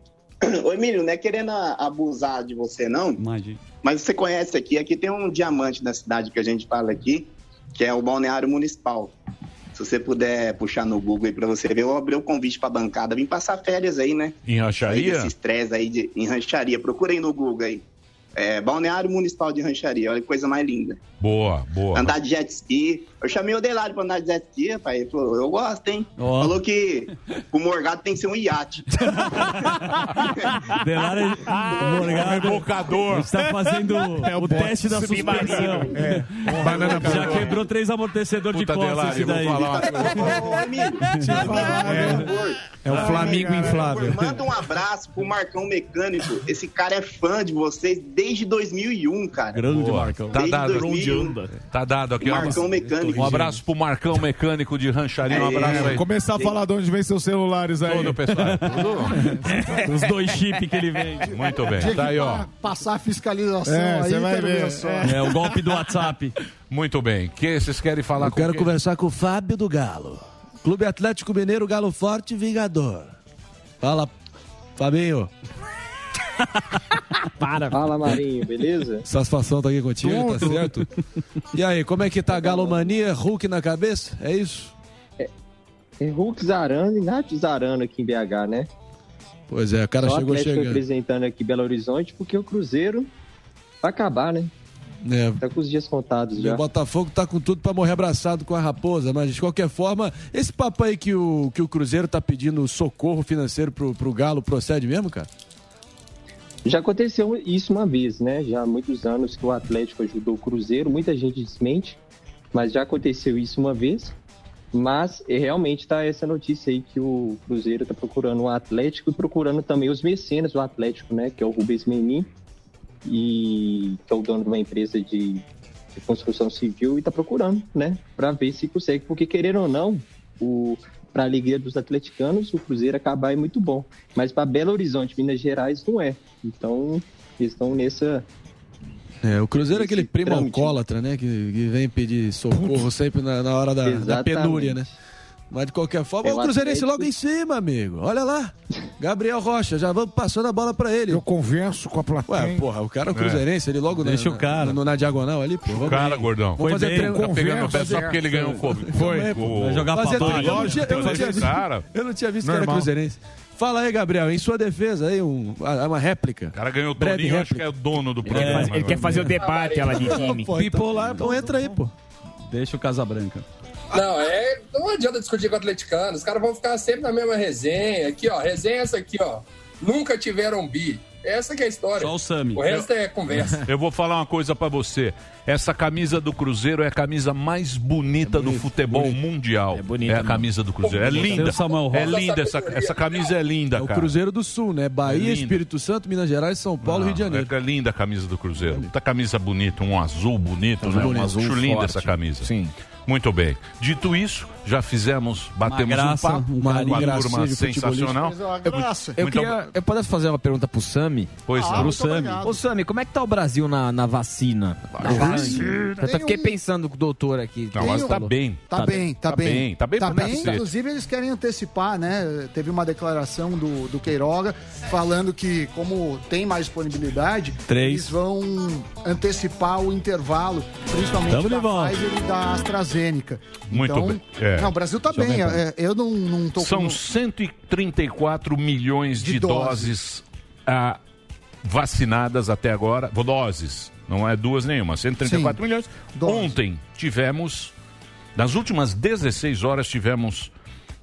Speaker 23: Ô, Emílio, não é querendo a- abusar de você, não.
Speaker 4: Imagina.
Speaker 23: Mas você conhece aqui, aqui tem um diamante na cidade que a gente fala aqui, que é o Balneário Municipal. Se você puder puxar no Google aí pra você ver, eu abri o convite pra bancada, vim passar férias aí, né?
Speaker 6: Em
Speaker 23: Sair
Speaker 6: Racharia?
Speaker 23: desse estresse aí de, em rancharia. Procura aí no Google aí. É, Balneário Municipal de Rancharia, olha que coisa mais linda.
Speaker 6: Boa, boa.
Speaker 23: Andar de jet ski. Eu chamei o Delário pra andar de jet ski, rapaz. Ele falou, eu gosto, hein?
Speaker 4: Ó.
Speaker 23: Falou que o Morgado tem que ser um iate.
Speaker 4: Delara é
Speaker 7: Ah, é
Speaker 4: Morgado.
Speaker 6: Rebocador.
Speaker 4: Está fazendo
Speaker 23: É o
Speaker 4: o,
Speaker 23: bote.
Speaker 4: teste da
Speaker 23: Submarino.
Speaker 4: suspensão.
Speaker 23: É.
Speaker 4: Já quebrou três amortecedores de
Speaker 6: Puta,
Speaker 4: costas esse
Speaker 6: Delari, eu vou
Speaker 4: daí.
Speaker 6: falar uma coisa.
Speaker 7: É o Flamengo inflável.
Speaker 23: Manda um abraço pro Marcão Mecânico. Esse cara é fã de vocês desde 2001, cara.
Speaker 6: Boa. Tá
Speaker 23: Desde
Speaker 6: dado.
Speaker 23: 2001.
Speaker 6: Tá dado aqui. ó.
Speaker 23: Marcão Mecânico.
Speaker 6: Um abraço pro Marcão Mecânico de Rancharia. Um abraço aí.
Speaker 7: Começar a falar de onde vem seus celulares aí.
Speaker 6: Todo o pessoal. Tudo.
Speaker 4: Os dois chips que ele vende.
Speaker 6: Muito bem.
Speaker 11: Tinha que
Speaker 6: Tá aí, ó.
Speaker 11: pa- Passar a fiscalização
Speaker 7: É,
Speaker 11: aí,
Speaker 7: você vai
Speaker 11: quero
Speaker 7: ver.
Speaker 11: só.
Speaker 4: É o golpe do WhatsApp.
Speaker 6: Muito bem. que vocês querem falar
Speaker 13: Eu quero
Speaker 6: quem?
Speaker 13: conversar com o Fábio do Galo. Clube Atlético Mineiro, Galo Forte, Vingador. Fala, Fabinho.
Speaker 4: Para.
Speaker 23: Fala, Marinho, beleza?
Speaker 13: Satisfação tá aqui contigo, tá
Speaker 23: Tudo.
Speaker 13: certo? E aí, como é que tá a galomania? Hulk na cabeça? É isso?
Speaker 24: É Hulk Zarano e Nath Zarano aqui em BH, né?
Speaker 13: Pois é, o cara
Speaker 24: Só o
Speaker 13: chegou
Speaker 24: Atlético
Speaker 13: chegando.
Speaker 24: representando aqui Belo Horizonte, porque o Cruzeiro vai acabar, né?
Speaker 13: É.
Speaker 24: Tá com os dias contados
Speaker 13: E
Speaker 24: já.
Speaker 13: O Botafogo tá com tudo pra morrer abraçado com a raposa, mas de qualquer forma, esse papo aí que o, que o Cruzeiro tá pedindo socorro financeiro pro, pro Galo procede mesmo, cara?
Speaker 24: Já aconteceu isso uma vez, né? Já há muitos anos que o Atlético ajudou o Cruzeiro, muita gente desmente, mas já aconteceu isso uma vez. Mas eh, realmente tá essa notícia aí que o Cruzeiro tá procurando o Atlético e procurando também os mecenas do Atlético, né? Que é o Rubens Menin, e que é o dono de uma empresa de, de construção civil e tá procurando, né? Pra ver se consegue, porque querendo ou não, o para a alegria dos atleticanos, o Cruzeiro acabar é muito bom, mas para Belo Horizonte, Minas Gerais, não é. Então, eles estão nessa
Speaker 13: É, o Cruzeiro é aquele
Speaker 24: Esse
Speaker 13: primo
Speaker 24: trâmite.
Speaker 13: alcoólatra, né? Que, que vem pedir socorro sempre na, na hora da, da
Speaker 24: Exatamente.
Speaker 13: penúria, né? Mas de qualquer forma, É o o Cruzeirense Atlético- logo em cima, amigo. Olha lá. Gabriel Rocha, já vamos passando a bola pra ele. Eu
Speaker 7: converso com a plateia.
Speaker 13: Ué, porra, o cara é
Speaker 6: É.
Speaker 13: o Cruzeirense, ele logo
Speaker 6: Deixa
Speaker 13: na,
Speaker 6: o cara.
Speaker 13: Na, na diagonal ali, pô.
Speaker 6: O
Speaker 13: Vamos
Speaker 6: cara,
Speaker 13: aí.
Speaker 6: gordão.
Speaker 13: Vamos fazer treino.
Speaker 6: Tá pegando o pé só porque ele ganhou o Covid. Foi.
Speaker 13: Vai jogar
Speaker 6: Fazer
Speaker 13: pra baixo.
Speaker 6: treino,
Speaker 13: Eu não tinha- eu não
Speaker 6: Fazer
Speaker 13: tinha visto-
Speaker 6: Cara,
Speaker 13: Eu não tinha visto que era
Speaker 6: Normal.
Speaker 13: Cruzeirense. Fala aí, Gabriel, em sua defesa aí, um, a- uma réplica. O
Speaker 6: cara ganhou o
Speaker 13: Breve
Speaker 6: Toninho, acho que é o dono do programa. né?
Speaker 24: ele quer fazer o debate, ela de time.
Speaker 6: tá?
Speaker 13: Bipolar, então entra aí, pô.
Speaker 4: Deixa o Casabranca.
Speaker 25: Não, é, não adianta discutir com o atleticano. Os caras vão ficar sempre na mesma resenha. Aqui, ó, resenha é essa aqui, ó.
Speaker 2: nunca tiveram bi. Essa que é a história.
Speaker 8: Só o Sami.
Speaker 2: O resto é conversa.
Speaker 6: Eu vou falar uma coisa pra você. Essa camisa do Cruzeiro é a camisa mais bonita do futebol mundial. É, a
Speaker 13: né?
Speaker 6: camisa do Cruzeiro. É
Speaker 13: Bonita.
Speaker 6: linda.
Speaker 13: Seu Samuel
Speaker 6: É
Speaker 13: Rosa.
Speaker 6: linda essa, essa camisa é linda,
Speaker 13: É o
Speaker 6: cara.
Speaker 13: Cruzeiro do Sul, né? Bahia,
Speaker 6: É lindo.
Speaker 13: Espírito Santo, Minas Gerais, São Paulo, Rio de Janeiro. É
Speaker 6: É linda a camisa do Cruzeiro. Tá camisa bonita, um azul bonito,
Speaker 13: Azul
Speaker 6: né?
Speaker 13: bonito.
Speaker 6: Um azul
Speaker 13: Azul
Speaker 6: linda
Speaker 13: forte.
Speaker 6: essa camisa. Sim. Muito bem. Dito isso, já fizemos, batemos
Speaker 16: graça,
Speaker 6: um papo,
Speaker 16: um
Speaker 6: uma,
Speaker 16: carinho,
Speaker 6: turma
Speaker 16: gracinha de futebolista.
Speaker 6: sensacional.
Speaker 16: Fez É uma
Speaker 6: Eu-
Speaker 16: graça. Eu,
Speaker 6: muito
Speaker 16: queria, eu posso fazer uma pergunta pro Sami?
Speaker 6: Pois não. Ah,
Speaker 16: pro
Speaker 6: muito
Speaker 16: Sami.
Speaker 6: obrigado.
Speaker 16: Ô Sami, como é que tá o Brasil na, na vacina?
Speaker 6: Na vacina.
Speaker 16: Eu até fiquei pensando com o doutor aqui.
Speaker 6: Não, mas tá bem.
Speaker 11: Tá bem, tá bem.
Speaker 6: Tá bem
Speaker 11: tá
Speaker 6: pra
Speaker 11: bem.
Speaker 6: cacete.
Speaker 11: Inclusive, eles querem antecipar, né? Teve uma declaração do, do Queiroga falando que, como tem mais disponibilidade,
Speaker 4: Três.
Speaker 11: eles vão antecipar o intervalo, principalmente
Speaker 4: Tamo de
Speaker 11: da
Speaker 4: volta.
Speaker 11: Pfizer e da AstraZeneca.
Speaker 6: Muito
Speaker 11: então,
Speaker 6: bem. É.
Speaker 11: Não, o Brasil tá
Speaker 6: Deixa eu
Speaker 11: bem.
Speaker 6: ver, então.
Speaker 11: é, eu não, não tô
Speaker 6: São
Speaker 11: com...
Speaker 6: 134 milhões de,
Speaker 11: um De
Speaker 6: doses,
Speaker 11: doses.
Speaker 6: ah, vacinadas até agora. Vou- Doses, não é duas nenhuma. 134 milhões. Ontem tivemos, nas últimas 16 horas, tivemos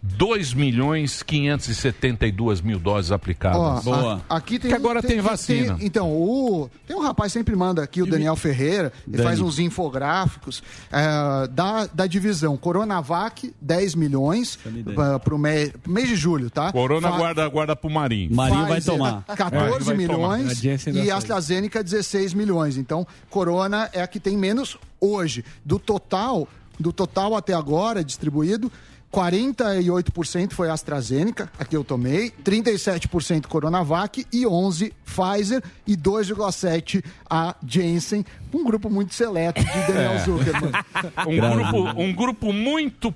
Speaker 6: 2 milhões 572 mil doses aplicadas.
Speaker 11: Ó, a- aqui tem,
Speaker 6: que agora tem, vacina.
Speaker 11: tem- então, o, tem um rapaz que sempre manda aqui, o Daniel Ferreira, ele
Speaker 6: Dani.
Speaker 11: faz uns infográficos é, da, da divisão Coronavac, 10 milhões
Speaker 6: é
Speaker 11: ah, para o mês, mês de julho, tá?
Speaker 6: Corona
Speaker 11: Fa-
Speaker 6: guarda, guarda pro Marinho.
Speaker 11: Pfizer,
Speaker 6: É,
Speaker 11: 14 milhões e AstraZeneca 16 milhões. Então, Corona é a que tem menos hoje. Do total, do total até agora distribuído, 48% foi AstraZeneca, a que eu tomei, 37% Coronavac e 11 Pfizer e 2,7 a Janssen, um grupo muito seleto de Daniel Zuckerman.
Speaker 6: É. Um grupo, um grupo muito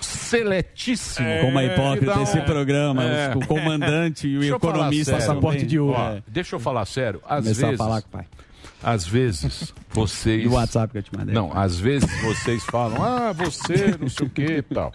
Speaker 6: seletíssimo.
Speaker 4: Como é hipócrita
Speaker 6: que dá
Speaker 4: esse programa, o comandante e o
Speaker 6: Deixa eu falar
Speaker 4: economista
Speaker 6: sério.
Speaker 4: Passaporte de ouro.
Speaker 6: Ó,
Speaker 4: É.
Speaker 6: Deixa eu falar sério. Às
Speaker 4: Começar a
Speaker 6: vezes,
Speaker 4: falar com o pai.
Speaker 6: Às vezes, vocês...
Speaker 4: Do WhatsApp que eu te mandei.
Speaker 6: Não, às vezes vocês falam, ah, você, não sei o que e tal.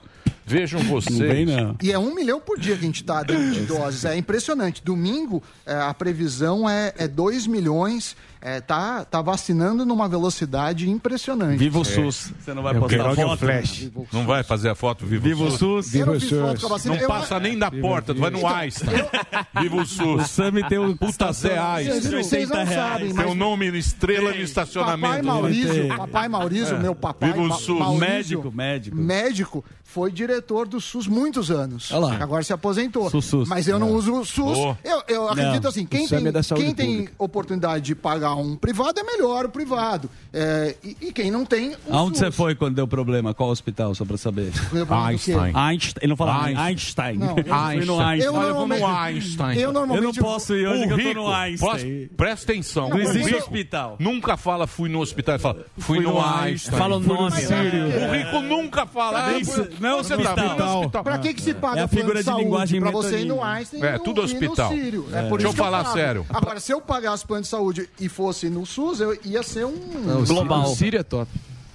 Speaker 6: Vejam vocês...
Speaker 11: E é um milhão por dia que a gente está dando de doses. É impressionante. Domingo, é, a previsão é, é 2 milhões. É, tá, tá vacinando numa velocidade impressionante.
Speaker 6: Viva o
Speaker 8: SUS. Você não vai
Speaker 6: É o
Speaker 8: postar
Speaker 6: Queiroga é o
Speaker 8: foto,
Speaker 6: flash.
Speaker 8: né?
Speaker 6: Não vai fazer a foto Viva,
Speaker 8: Viva o SUS.
Speaker 6: Viva
Speaker 8: Eu não fiz foto com a vacina.
Speaker 6: Não
Speaker 8: Eu-
Speaker 6: passa nem da porta, tu vai no Einstein.
Speaker 8: Então,
Speaker 6: Viva Então, o SUS.
Speaker 4: O Sami tem um
Speaker 6: Puta Zé Einstein.
Speaker 11: Vocês não sabem, mas-
Speaker 6: Teu nome estrela no estacionamento. né?
Speaker 11: Papai Maurício,
Speaker 6: Tem.
Speaker 11: papai Maurício,
Speaker 6: É.
Speaker 11: meu papai.
Speaker 6: Viva o
Speaker 11: Ma-
Speaker 6: SUS.
Speaker 11: Maurício,
Speaker 6: Médico, médico.
Speaker 11: Médico, foi diretor do SUS muitos anos.
Speaker 6: Olha lá.
Speaker 11: Agora se aposentou.
Speaker 6: SUS, SUS.
Speaker 11: Mas eu não
Speaker 6: É.
Speaker 11: uso o SUS.
Speaker 6: Boa.
Speaker 11: Eu, eu acredito
Speaker 6: Não,
Speaker 11: assim,
Speaker 6: o
Speaker 11: quem,
Speaker 6: SAMI
Speaker 11: tem,
Speaker 6: é da saúde
Speaker 11: quem tem
Speaker 6: pública.
Speaker 11: oportunidade de pagar um privado é melhor o privado. É, e, e quem não tem, o
Speaker 6: um
Speaker 4: Aonde
Speaker 11: SUS.
Speaker 4: você foi quando deu problema? Qual hospital, só pra saber?
Speaker 11: problema do Einstein. quê?
Speaker 4: Einstein. Ele não fala
Speaker 11: Einstein.
Speaker 4: Einstein. Einstein.
Speaker 11: Não, eu-
Speaker 4: fui no Einstein.
Speaker 11: Eu normalmente- Eu normalmente
Speaker 4: não posso ir hoje
Speaker 6: O
Speaker 4: que eu tô
Speaker 6: rico,
Speaker 4: no Einstein.
Speaker 6: posso- presta atenção.
Speaker 4: Não
Speaker 6: o
Speaker 4: existe
Speaker 6: rico
Speaker 4: hospital.
Speaker 6: Nunca fala fui no hospital, ele fala fui,
Speaker 4: Fui
Speaker 6: no,
Speaker 4: no
Speaker 6: Einstein.
Speaker 4: Einstein. Fala o
Speaker 6: fui no
Speaker 4: nome, né?
Speaker 6: Sírio.
Speaker 4: É.
Speaker 6: O rico nunca fala.
Speaker 4: Nem
Speaker 6: ah,
Speaker 4: se-
Speaker 6: fui-
Speaker 4: não,
Speaker 6: você tá
Speaker 4: hospital.
Speaker 6: fui no hospital.
Speaker 11: Pra que, que se paga
Speaker 4: É a
Speaker 11: plano
Speaker 4: figura de
Speaker 11: saúde?
Speaker 4: linguagem
Speaker 11: Pra você ir no
Speaker 4: metalinguagem.
Speaker 11: Einstein
Speaker 6: É,
Speaker 11: e no-
Speaker 6: tudo
Speaker 11: e no
Speaker 6: hospital.
Speaker 11: Sírio.
Speaker 6: É.
Speaker 11: É. por
Speaker 6: Deixa
Speaker 11: isso
Speaker 6: eu
Speaker 11: que
Speaker 6: falar
Speaker 11: pago.
Speaker 6: sério.
Speaker 11: Agora, se eu pagasse plano de saúde e fosse no SUS, eu ia ser um...
Speaker 13: Não, o Sírio- O Sírio é top.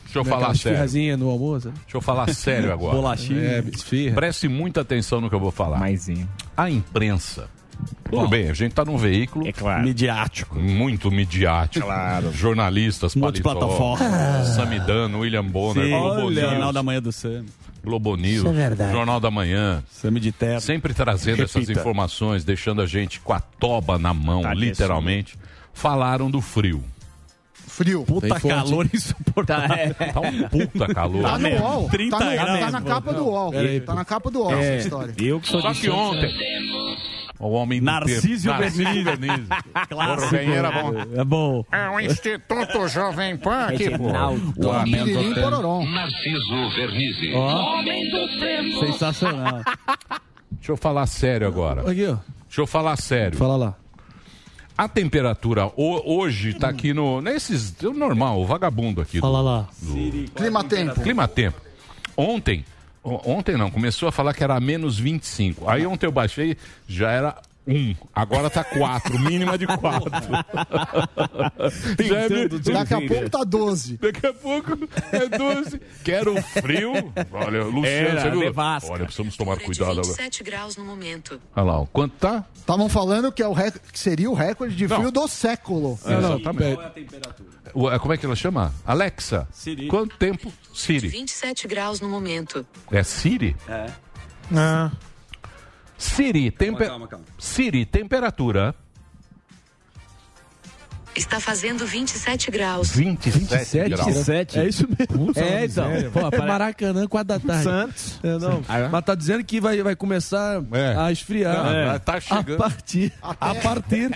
Speaker 6: Deixa eu
Speaker 13: Né,
Speaker 6: falar
Speaker 13: aquelas
Speaker 6: sério.
Speaker 13: Firrazinha no almoço. né?
Speaker 6: Deixa eu falar sério agora.
Speaker 13: Bolachinha. É,
Speaker 6: Preste muita atenção no que eu vou falar. Maisinho. A imprensa. Tudo bem, a gente tá num veículo é claro. midiático. Muito midiático. Claro. Jornalistas,
Speaker 4: Multiplataforma.
Speaker 6: Samidano, William Bonner,
Speaker 4: Sim.
Speaker 6: Globo
Speaker 4: Olha,
Speaker 6: News.
Speaker 4: Jornal da Manhã do Sam.
Speaker 6: Globo News,
Speaker 4: Isso é verdade.
Speaker 6: Jornal da Manhã.
Speaker 11: É,
Speaker 6: Sempre trazendo essas
Speaker 4: Repita.
Speaker 6: informações, deixando a gente com a toba na mão,
Speaker 11: Tá,
Speaker 6: literalmente. Falaram do frio.
Speaker 11: Frio.
Speaker 6: Puta
Speaker 4: calor insuportável.
Speaker 6: Tá um puta calor.
Speaker 11: Tá no UOL.
Speaker 6: 30
Speaker 11: tá, no-
Speaker 6: graus.
Speaker 11: tá na capa do UOL. tá na capa do UOL
Speaker 6: É,
Speaker 11: essa história.
Speaker 6: eu que sou Só de que Santos, ontem- O homem do
Speaker 4: Narciso
Speaker 6: tempo.
Speaker 4: Bernini.
Speaker 6: Bernini.
Speaker 4: Clássico.
Speaker 6: Porra, bem, era bom.
Speaker 4: É bom.
Speaker 6: É o Instituto Jovem Pan aqui, pô.
Speaker 4: Reginaldo.
Speaker 11: Tá
Speaker 6: O homem do
Speaker 4: Piririm
Speaker 6: tempo.
Speaker 4: Pororó.
Speaker 6: Narciso Vernizzi.
Speaker 17: Homem do tempo.
Speaker 4: Sensacional.
Speaker 6: Deixa eu falar sério agora.
Speaker 13: Aqui, ó.
Speaker 6: Deixa eu falar sério.
Speaker 13: Fala lá.
Speaker 6: A temperatura ho- hoje tá aqui no. Nesses. o Normal, o vagabundo aqui. Fala lá.
Speaker 11: Clima tempo.
Speaker 6: Clima tempo. Ontem. o- Ontem não, começou a falar que era menos 25. Aí ontem eu baixei, já era 1. Agora tá 4, mínima de 4. já é me-
Speaker 11: Daqui a
Speaker 13: né?
Speaker 11: pouco tá 12.
Speaker 6: Daqui a pouco é 12. Quero frio. Olha, Luciano,
Speaker 17: Era,
Speaker 6: você viu?
Speaker 17: nevasca.
Speaker 6: Olha, precisamos tomar cuidado agora.
Speaker 19: 27 graus no momento.
Speaker 6: Olha lá, ó, quanto tá?
Speaker 11: Estavam falando que, é o rec... que seria o recorde de frio do século.
Speaker 6: É, exatamente. O- é, Como é que ela chama? Alexa. Siri. Quanto tempo? Siri.
Speaker 19: 27 graus no momento.
Speaker 6: É Siri?
Speaker 19: É.
Speaker 6: Ah. Siri, tempe... Siri, temperatura.
Speaker 1: Está fazendo 27 graus.
Speaker 6: 27,
Speaker 13: 27 graus.
Speaker 1: 27?
Speaker 13: É isso mesmo.
Speaker 1: Puta
Speaker 13: é, então.
Speaker 1: miséria,
Speaker 13: Pô,
Speaker 1: mano.
Speaker 13: é Maracanã, 4 da tarde.
Speaker 9: Santos.
Speaker 13: É, não.
Speaker 9: Ah, é?
Speaker 13: Mas tá dizendo que vai, vai começar a esfriar.
Speaker 6: É. Não, mas tá chegando.
Speaker 13: A partir, a partir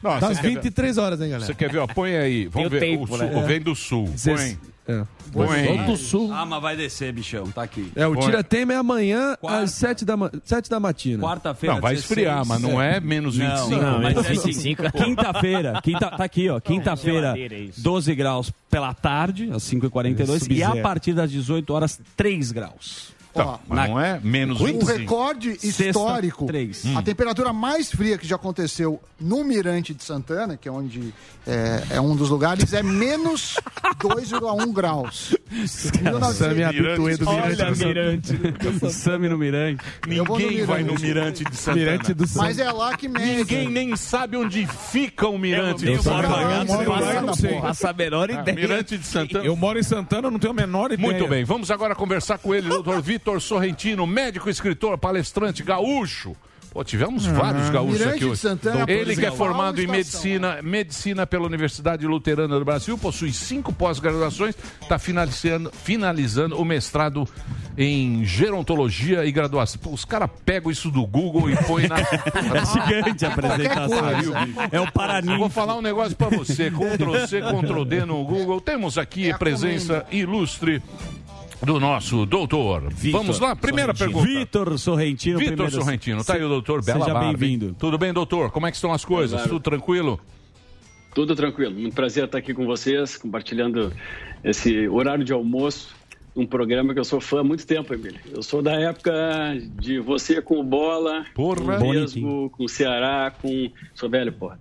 Speaker 6: Não, tá
Speaker 13: das
Speaker 6: você quer ver-
Speaker 13: 23 horas, hein, galera?
Speaker 6: Você quer ver? ó, põe aí. Vamos
Speaker 13: Tem
Speaker 6: ver.
Speaker 13: o tempo,
Speaker 6: o sul,
Speaker 13: né?
Speaker 6: o Vem do Sul.
Speaker 13: Dezesse-
Speaker 6: Põe.
Speaker 13: É.
Speaker 6: Põe.
Speaker 13: Volta o sul.
Speaker 8: Ah, mas vai descer, bichão. Tá aqui.
Speaker 13: É, o
Speaker 6: Põe.
Speaker 13: tira-teima é amanhã às 7 da, ma- sete da matina.
Speaker 8: Quarta-feira.
Speaker 6: Não, vai esfriar, mas não é menos 25.
Speaker 8: Não, não, mas
Speaker 6: Pô,
Speaker 8: é 25.
Speaker 6: pô.
Speaker 8: Quinta-feira. Quinta, tá aqui, ó. Quinta-feira,
Speaker 6: geladeira, é isso.
Speaker 8: 12 graus pela tarde, às 5h42. E a
Speaker 6: Sub-zero.
Speaker 8: partir das 18 horas, 3 graus.
Speaker 11: Ó,
Speaker 6: mas não é menos
Speaker 11: O
Speaker 6: 25.
Speaker 11: Um recorde
Speaker 8: Sexta,
Speaker 11: histórico,
Speaker 8: três.
Speaker 6: Hum.
Speaker 8: Hum.
Speaker 11: a temperatura mais fria que já aconteceu no Mirante de Santana, que é onde é, é um dos lugares, é menos 2,1 graus.
Speaker 13: Sam é habituê do Mirante do Santos.
Speaker 8: Mirante. Sami no Mirante.
Speaker 11: Eu vou no
Speaker 6: Ninguém vai no Mirante de Santana.
Speaker 11: Mas é lá que mede.
Speaker 6: Ninguém nem sabe onde fica o Mirante
Speaker 7: Eu
Speaker 6: de
Speaker 7: moro
Speaker 6: Santana.
Speaker 7: lá, eu moro lá, eu não sei.
Speaker 6: Ah, Mirante de Santana.
Speaker 7: Eu moro em Santana, eu não tenho a menor ideia.
Speaker 6: Muito bem, vamos agora conversar com ele, doutor Vitor Sorrentino, médico, escritor, palestrante, gaúcho. Pô, tivemos vários
Speaker 11: Ah,
Speaker 6: gaúchos
Speaker 11: Mirante
Speaker 6: aqui
Speaker 11: de
Speaker 6: hoje.
Speaker 11: Santana,
Speaker 6: ele que é
Speaker 11: Portugal.
Speaker 6: formado em
Speaker 11: Qual estação?
Speaker 6: medicina, medicina pela Universidade Luterana do Brasil, possui cinco pós-graduações, está finalizando, finalizando o mestrado em gerontologia e graduação. Pô, os caras pegam isso do Google e põem na.
Speaker 8: É gigante a apresentação. É o Paraná.
Speaker 6: Vou falar um negócio pra você. Ctrl C, Ctrl D no Google. Temos aqui a presença ilustre do nosso doutor. Vamos lá, primeira pergunta.
Speaker 8: Vitor Sorrentino.
Speaker 6: Vitor
Speaker 8: primeira-
Speaker 6: Sorrentino, tá aí o doutor Bela
Speaker 8: Seja
Speaker 6: barba, hein?
Speaker 8: bem-vindo.
Speaker 6: Tudo bem, doutor? Como é que estão as coisas?
Speaker 3: Claro.
Speaker 6: Tudo tranquilo?
Speaker 3: Tudo tranquilo. Muito prazer estar aqui com vocês, compartilhando esse horário de almoço, um programa que eu sou fã há muito tempo, Emílio. Eu sou da época de você com o Bola,
Speaker 6: Porra.
Speaker 3: com o
Speaker 6: Bonitinho.
Speaker 3: Mesmo, com o Ceará, com... Sou velho, porra.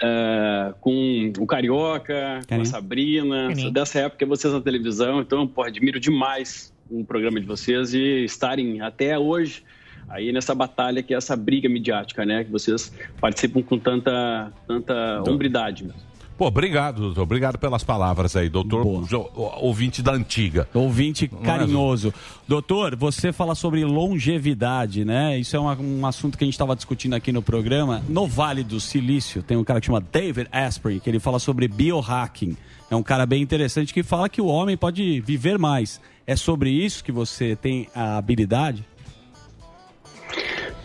Speaker 3: Ah, com o Carioca, com a Sabrina,
Speaker 5: Carinha.
Speaker 3: sou dessa época vocês na televisão, então, porra, admiro demais o programa de vocês e estarem até hoje aí nessa batalha que é essa briga midiática, né? Que vocês participam com tanta, tanta
Speaker 6: Então,
Speaker 3: hombridade. mesmo.
Speaker 6: Pô, obrigado, doutor. Obrigado pelas palavras aí, doutor. Jo- o- Ouvinte da antiga. é
Speaker 8: Ouvinte carinhoso. Doutor, você fala sobre longevidade, né? Isso é uma- um assunto que a gente estava discutindo aqui no programa. No Vale do Silício, tem um cara que chama David Asprey, que ele fala sobre biohacking. É um cara bem interessante que fala que o homem pode viver mais. É sobre isso que você tem a habilidade?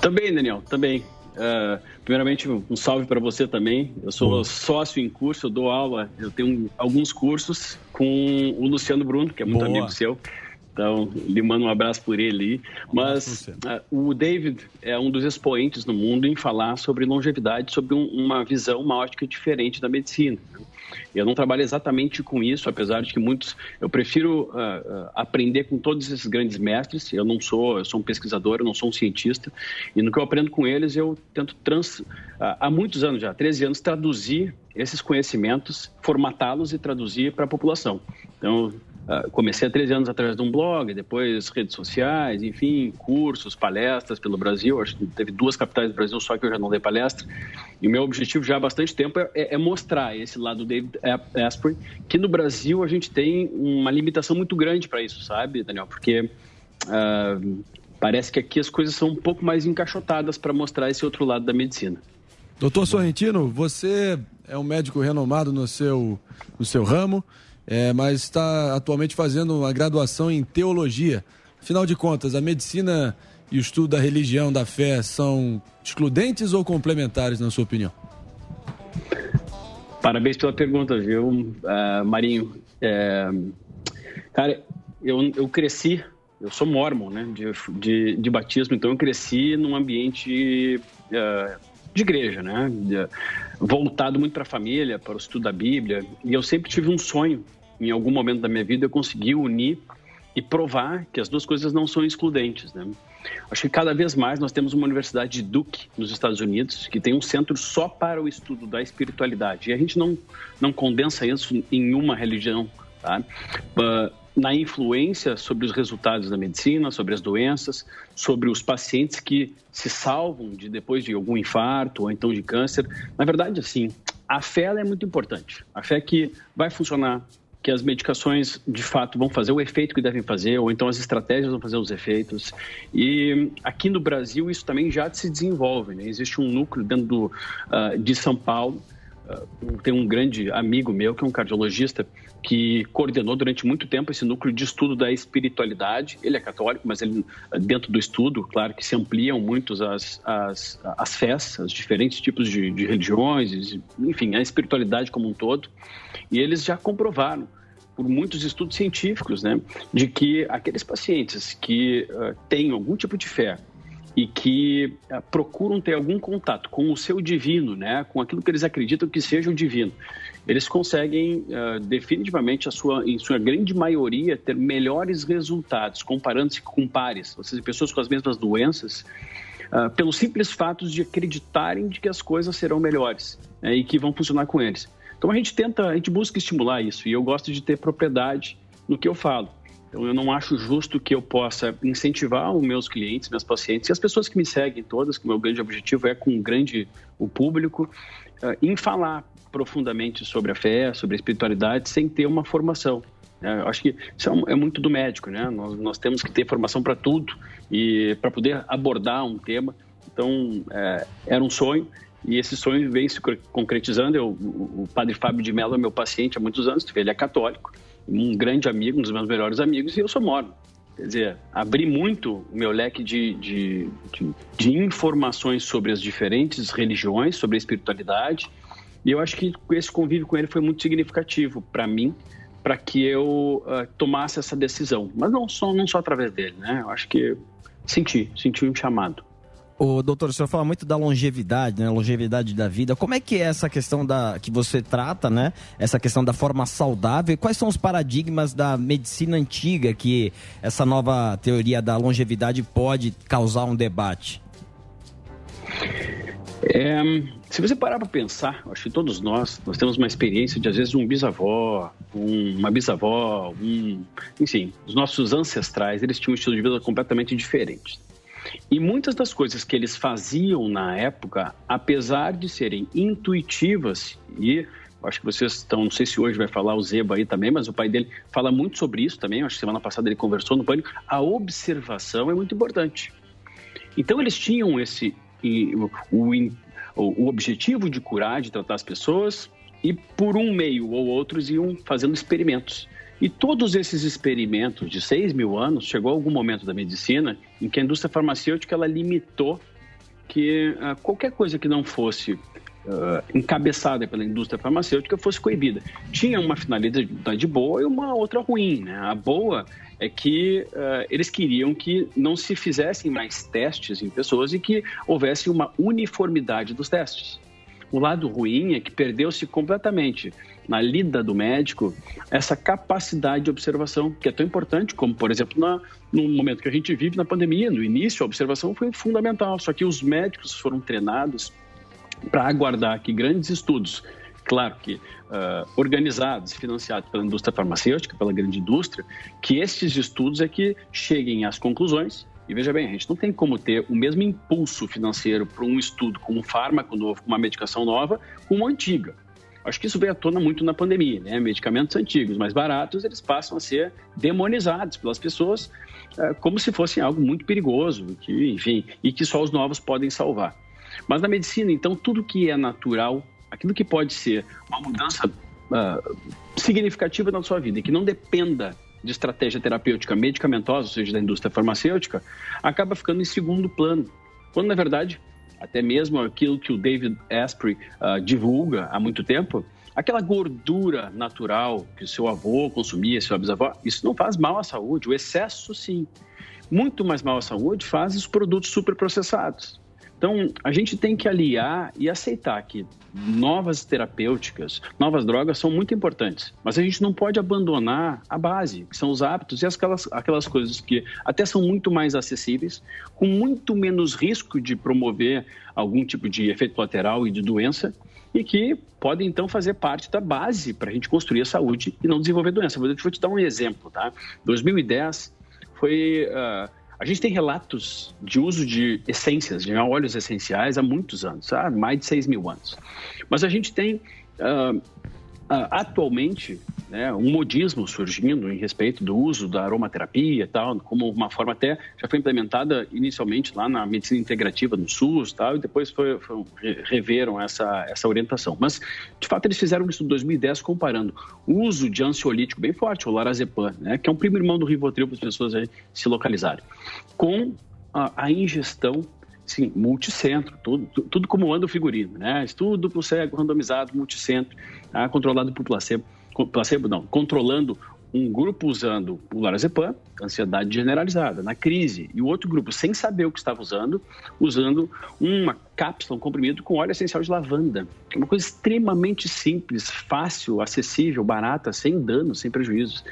Speaker 3: Também, Daniel, também. Ah, primeiramente, um salve para você também. Eu sou sócio em curso, eu dou aula, eu tenho alguns cursos com o Luciano Bruno, que é muito
Speaker 5: Boa.
Speaker 3: amigo seu. Então, lhe mando um abraço por ele aí. Mas ah, o David é um dos expoentes no mundo em falar sobre longevidade, sobre um- uma visão, uma ótica diferente da medicina. Eu não trabalho exatamente com isso, apesar de que muitos. Eu prefiro ah, ah, aprender com todos esses grandes mestres. Eu não sou, eu sou um pesquisador, eu não sou um cientista. E no que eu aprendo com eles, eu tento trans. ah, há muitos anos já, 13 anos, traduzir esses conhecimentos, formatá-los e traduzir para a população. Então, ah, comecei há 13 anos através de um blog, depois redes sociais, enfim, cursos, palestras pelo Brasil. Acho que teve duas capitais do Brasil só que eu já não dei palestra. E o meu objetivo já há bastante tempo é, é mostrar esse lado do David Asprey, que no Brasil a gente tem uma limitação muito grande para isso, sabe, Daniel? Porque ah, parece que aqui as coisas são um pouco mais encaixotadas para mostrar esse outro lado da medicina.
Speaker 13: Doutor Sorrentino, você é um médico renomado no seu, no seu ramo, é, mas está atualmente fazendo uma graduação em teologia. Afinal de contas, a medicina e o estudo da religião, da fé, são excludentes ou complementares, na sua opinião?
Speaker 3: Parabéns pela pergunta, viu, ah, Marinho? É, cara, eu, eu cresci, eu sou mormon, né, de, de, de batismo, então eu cresci num ambiente ah, de igreja, né, de- voltado muito para a família, para o estudo da Bíblia, e eu sempre tive um sonho, em algum momento da minha vida, eu consegui unir e provar que as duas coisas não são excludentes, né? Acho que cada vez mais nós temos uma universidade de Duke nos Estados Unidos que tem um centro só para o estudo da espiritualidade. E a gente não, não condensa isso em uma religião, tá? Ah, na influência sobre os resultados da medicina, sobre as doenças, sobre os pacientes que se salvam de depois de algum infarto ou então de câncer. Na verdade, assim, a fé ela é muito importante. A fé que é vai funcionar que as medicações de fato vão fazer o efeito que devem fazer, ou então as estratégias vão fazer os efeitos. E aqui no Brasil isso também já se desenvolve. Né? Existe um núcleo dentro do, ah, de São Paulo. ah, tem um grande amigo meu que é um cardiologista que coordenou durante muito tempo esse núcleo de estudo da espiritualidade. Ele é católico, mas ele ah, dentro do estudo, claro que se ampliam muitos as, as, as fés, os diferentes tipos de, de religiões, enfim, a espiritualidade como um todo. E eles já comprovaram, por muitos estudos científicos, né, de que aqueles pacientes que ah, têm algum tipo de fé e que ah, procuram ter algum contato com o seu divino, né, com aquilo que eles acreditam que seja o divino, eles conseguem ah, definitivamente, a sua, em sua grande maioria, ter melhores resultados comparando-se com pares, ou seja, pessoas com as mesmas doenças, ah, pelo simples fato de acreditarem de que as coisas serão melhores né, e que vão funcionar com eles. Então a gente tenta, a gente busca estimular isso e eu gosto de ter propriedade no que eu falo. Então eu não acho justo que eu possa incentivar os meus clientes, meus pacientes e as pessoas que me seguem todas, que o meu grande objetivo é com o grande o público, eh, em falar profundamente sobre a fé, sobre a espiritualidade, sem ter uma formação. né? Eu acho que isso é um- é muito do médico, né? Nós, nós temos que ter formação para tudo e para poder abordar um tema. Então, eh, era um sonho e esse sonho vem se cr- concretizando. Eu, o o padre Fábio de Mello é meu paciente há muitos anos, ele é católico, um grande amigo, um dos meus melhores amigos, e eu sou morno. Quer dizer, abri muito o meu leque de, de, de, de informações sobre as diferentes religiões, sobre a espiritualidade, e eu acho que esse convívio com ele foi muito significativo para mim, para que eu ah, tomasse essa decisão. Mas não só, não só através dele, né? Eu acho que senti, senti um chamado.
Speaker 16: O doutor, o senhor fala muito da longevidade, né? Longevidade da vida. Como é que é essa questão da que você trata, né? Essa questão da forma saudável. E Quais são os paradigmas da medicina antiga que essa nova teoria da longevidade pode causar um debate?
Speaker 3: É, se você parar para pensar, eu acho que todos nós, nós temos uma experiência de, às vezes, um bisavó, um- uma bisavó, um, enfim, os nossos ancestrais, eles tinham um estilo de vida completamente diferente. E muitas das coisas que eles faziam na época, apesar de serem intuitivas, e eu acho que vocês estão, não sei se hoje vai falar o Zeba aí também, mas o pai dele fala muito sobre isso também, eu acho que semana passada ele conversou no Pânico, a observação é muito importante. Então eles tinham esse e o, o in- o- o objetivo de curar, de tratar as pessoas, e por um meio ou outro eles iam fazendo experimentos. E todos esses experimentos de 6 mil anos, chegou algum momento da medicina em que a indústria farmacêutica ela limitou que ah, qualquer coisa que não fosse ah, encabeçada pela indústria farmacêutica fosse coibida. Tinha uma finalidade boa e uma outra ruim. Né? A boa é que ah, eles queriam que não se fizessem mais testes em pessoas e que houvesse uma uniformidade dos testes. O lado ruim é que perdeu-se completamente na lida do médico essa capacidade de observação, que é tão importante como, por exemplo, na, no momento que a gente vive na pandemia. No início, a observação foi fundamental, só que os médicos foram treinados para aguardar que grandes estudos, claro que ah, organizados, financiados pela indústria farmacêutica, pela grande indústria, que estes estudos é que cheguem às conclusões. E veja bem, a gente não tem como ter o mesmo impulso financeiro para um estudo com um fármaco novo, com uma medicação nova, com uma antiga. Acho que isso veio à tona muito na pandemia, né? Medicamentos antigos, mais baratos, eles passam a ser demonizados pelas pessoas ah, como se fossem algo muito perigoso, que, enfim, e que só os novos podem salvar. Mas na medicina, então, tudo que é natural, aquilo que pode ser uma mudança ah, significativa na sua vida, e que não dependa de estratégia terapêutica medicamentosa, ou seja, da indústria farmacêutica, acaba ficando em segundo plano. Quando, na verdade, até mesmo aquilo que o David Asprey ah, divulga há muito tempo, aquela gordura natural que o seu avô consumia, seu bisavó, isso não faz mal à saúde, o excesso sim. Muito mais mal à saúde faz os produtos superprocessados. Então, a gente tem que aliar e aceitar que novas terapêuticas, novas drogas são muito importantes, mas a gente não pode abandonar a base, que são os hábitos e aquelas, aquelas coisas que até são muito mais acessíveis, com muito menos risco de promover algum tipo de efeito colateral e de doença, e que podem então fazer parte da base para a gente construir a saúde e não desenvolver doença. Vou- Deixa eu te dar um exemplo, tá? 2010, foi. ah, a gente tem relatos de uso de essências, de óleos essenciais, há muitos anos, há mais de 6 mil anos. Mas a gente tem ah, ah, atualmente, né, um modismo surgindo em respeito do uso da aromaterapia e tal, como uma forma até já foi implementada inicialmente lá na medicina integrativa no SUS e tal, e depois foi, foi- re- reveram essa, essa orientação. Mas, de fato, eles fizeram isso em 2010 comparando o uso de ansiolítico bem forte, o Larazepam, né, que é um primo irmão do Rivotril para as pessoas aí se localizarem, com a, a ingestão Sim, multicentro, tudo, tu- tudo como anda o figurino, né? Estudo duplo cego, randomizado, multicentro, tá? controlado por placebo, co- placebo não, controlando um grupo usando o Larazepam, ansiedade generalizada, na crise, e o outro grupo, sem saber o que estava usando, usando uma cápsula, um comprimido com óleo essencial de lavanda. É Uma coisa extremamente simples, fácil, acessível, barata, sem danos, sem prejuízos.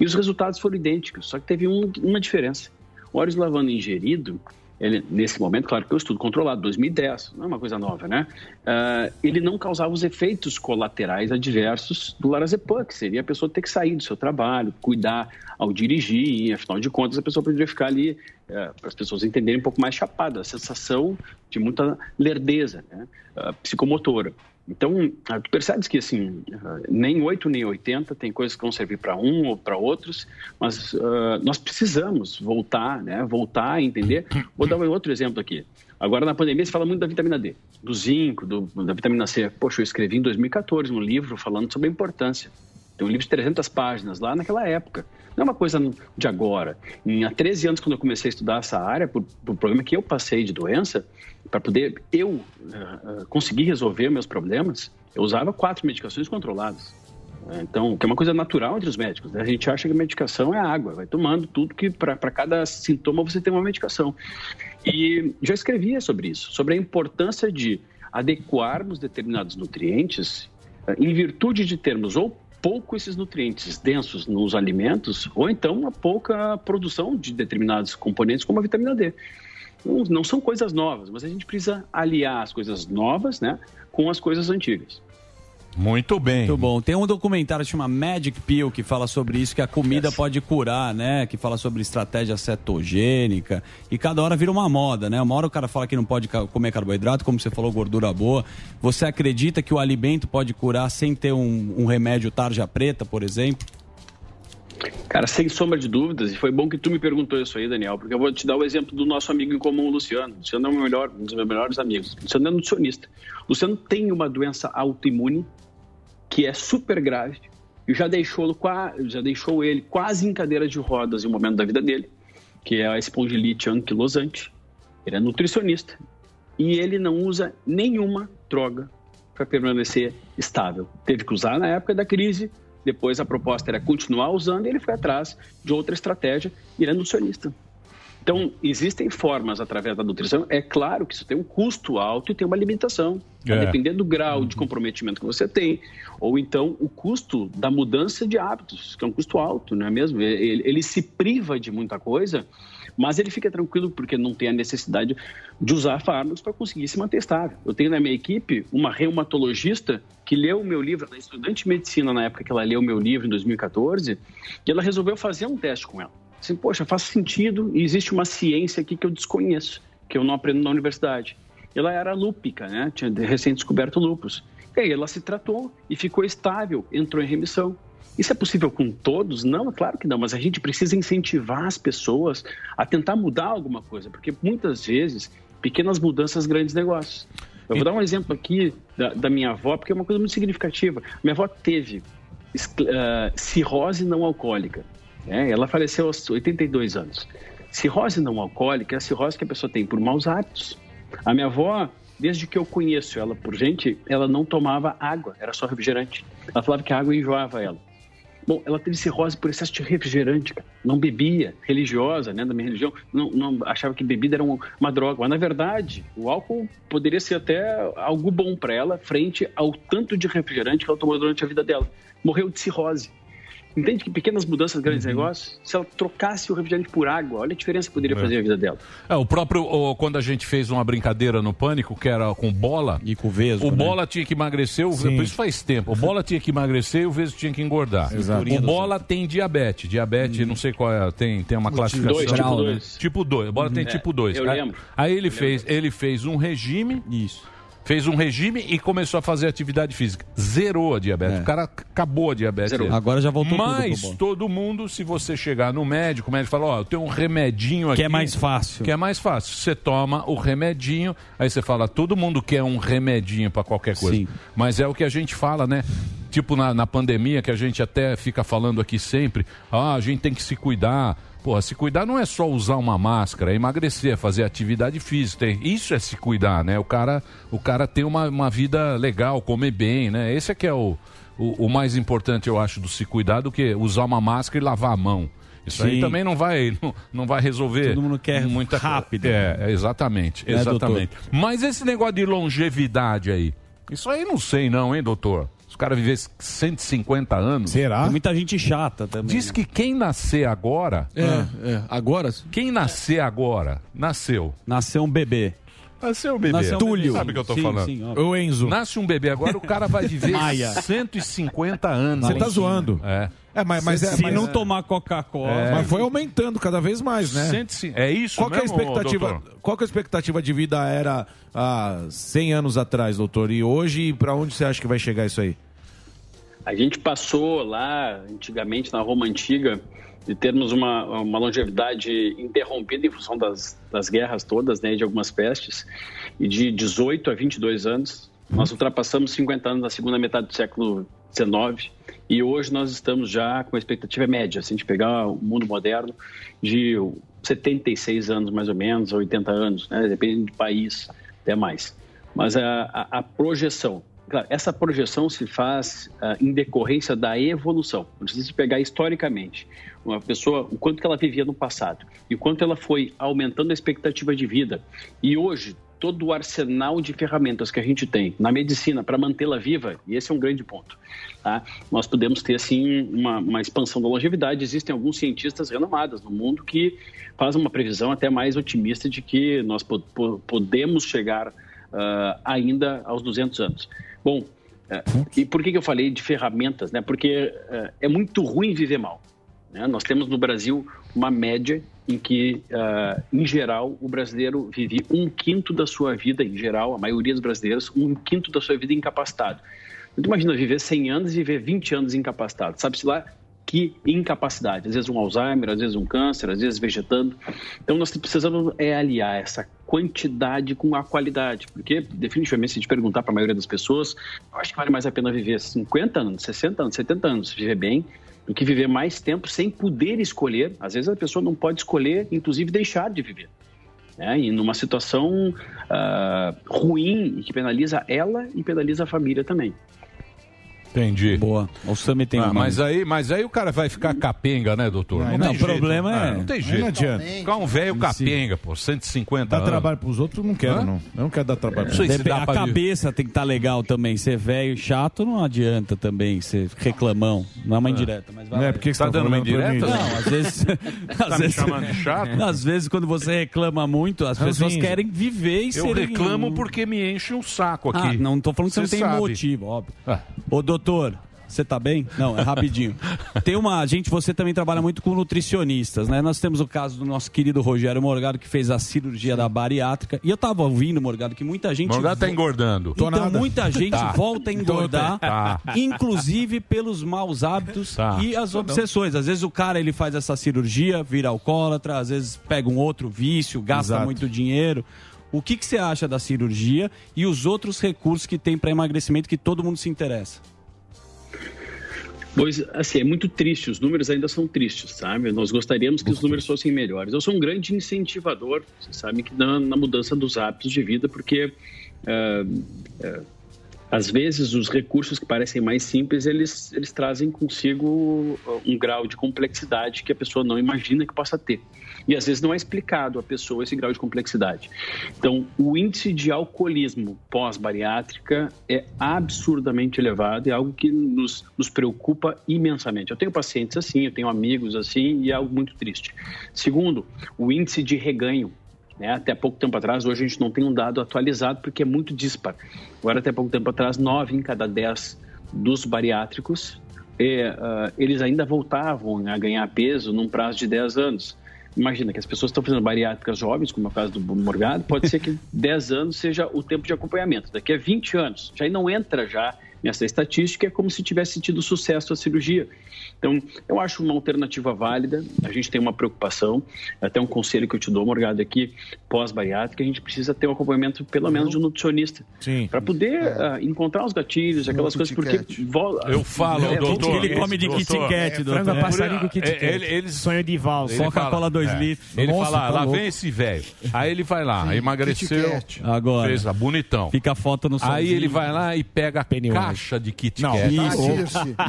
Speaker 3: E os resultados foram idênticos, só que teve um- uma diferença. O óleo de lavanda ingerido, ele, nesse momento, claro que é um estudo controlado, 2010, não é uma coisa nova, né? Ah, ele não causava os efeitos colaterais adversos do Larazepam, que seria a pessoa ter que sair do seu trabalho, cuidar ao dirigir, e, afinal de contas, a pessoa poderia ficar ali, eh, para as pessoas entenderem um pouco mais chapada, a sensação de muita lerdeza né? Ah, psicomotora. Então, ah, tu percebes que assim, ah, nem 8 nem 80, tem coisas que vão servir para um ou para outros, mas ah, nós precisamos voltar, né? Voltar a entender. Vou dar um outro exemplo aqui. Agora na pandemia se fala muito da vitamina D, do zinco, do- da vitamina C. Poxa, eu escrevi em 2014 um livro falando sobre a importância. Tem um livro de 300 páginas lá naquela época. Não é uma coisa de agora. Em, há 13 anos, quando eu comecei a estudar essa área, por, por um problema que eu passei de doença, para poder eu ah, ah, conseguir resolver meus problemas, eu usava quatro medicações controladas. É, Então, que é uma coisa natural entre os médicos. né? A gente acha que a medicação é água, vai tomando tudo que para cada sintoma você tem uma medicação. E já escrevia sobre isso, sobre a importância de adequarmos determinados nutrientes eh, em virtude de termos ou pouco esses nutrientes densos nos alimentos, ou então uma pouca produção de determinados componentes, como a vitamina D. Não, não são coisas novas, mas a gente precisa aliar as coisas novas né, com as coisas antigas.
Speaker 6: Muito bem.
Speaker 8: Muito bom. Tem um documentário que chama Magic Pill que fala sobre isso, que a comida pode curar, né? Que fala sobre estratégia cetogênica. E cada hora vira uma moda, né? Uma hora o cara fala que não pode ca- comer carboidrato, como você falou, gordura boa. Você acredita que o alimento pode curar sem ter um, um remédio tarja preta, por exemplo?
Speaker 3: Cara, sem sombra de dúvidas, e foi bom que tu me perguntou isso aí, Daniel, porque eu vou te dar o exemplo do nosso amigo em comum, o Luciano. O Luciano é o meu melhor, um dos meus melhores amigos. O Luciano é nutricionista. O Luciano tem uma doença autoimune que é super grave e já deixou, já deixou ele quase em cadeira de rodas em um momento da vida dele, que é a espondilite anquilosante. Ele é nutricionista e ele não usa nenhuma droga para permanecer estável. Teve que usar na época da crise, depois a proposta era continuar usando e ele foi atrás de outra estratégia e ele é nutricionista. Então, existem formas através da nutrição. É claro que isso tem um custo alto e tem uma limitação. Tá?
Speaker 5: É.
Speaker 3: Dependendo do grau de comprometimento que você tem, ou então o custo da mudança de hábitos, que é um custo alto, não é mesmo? Ele, ele se priva de muita coisa, mas ele fica tranquilo porque não tem a necessidade de usar fármacos para conseguir se manter estável. Eu tenho na minha equipe uma reumatologista que leu o meu livro, ela é estudante de medicina na época que ela leu o meu livro, em 2014, e ela resolveu fazer um teste com ela. Assim, poxa, faz sentido e existe uma ciência aqui que eu desconheço, que eu não aprendo na universidade. Ela era lúpica, né? Tinha de- recém descoberto lúpus. E aí ela se tratou e ficou estável, entrou em remissão. Isso é possível com todos? Não, é claro que não, mas a gente precisa incentivar as pessoas a tentar mudar alguma coisa, porque muitas vezes pequenas mudanças, grandes negócios. Eu vou dar um exemplo aqui da, da minha avó, porque é uma coisa muito significativa. Minha avó teve escle- ah, cirrose não alcoólica. né? Ela faleceu aos 82 anos. Cirrose não alcoólica é a cirrose que a pessoa tem por maus hábitos. A minha avó, desde que eu conheço ela por gente, ela não tomava água, era só refrigerante. Ela falava que a água enjoava ela. Bom, ela teve cirrose por excesso de refrigerante, cara. Não bebia, religiosa, né, da minha religião, não, não achava que bebida era um- uma droga. Mas, na verdade, o álcool poderia ser até algo bom para ela, frente ao tanto de refrigerante que ela tomou durante a vida dela. Morreu de cirrose. Entende que pequenas mudanças, grandes negócios, se ela trocasse o refrigerante por água, olha a diferença que poderia fazer a vida dela.
Speaker 6: É, o próprio, o- quando a gente fez uma brincadeira no Pânico, que era com bola.
Speaker 8: E com o Vesgo. né?
Speaker 6: O bola tinha que emagrecer, o,
Speaker 8: Sim.
Speaker 6: por isso faz tempo. O bola tinha que emagrecer e o Vesgo tinha que engordar.
Speaker 8: Exato.
Speaker 6: O bola tem diabetes. Diabetes, não sei qual é, tem, tem uma
Speaker 8: Tipo
Speaker 6: classificação.
Speaker 8: dois,
Speaker 6: Tipo
Speaker 8: tipo dois.
Speaker 6: 2. O bola tem
Speaker 8: É,
Speaker 6: tipo 2.
Speaker 8: eu
Speaker 6: aí,
Speaker 8: lembro.
Speaker 6: Aí ele fez, ele fez um regime.
Speaker 8: Isso.
Speaker 6: fez um regime e começou a fazer atividade física. Zerou a diabetes. O cara acabou a diabetes.
Speaker 13: Zerou.
Speaker 6: dele.
Speaker 13: Agora já voltou tudo pro
Speaker 6: Mas
Speaker 13: bom.
Speaker 6: todo mundo, se você chegar no médico, o médico fala: Ó, eu tenho um remedinho aqui.
Speaker 13: Que é mais fácil.
Speaker 6: Que é mais fácil. Você toma o remedinho, aí você fala: todo mundo quer um remedinho para qualquer coisa. Mas é o que a gente fala, né? Tipo na, na pandemia, que a gente até fica falando aqui sempre: ah, a gente tem que se cuidar. Porra, se cuidar não é só usar uma máscara, é emagrecer, é fazer atividade física. Tem- Isso é se cuidar, né? O cara, o cara tem uma, uma vida legal, comer bem, né? Esse é que é o, o, o mais importante, eu acho, do se cuidar do que usar uma máscara e lavar a mão. Isso aí
Speaker 4: Sim.
Speaker 6: também não vai, não, não vai resolver.
Speaker 4: Todo mundo quer
Speaker 6: muita rápido. É, é, exatamente,
Speaker 4: Né,
Speaker 6: exatamente. Mas esse negócio de longevidade aí, isso aí não sei não, hein, doutor? Os caras viver 150 anos.
Speaker 7: Será?
Speaker 6: Tem muita gente chata também. Diz que quem nascer agora. É,
Speaker 13: é. Agora?
Speaker 6: Quem nascer agora, nasceu.
Speaker 8: Nasceu um bebê.
Speaker 6: Nasceu um bebê.
Speaker 8: Nasceu um bebê.
Speaker 6: Túlio. Sabe o que eu tô
Speaker 8: Sim,
Speaker 6: falando?
Speaker 8: sim,
Speaker 7: óbvio. Ô, Enzo.
Speaker 6: Nasce um bebê agora, o cara vai viver
Speaker 8: Maia.
Speaker 6: 150 anos.
Speaker 7: Você tá zoando.
Speaker 6: É.
Speaker 7: É, mas, mas é-
Speaker 8: se
Speaker 7: mas-
Speaker 8: não tomar Coca-Cola.
Speaker 7: É. Mas foi aumentando cada vez mais, né?
Speaker 6: 105. É isso
Speaker 7: qual que é a
Speaker 6: mesmo,
Speaker 7: expectativa?
Speaker 6: doutor?
Speaker 7: Qual que é a expectativa de vida era há 100 anos atrás, doutor? E hoje, pra onde você acha que vai chegar isso aí?
Speaker 3: A gente passou lá, antigamente, na Roma Antiga, de termos uma, uma longevidade interrompida em função das, das guerras todas, né, e de algumas pestes, e de 18 a 22 anos. Nós ultrapassamos 50 anos na segunda metade do século XIX, e hoje nós estamos já com a expectativa média, se a gente pegar o mundo moderno, de 76 anos mais ou menos, 80 anos, né, depende do país, até mais mas a, a- a projeção. Claro, essa projeção se faz ah, em decorrência da evolução. Precisa pegar historicamente uma pessoa, o quanto que ela vivia no passado e o quanto ela foi aumentando a expectativa de vida. E hoje, todo o arsenal de ferramentas que a gente tem na medicina para mantê-la viva, e esse é um grande ponto, tá? nós podemos ter assim uma, uma expansão da longevidade. Existem alguns cientistas renomados no mundo que fazem uma previsão até mais otimista de que nós po- po- podemos chegar ah, ainda aos 200 anos. Bom, eh, e por que, que eu falei de ferramentas? Né? Porque eh, é muito ruim viver mal. né? Nós temos no Brasil uma média em que, ah, em geral, o brasileiro vive um quinto da sua vida, em geral, a maioria dos brasileiros, um quinto da sua vida incapacitado. Então, imagina viver 100 anos e viver 20 anos incapacitado. Sabe-se lá que incapacidade. Às vezes um Alzheimer, às vezes um câncer, às vezes vegetando. Então nós precisamos é aliar essa quantidade com a qualidade, porque definitivamente se a gente perguntar para a maioria das pessoas, eu acho que vale mais a pena viver 50 anos, 60 anos, 70 anos, viver bem, do que viver mais tempo sem poder escolher. Às vezes a pessoa não pode escolher, inclusive deixar de viver né? E numa situação ah, ruim e que penaliza ela e penaliza a família também.
Speaker 6: Entendi.
Speaker 8: Boa. O Sami tem um
Speaker 6: Ah,
Speaker 8: uma.
Speaker 6: mas aí, mas aí o cara vai ficar capenga, né, doutor?
Speaker 8: Hum. Não, o problema
Speaker 6: Ah,
Speaker 8: é-
Speaker 6: não tem
Speaker 8: Aí
Speaker 6: jeito.
Speaker 8: não adianta.
Speaker 6: Ficar um velho capenga, pô, 150
Speaker 7: Dar
Speaker 6: anos.
Speaker 7: trabalho pros outros? Não quero,
Speaker 6: Hã?
Speaker 7: não. Eu Ah. não quero dar trabalho
Speaker 6: Não
Speaker 7: pros
Speaker 6: sei se
Speaker 7: outros.
Speaker 8: É. Depende-
Speaker 6: dá
Speaker 8: a
Speaker 6: pra-
Speaker 8: cabeça tem que estar legal também. Ser velho e chato não adianta também ser reclamão. Não é uma indireta, mas vai
Speaker 7: É,
Speaker 8: lá.
Speaker 7: por que que você Tá tá dando uma falando pra indireta? mim?
Speaker 8: Não, às vezes.
Speaker 6: Tá me chamando de chato?
Speaker 8: Às vezes, quando você reclama muito, as pessoas
Speaker 6: Ranzinza.
Speaker 8: querem viver e ser.
Speaker 6: Eu reclamo porque me enche um saco aqui.
Speaker 8: Ah, não tô falando que você, não tem
Speaker 6: sabe. Ah.
Speaker 8: motivo, óbvio. Ô, doutor, você tá bem? Não, é rapidinho. tem uma. Gente, você também trabalha muito com nutricionistas, né? Nós temos o caso do nosso querido Rogério Morgado, que fez a cirurgia da bariátrica. E eu tava ouvindo, Morgado, que muita gente.
Speaker 6: Morgado tá
Speaker 8: vo-
Speaker 6: engordando. Tô
Speaker 8: Então,
Speaker 6: nada.
Speaker 8: muita gente
Speaker 6: Tá.
Speaker 8: volta a engordar,
Speaker 6: Tá.
Speaker 8: inclusive pelos maus hábitos e as obsessões. Às vezes o cara ele faz essa cirurgia, vira alcoólatra, às vezes pega um outro vício, gasta
Speaker 7: Exato.
Speaker 8: muito dinheiro. O que, que você acha da cirurgia e os outros recursos que tem para emagrecimento que todo mundo se interessa?
Speaker 3: Pois, assim, é muito triste, os números ainda são tristes, sabe? Nós gostaríamos que os números fossem melhores. Eu sou um grande incentivador, vocês sabem, que na, na mudança dos hábitos de vida, porque ah, ah, às vezes os recursos que parecem mais simples, eles, eles trazem consigo ah, um grau de complexidade que a pessoa não imagina que possa ter. E às vezes não é explicado à pessoa esse grau de complexidade. Então, o índice de alcoolismo pós-bariátrica é absurdamente elevado, é algo que nos, nos preocupa imensamente. Eu tenho pacientes assim, eu tenho amigos assim, e é algo muito triste. Segundo, o índice de reganho né? Até pouco tempo atrás, hoje a gente não tem um dado atualizado porque é muito dispar. Agora, até pouco tempo atrás, nove em cada dez dos É, bariátricos, eh, ah, eles ainda voltavam a ganhar peso num prazo de 10 anos. imagina que as pessoas estão fazendo bariátricas jovens, como é o caso do Morgado, pode ser que 10 anos seja o tempo de acompanhamento. Daqui a 20 anos, já não entra já nessa estatística, é como se tivesse tido sucesso a cirurgia. Então, eu acho uma alternativa válida, a gente tem uma preocupação, até um conselho que eu te dou, Morgado, aqui, pós-bariátrica, a gente precisa ter um acompanhamento, pelo menos, de um nutricionista, para poder ah, encontrar os gatilhos, aquelas coisas, porque... vol-
Speaker 6: Eu falo,
Speaker 3: É,
Speaker 6: doutor.
Speaker 3: Ele come de
Speaker 6: doutor.
Speaker 3: Kit Kat, doutor.
Speaker 6: frango a
Speaker 3: É, é, ele-
Speaker 6: eles-
Speaker 5: Sonho de valsa.
Speaker 6: Ele fala- é. Ele
Speaker 5: Nossa,
Speaker 6: fala,
Speaker 5: tá
Speaker 6: lá
Speaker 5: louco.
Speaker 6: vem esse velho. Aí ele vai lá,
Speaker 5: Sim, Kit
Speaker 6: emagreceu.
Speaker 5: Kat.
Speaker 6: Agora. Fez lá, bonitão.
Speaker 4: Fica a foto no
Speaker 6: Aí
Speaker 4: solzinho.
Speaker 6: ele vai lá e pega a caixa de Kit
Speaker 4: Não,
Speaker 6: Kat. Tá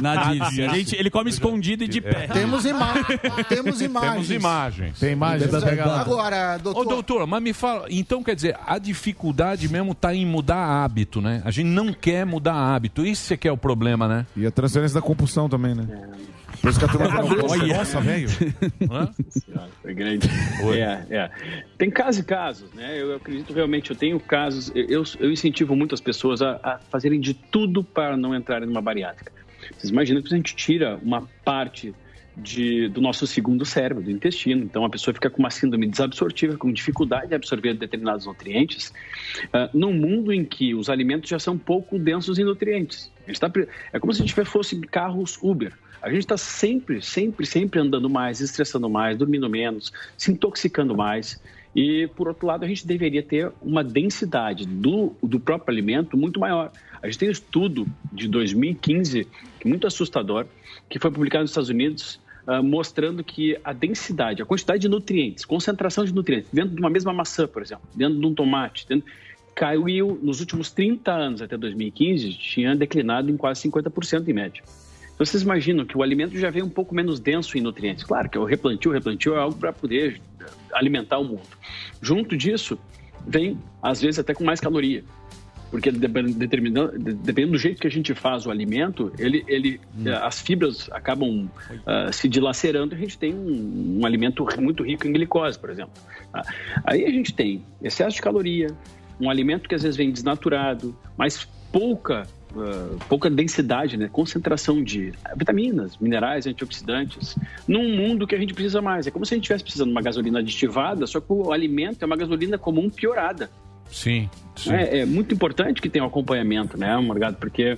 Speaker 4: Nadirce. Nadirce. A gente-
Speaker 8: Ele come escondido e
Speaker 6: É.
Speaker 8: de pé.
Speaker 11: Temos, ima temos imagens.
Speaker 6: Temos imagens. Tem
Speaker 11: imagens? Temos Pega lá. Agora,
Speaker 6: doutor. Ô, doutor, mas me fala. Então, quer dizer, a dificuldade mesmo está em mudar hábito, né? A gente não quer mudar hábito. Isso é que é o problema, né?
Speaker 7: E a transferência da compulsão também, né? Por isso que a turma fala,
Speaker 6: Olha.
Speaker 7: nossa, velho.
Speaker 3: Foi grande. É, é. Tem casos e casos, né? Eu, eu acredito realmente, eu tenho casos, eu, eu- eu incentivo muito as pessoas a, a fazerem de tudo para não entrarem numa bariátrica. Vocês imaginam que a gente tira uma parte de, do nosso segundo cérebro, do intestino, então a pessoa fica com uma síndrome desabsortiva, com dificuldade de absorver determinados nutrientes, ah, num mundo em que os alimentos já são pouco densos em nutrientes. A gente tá pre- é como se a gente fosse carros Uber. A gente está sempre, sempre, sempre andando mais, estressando mais, dormindo menos, se intoxicando mais. E, por outro lado, a gente deveria ter uma densidade do, do próprio alimento muito maior. A gente tem um estudo de 2015, é muito assustador, que foi publicado nos Estados Unidos, ah, mostrando que a densidade, a quantidade de nutrientes, concentração de nutrientes, dentro de uma mesma maçã, por exemplo, dentro de um tomate, dentro, caiu nos últimos 30 anos até 2015, tinha declinado em quase 50% em média. Então, vocês imaginam que o alimento já vem um pouco menos denso em nutrientes. Claro que o replantio, o replantio é algo para poder alimentar o mundo. Junto disso, vem, às vezes, até com mais caloria. Porque depend- determinando- de- dependendo do jeito que a gente faz o alimento, ele, ele, eh, as fibras acabam ah, se dilacerando e a gente tem um, um alimento ri- muito rico em glicose, por exemplo. Ah, Aí a gente tem excesso de caloria, um alimento que às vezes vem desnaturado, mas pouca, ah, pouca densidade, né? concentração de vitaminas, minerais, antioxidantes, num mundo que a gente precisa mais. É como se a gente estivesse precisando de uma gasolina aditivada, só que o alimento é uma gasolina comum piorada.
Speaker 6: Sim, sim.
Speaker 3: É, é muito importante que tenha um acompanhamento, né, Morgado? Porque,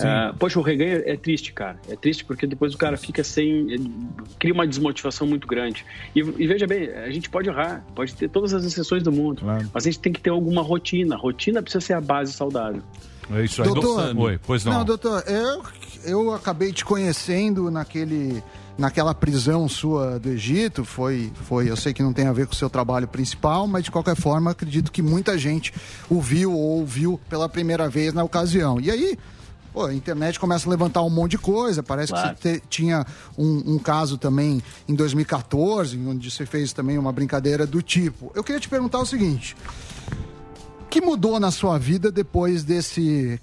Speaker 3: ah, poxa, o reganho é triste, cara. É triste porque depois o cara fica sem. ele cria uma desmotivação muito grande. E, e veja bem, a gente pode errar, pode ter todas as exceções do mundo, mas a gente tem que ter alguma rotina. Rotina precisa ser a base saudável.
Speaker 6: É isso aí.
Speaker 11: Doutor,
Speaker 6: Oi, pois não.
Speaker 11: doutor, eu, eu acabei te conhecendo naquele, naquela prisão sua do Egito. Foi, foi, eu sei que não tem a ver com o seu trabalho principal, mas de qualquer forma, acredito que muita gente o viu ou ouviu pela primeira vez na ocasião. E aí. Pô, a internet começa a levantar um monte de coisa. Parece
Speaker 23: Claro.
Speaker 11: que você te- tinha um, um caso também em 2014, onde você fez também uma brincadeira do tipo. Eu queria te perguntar o seguinte: o que mudou na sua vida depois desse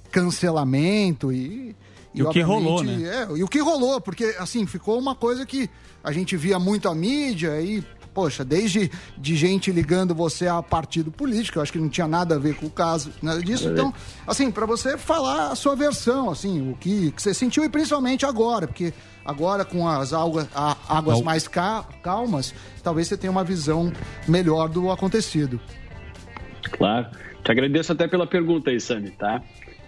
Speaker 11: cancelamento e.
Speaker 5: E o que
Speaker 11: obviamente,
Speaker 5: rolou, né?
Speaker 11: é, e o que rolou, porque assim, ficou uma coisa que a gente via muito a mídia e, poxa, desde de gente ligando você a partido político, eu acho que não tinha nada a ver com o caso, nada disso.
Speaker 23: É.
Speaker 11: Então, assim, para você falar a sua versão, assim, o que, que você sentiu e principalmente agora, porque agora com as algas- a- águas
Speaker 23: Não.
Speaker 11: mais ca- calmas, talvez você tenha uma visão melhor do acontecido.
Speaker 3: Claro. Te agradeço até pela pergunta aí, Sami, tá?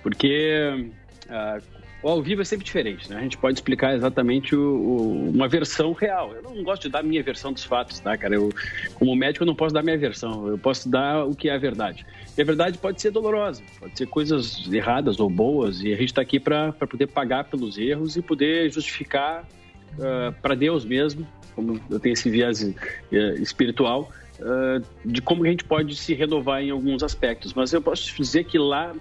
Speaker 3: Porque ah, o ao vivo é sempre diferente, né? A gente pode explicar exatamente o- o- uma versão real. Eu não gosto de dar a minha versão dos fatos, tá, cara? Eu, como médico, eu não posso dar a minha versão. Eu posso dar o que é a verdade. E a verdade pode ser dolorosa, pode ser coisas erradas ou boas, e a gente está aqui para poder pagar pelos erros e poder justificar para eh, Deus mesmo, como eu tenho esse viés eh, espiritual, ah, de como a gente pode se renovar em alguns aspectos. Mas eu posso te dizer que lá,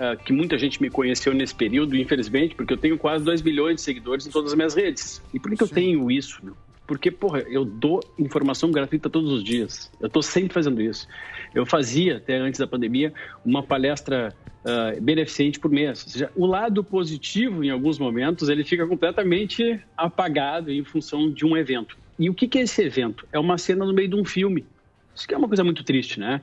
Speaker 3: ah, que muita gente me conheceu nesse período, infelizmente, porque eu tenho quase 2 milhões de seguidores em todas as minhas redes. E por que, que eu tenho isso? meu? Porque, porra, eu dou informação gratuita todos os dias. Eu estou sempre fazendo isso. Eu fazia, até antes da pandemia, uma palestra ah, beneficente por mês. Ou seja, o lado positivo, em alguns momentos, ele fica completamente apagado em função de um evento. E o que que é esse evento? É uma cena no meio de um filme. Isso que é uma coisa muito triste, né?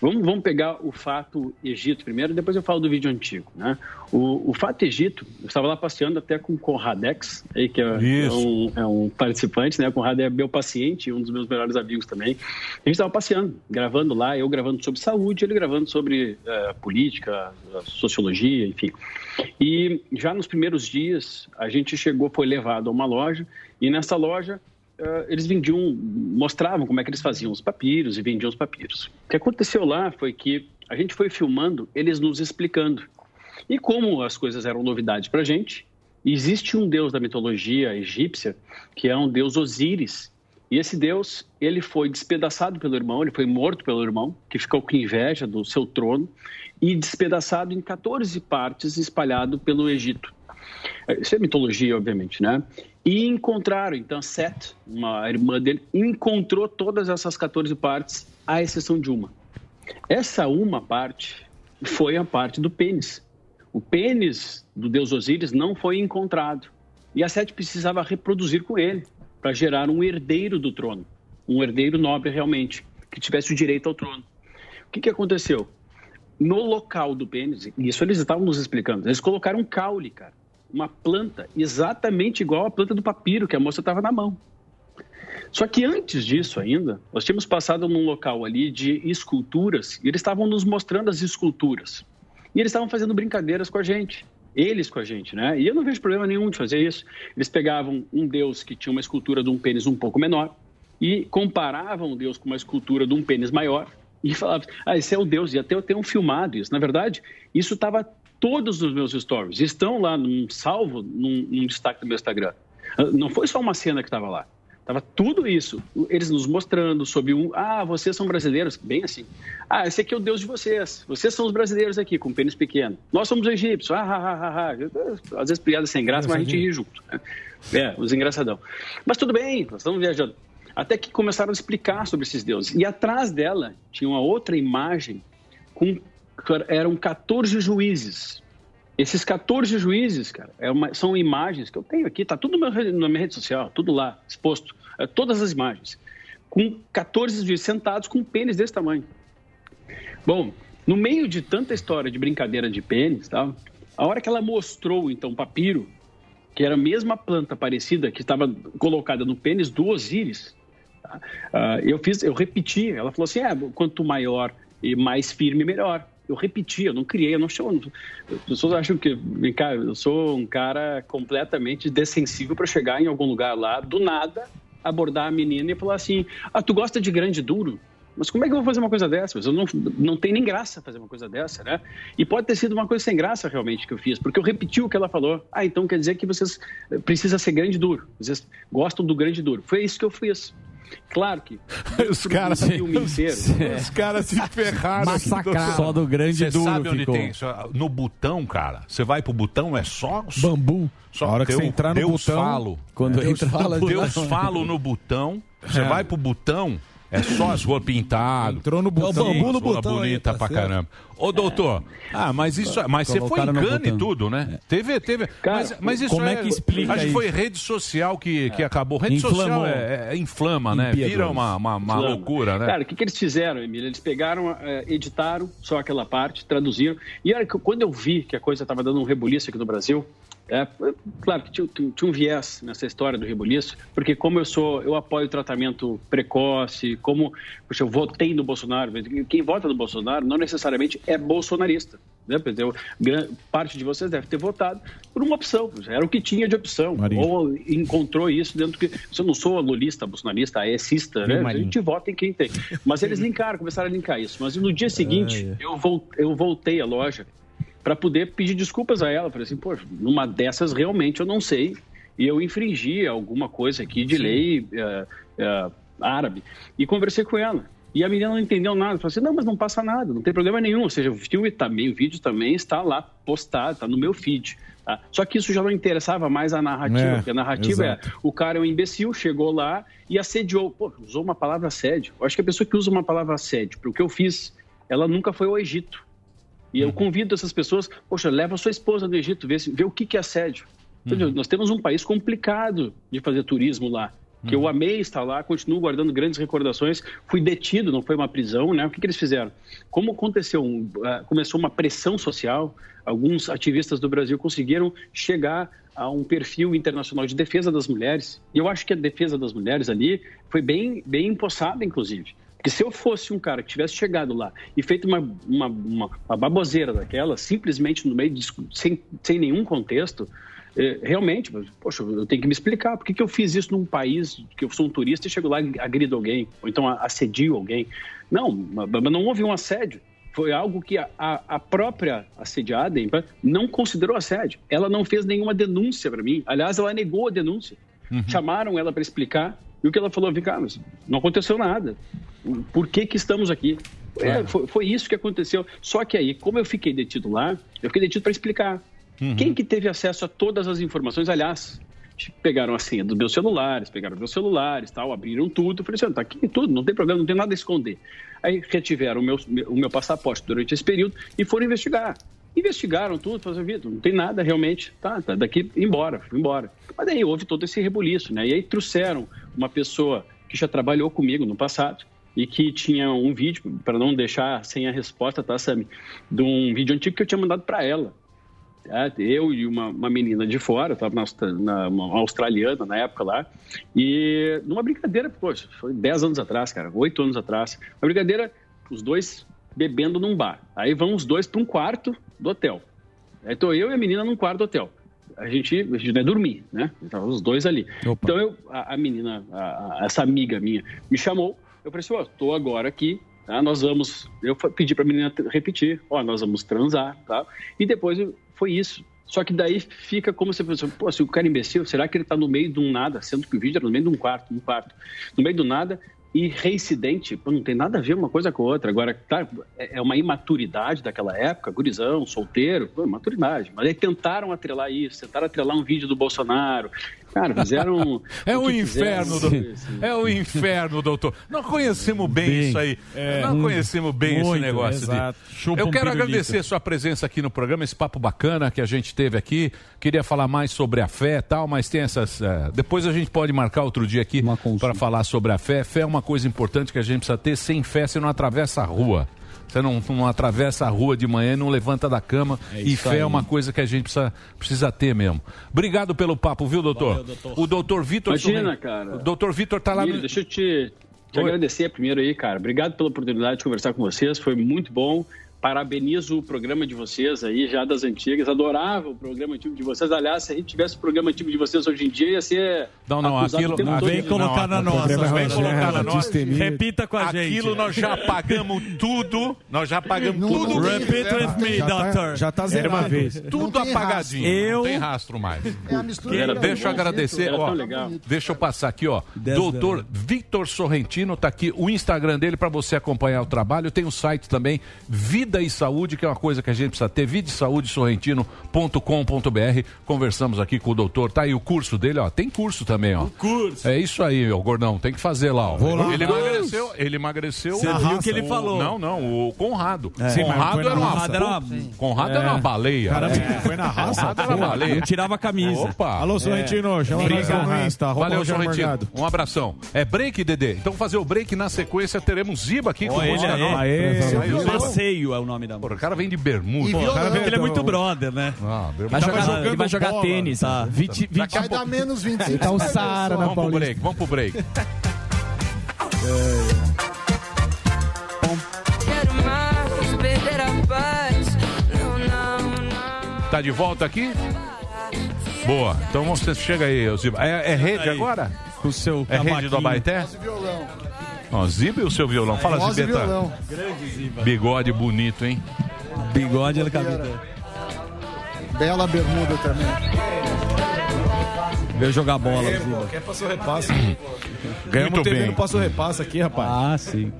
Speaker 3: Vamos, vamos pegar o fato Egito primeiro, depois eu falo do vídeo antigo, né? O, o fato Egito, eu estava lá passeando até com o Conradex, aí, que é, é um, é um participante, né? O Conrad é meu paciente, um dos meus melhores amigos também. A gente estava passeando, gravando lá, eu gravando sobre saúde, ele gravando sobre eh, política, sociologia, enfim. E já nos primeiros dias, a gente chegou, foi levado a uma loja, e nessa loja eh, eles vendiam, mostravam como é que eles faziam os papiros e vendiam os papiros. O que aconteceu lá foi que a gente foi filmando, eles nos explicando. E como as coisas eram novidade para a gente, existe um deus da mitologia egípcia, que é um deus Osíris. E esse deus, ele foi despedaçado pelo irmão, ele foi morto pelo irmão, que ficou com inveja do seu trono, e despedaçado em 14 partes, espalhado pelo Egito. Isso é mitologia, obviamente, né? E encontraram, então, Set, uma irmã dele, encontrou todas essas 14 partes, à exceção de uma. Essa uma parte foi a parte do pênis. O pênis do deus Osíris não foi encontrado. E a Sete precisava reproduzir com ele, para gerar um herdeiro do trono. Um herdeiro nobre, realmente, que tivesse o direito ao trono. O que, que aconteceu? No local do pênis, e isso eles estavam nos explicando, eles colocaram um caule, cara. Uma planta exatamente igual à planta do papiro que a moça estava na mão. Só que antes disso ainda, nós tínhamos passado num local ali de esculturas e eles estavam nos mostrando as esculturas. E eles estavam fazendo brincadeiras com a gente. Eles com a gente, né? E eu não vejo problema nenhum de fazer isso. Eles pegavam um deus que tinha uma escultura de um pênis um pouco menor e comparavam o deus com uma escultura de um pênis maior e falavam, ah, esse é o deus. E até eu tenho filmado isso. Na verdade, isso estava todos nos meus stories. Estão lá num salvo, num, num destaque do meu Instagram. Ah, Não foi só uma cena que estava lá. Tava tudo isso, eles nos mostrando sobre um, ah, vocês são brasileiros, bem assim. Ah, esse aqui é o deus de vocês, vocês são os brasileiros aqui, com pênis pequeno. Nós somos os egípcios, ah, ah, ah, ah, ah. Às vezes piadas sem graça, mas a gente ri junto. né? É, os engraçadão. Mas tudo bem, nós estamos viajando. Até que começaram a explicar sobre esses deuses. E atrás dela tinha uma outra imagem com, eram 14 juízes. Esses 14 juízes, cara, é uma- são imagens que eu tenho aqui, tá tudo na minha rede- na minha rede social, tudo lá, exposto, é, todas as imagens, com 14 juízes sentados com um pênis desse tamanho. Bom, no meio de tanta história de brincadeira de pênis, tal, a hora que ela mostrou, então, o papiro, que era a mesma planta parecida que estava colocada no pênis do Osíris, tá? Ah, eu fiz, eu repeti, ela falou assim, é, quanto maior e mais firme, melhor. Eu repeti, eu não criei, eu não sou... As pessoas acham que, vem cá, eu sou um cara completamente dessensível para chegar em algum lugar lá, do nada, abordar a menina e falar assim, ah, tu gosta de grande e duro? Mas como é que eu vou fazer uma coisa dessa? Mas eu não, não tem nem graça fazer uma coisa dessa, né? E pode ter sido uma coisa sem graça realmente que eu fiz, porque eu repeti o que ela falou. Ah, então quer dizer que vocês eh, precisa ser grande e duro. Vocês gostam do grande e duro. Foi isso que eu fiz. Claro que
Speaker 7: Os caras,
Speaker 3: É.
Speaker 7: os caras se ferraram.
Speaker 4: Só do grande
Speaker 6: Você
Speaker 4: duro
Speaker 6: sabe onde
Speaker 4: ficou.
Speaker 6: tem isso? No botão, cara. Você vai pro botão, é só...
Speaker 4: Bambu.
Speaker 6: Só
Speaker 4: A hora que
Speaker 6: Deus-
Speaker 4: você entrar no
Speaker 6: Deus
Speaker 4: botão,
Speaker 6: falo.
Speaker 4: quando
Speaker 6: Deus,
Speaker 4: entra lá-
Speaker 6: Deus falo no botão. Você
Speaker 4: É.
Speaker 6: vai pro botão, é só as ruas pintadas. Entrou no
Speaker 4: botão. É o bambu no botão aí,
Speaker 6: bonita
Speaker 4: tá
Speaker 6: pra
Speaker 4: certo.
Speaker 6: caramba. Ô, doutor. Ah, mas isso... Mas você foi
Speaker 4: Colocaram
Speaker 6: em
Speaker 4: no
Speaker 6: Cannes e
Speaker 4: botão. É.
Speaker 6: tudo, né? Teve, teve... mas, mas isso
Speaker 4: como é que explica
Speaker 6: Acho que
Speaker 4: isso?
Speaker 6: foi rede social que, que acabou. Rede social
Speaker 4: Inflamou.
Speaker 6: é, é- inflama, né? Vira uma, uma, uma
Speaker 3: Inflama.
Speaker 6: loucura, né?
Speaker 3: Cara, o que, que eles fizeram, Emílio? Eles pegaram, eh, editaram só aquela parte, traduziram. E era que eu- quando eu vi que a coisa estava dando um rebuliço aqui no Brasil, é, claro que tinha, tinha- tinha um viés nessa história do rebuliço, porque como eu sou, eu apoio o tratamento precoce, como poxa, eu votei no Bolsonaro, quem vota no Bolsonaro não necessariamente é bolsonarista. Né? Quer dizer, gran- Parte de vocês deve ter votado por uma opção, era o que tinha de opção, ou encontrou isso dentro que. Se eu não sou lulista, bolsonarista, aessista,
Speaker 4: Viu,
Speaker 3: né? a
Speaker 4: Marinho?
Speaker 3: gente vota em quem tem. Mas eles linkaram, começaram a linkar isso. Mas no dia seguinte, Eu, vol- eu voltei à loja para poder pedir desculpas a ela. Falei assim, pô, numa dessas realmente eu não sei. E eu infringi alguma coisa aqui de lei eh, eh, árabe. E conversei com ela. E a menina não entendeu nada. Falei assim, não, mas não passa nada, não tem problema nenhum. Ou seja, o filme também, o vídeo também está lá postado, está no meu feed. tá? Só que isso já não interessava mais a narrativa,
Speaker 4: É,
Speaker 3: porque a narrativa é
Speaker 4: exato.
Speaker 3: o cara é um imbecil, chegou lá e assediou. Pô, usou uma palavra assédio. Eu acho que a pessoa que usa uma palavra assédio, porque o que eu fiz, ela nunca foi ao Egito. E eu convido essas pessoas, poxa, leva sua esposa do Então, Egito, vê, se- vê o que que é assédio. Entendeu? Nós temos um país complicado de fazer turismo lá. que eu amei estar lá, continuo guardando grandes recordações. Fui detido, não foi uma prisão, né? O que, que eles fizeram? Como aconteceu, um, ah, começou uma pressão social, alguns ativistas do Brasil conseguiram chegar a um perfil internacional de defesa das mulheres. E eu acho que a defesa das mulheres ali foi bem, bem empossada, inclusive. Porque se eu fosse um cara que tivesse chegado lá e feito uma, uma, uma, uma baboseira daquela, simplesmente no meio de, discu- sem, sem nenhum contexto, eh, realmente, mas, poxa, eu tenho que me explicar. Por que, que eu fiz isso num país que eu sou um turista e chego lá e agrido alguém? Ou então a- assedio alguém? Não, mas mas não houve um assédio. Foi algo que a, a- a própria assediada em- não considerou assédio. Ela não fez nenhuma denúncia para mim. Aliás, ela negou a denúncia. Chamaram ela para explicar. E o que ela falou? Vem cá, mas não aconteceu nada. Por que, que estamos aqui? É, foi, foi isso que aconteceu. Só que aí, como eu fiquei detido lá, eu fiquei detido para explicar. Quem que teve acesso a todas as informações? Aliás, pegaram a senha dos meus celulares, pegaram meus celulares, tal, abriram tudo. Eu Falei assim, "Ah, tá aqui tudo, não tem problema, não tem nada a esconder. Aí retiveram o meu, o meu passaporte durante esse período e foram investigar. Investigaram tudo, falaram, assim, Vitor, não tem nada realmente, tá, tá daqui, embora, fui embora. Mas daí houve todo esse rebuliço, né? E aí trouxeram uma pessoa que já trabalhou comigo no passado, e que tinha um vídeo, para não deixar sem a resposta, tá, Sami? De um vídeo antigo que eu tinha mandado para ela. tá? Eu e uma, uma menina de fora, estava na, Austra- na- uma australiana na época lá, e numa brincadeira, poxa, foi 10 anos atrás, cara, 8 anos atrás, uma brincadeira, os dois bebendo num bar. Aí vão os dois para um quarto do hotel. Aí tô eu e a menina num quarto do hotel. A gente, a gente não é dormir, né? Então, os dois ali. Então, eu, a, a menina, a- a- essa amiga minha, me chamou. Eu falei assim: ó, tô agora aqui, tá? Nós vamos. Eu fa- pedi pra menina t- repetir: ó, nós vamos transar, tá? E depois eu- foi isso. Só que daí fica como se fosse, pô, se o cara é imbecil, será que ele tá no meio de um nada? Sendo que o vídeo era no meio de um quarto, um quarto. No meio do nada, e reincidente, pô, não tem nada a ver uma coisa com a outra. Agora, tá, é é uma imaturidade daquela época, gurizão, solteiro, pô, maturidade. Mas aí tentaram atrelar isso, tentaram atrelar um vídeo do Bolsonaro. Cara, fizeram.
Speaker 6: É
Speaker 3: o
Speaker 6: um
Speaker 3: que fizeram.
Speaker 6: inferno, doutor. É um inferno, doutor. Nós conhecemos bem,
Speaker 3: Bem,
Speaker 6: isso aí.
Speaker 3: é.
Speaker 6: Nós conhecemos bem esse
Speaker 3: Muito,
Speaker 6: negócio. de-
Speaker 3: exato. Chupa
Speaker 6: Eu
Speaker 3: um
Speaker 6: quero
Speaker 3: pirulito.
Speaker 6: agradecer a sua presença aqui no programa, esse papo bacana que a gente teve aqui. Queria falar mais sobre a fé e tal, mas tem essas. eh, Depois a gente pode marcar outro dia aqui para falar sobre a fé. Fé é uma coisa importante que a gente precisa ter. Sem fé, você não atravessa a rua. Você não, não atravessa a rua de manhã, não levanta da cama. e
Speaker 5: isso
Speaker 6: fé
Speaker 5: aí.
Speaker 6: é uma coisa que a gente precisa, precisa ter mesmo. Obrigado pelo papo, viu, doutor?
Speaker 3: Valeu, doutor.
Speaker 6: O doutor Vitor.
Speaker 3: Imagina,
Speaker 6: Sorren-
Speaker 3: cara.
Speaker 6: O doutor Vitor tá lá
Speaker 3: Emílio,
Speaker 6: no.
Speaker 3: Deixa eu te, te
Speaker 6: Oi.
Speaker 3: agradecer primeiro aí, cara. Obrigado pela oportunidade de conversar com vocês, foi muito bom. Parabenizo o programa de vocês aí, já das antigas. Adorava o programa antigo de vocês. Aliás, se a gente tivesse o programa antigo de vocês hoje em dia, ia ser.
Speaker 6: Não, não,
Speaker 3: acusado
Speaker 6: aquilo.
Speaker 3: o tempo
Speaker 6: não,
Speaker 3: todo.
Speaker 6: vem colocar na nossa, vem colocar na nossa.
Speaker 5: Repita com a
Speaker 6: aquilo
Speaker 5: gente.
Speaker 6: Aquilo nós já pagamos tudo, nós já pagamos
Speaker 5: Não,
Speaker 6: tudo.
Speaker 5: não tem Repeat rastro. with me, Já tá- doctor. já tá
Speaker 6: Era
Speaker 5: zerado.
Speaker 6: uma vez.
Speaker 5: Não
Speaker 6: Tudo
Speaker 5: tem rastro.
Speaker 6: apagadinho,
Speaker 5: Eu-
Speaker 6: não tem rastro mais.
Speaker 7: É
Speaker 5: a mistura
Speaker 6: Queira,
Speaker 5: de
Speaker 6: deixa eu
Speaker 5: tão bonito,
Speaker 6: agradecer,
Speaker 5: era
Speaker 6: ó,
Speaker 5: tão legal.
Speaker 6: deixa eu passar aqui, ó, doutor Victor Sorrentino tá aqui, o Instagram dele para você acompanhar o trabalho, tem o site também, Vida e Saúde, que é uma coisa que a gente precisa ter, vida e saúde sorrentino.com.br, conversamos aqui com o doutor, tá aí o curso dele, ó, tem curso também, ó. curso. É isso aí, ó, gordão, tem que fazer lá, ó.
Speaker 5: lá.
Speaker 6: ele emagreceu, ele emagreceu.
Speaker 5: Você viu o que ele
Speaker 6: O-
Speaker 5: falou.
Speaker 6: Não, não, o Conrado.
Speaker 5: É. Sim, mas
Speaker 6: Conrado
Speaker 5: foi na
Speaker 6: era uma...
Speaker 5: raça.
Speaker 6: Conrado, Conrado era
Speaker 5: É.
Speaker 6: uma baleia. É.
Speaker 5: Caramba,
Speaker 7: foi na raça?
Speaker 6: Conrado era uma
Speaker 7: Pô,
Speaker 6: baleia.
Speaker 7: não tirava a camisa.
Speaker 6: Opa.
Speaker 7: Alô, Sorrentino, chama nós lá no
Speaker 6: Obrigado.
Speaker 7: Insta, arroba
Speaker 6: Valeu,
Speaker 7: Rogério
Speaker 6: Sorrentino.
Speaker 7: Morgado.
Speaker 6: Um abração. É break, Dedê? Então fazer o break na sequência teremos Ziba aqui com
Speaker 8: Olha
Speaker 6: música
Speaker 8: aí.
Speaker 6: nova.
Speaker 8: Aê.
Speaker 6: Você viu?
Speaker 8: Passeio é o nome da música.
Speaker 6: O cara vem de bermuda.
Speaker 8: E
Speaker 6: Pô, o cara
Speaker 8: violão.
Speaker 6: vem-
Speaker 8: Ele é muito brother, né?
Speaker 6: Ah, bermuda.
Speaker 8: Vai
Speaker 6: Tava
Speaker 8: jogar- ele vai jogar
Speaker 6: bola.
Speaker 8: tênis, tá?
Speaker 6: Vinte-
Speaker 8: Daqui a
Speaker 11: Vai
Speaker 6: vinte-
Speaker 8: pouco-
Speaker 11: dar menos 25.
Speaker 6: Então,
Speaker 11: vai ver
Speaker 6: Saara
Speaker 11: só.
Speaker 6: na Vamos pro Paulista. break, vamos pro break.
Speaker 17: Quero mais perder a paz. Não, não, não.
Speaker 6: Tá de volta aqui? Boa. Então você chega aí, ô Ziba. É, é rede
Speaker 5: Aí.
Speaker 6: agora?
Speaker 5: Com o seu
Speaker 6: É rede do
Speaker 5: cavaquinho.
Speaker 6: Abaeté?
Speaker 11: Violão.
Speaker 6: Ó, Ziba e o seu violão. Fala,
Speaker 11: Voz e
Speaker 6: Zibeta.
Speaker 11: violão.
Speaker 6: Bigode bonito, hein? Bigode, ela
Speaker 11: Bela bermuda também.
Speaker 8: Veio jogar bola.
Speaker 7: Aê,
Speaker 8: Ziba.
Speaker 7: É, pô, quer passar o repasse? né,
Speaker 6: Ganhamos
Speaker 7: TV
Speaker 6: bem.
Speaker 7: não passa o repasse aqui, rapaz.
Speaker 8: Ah, sim.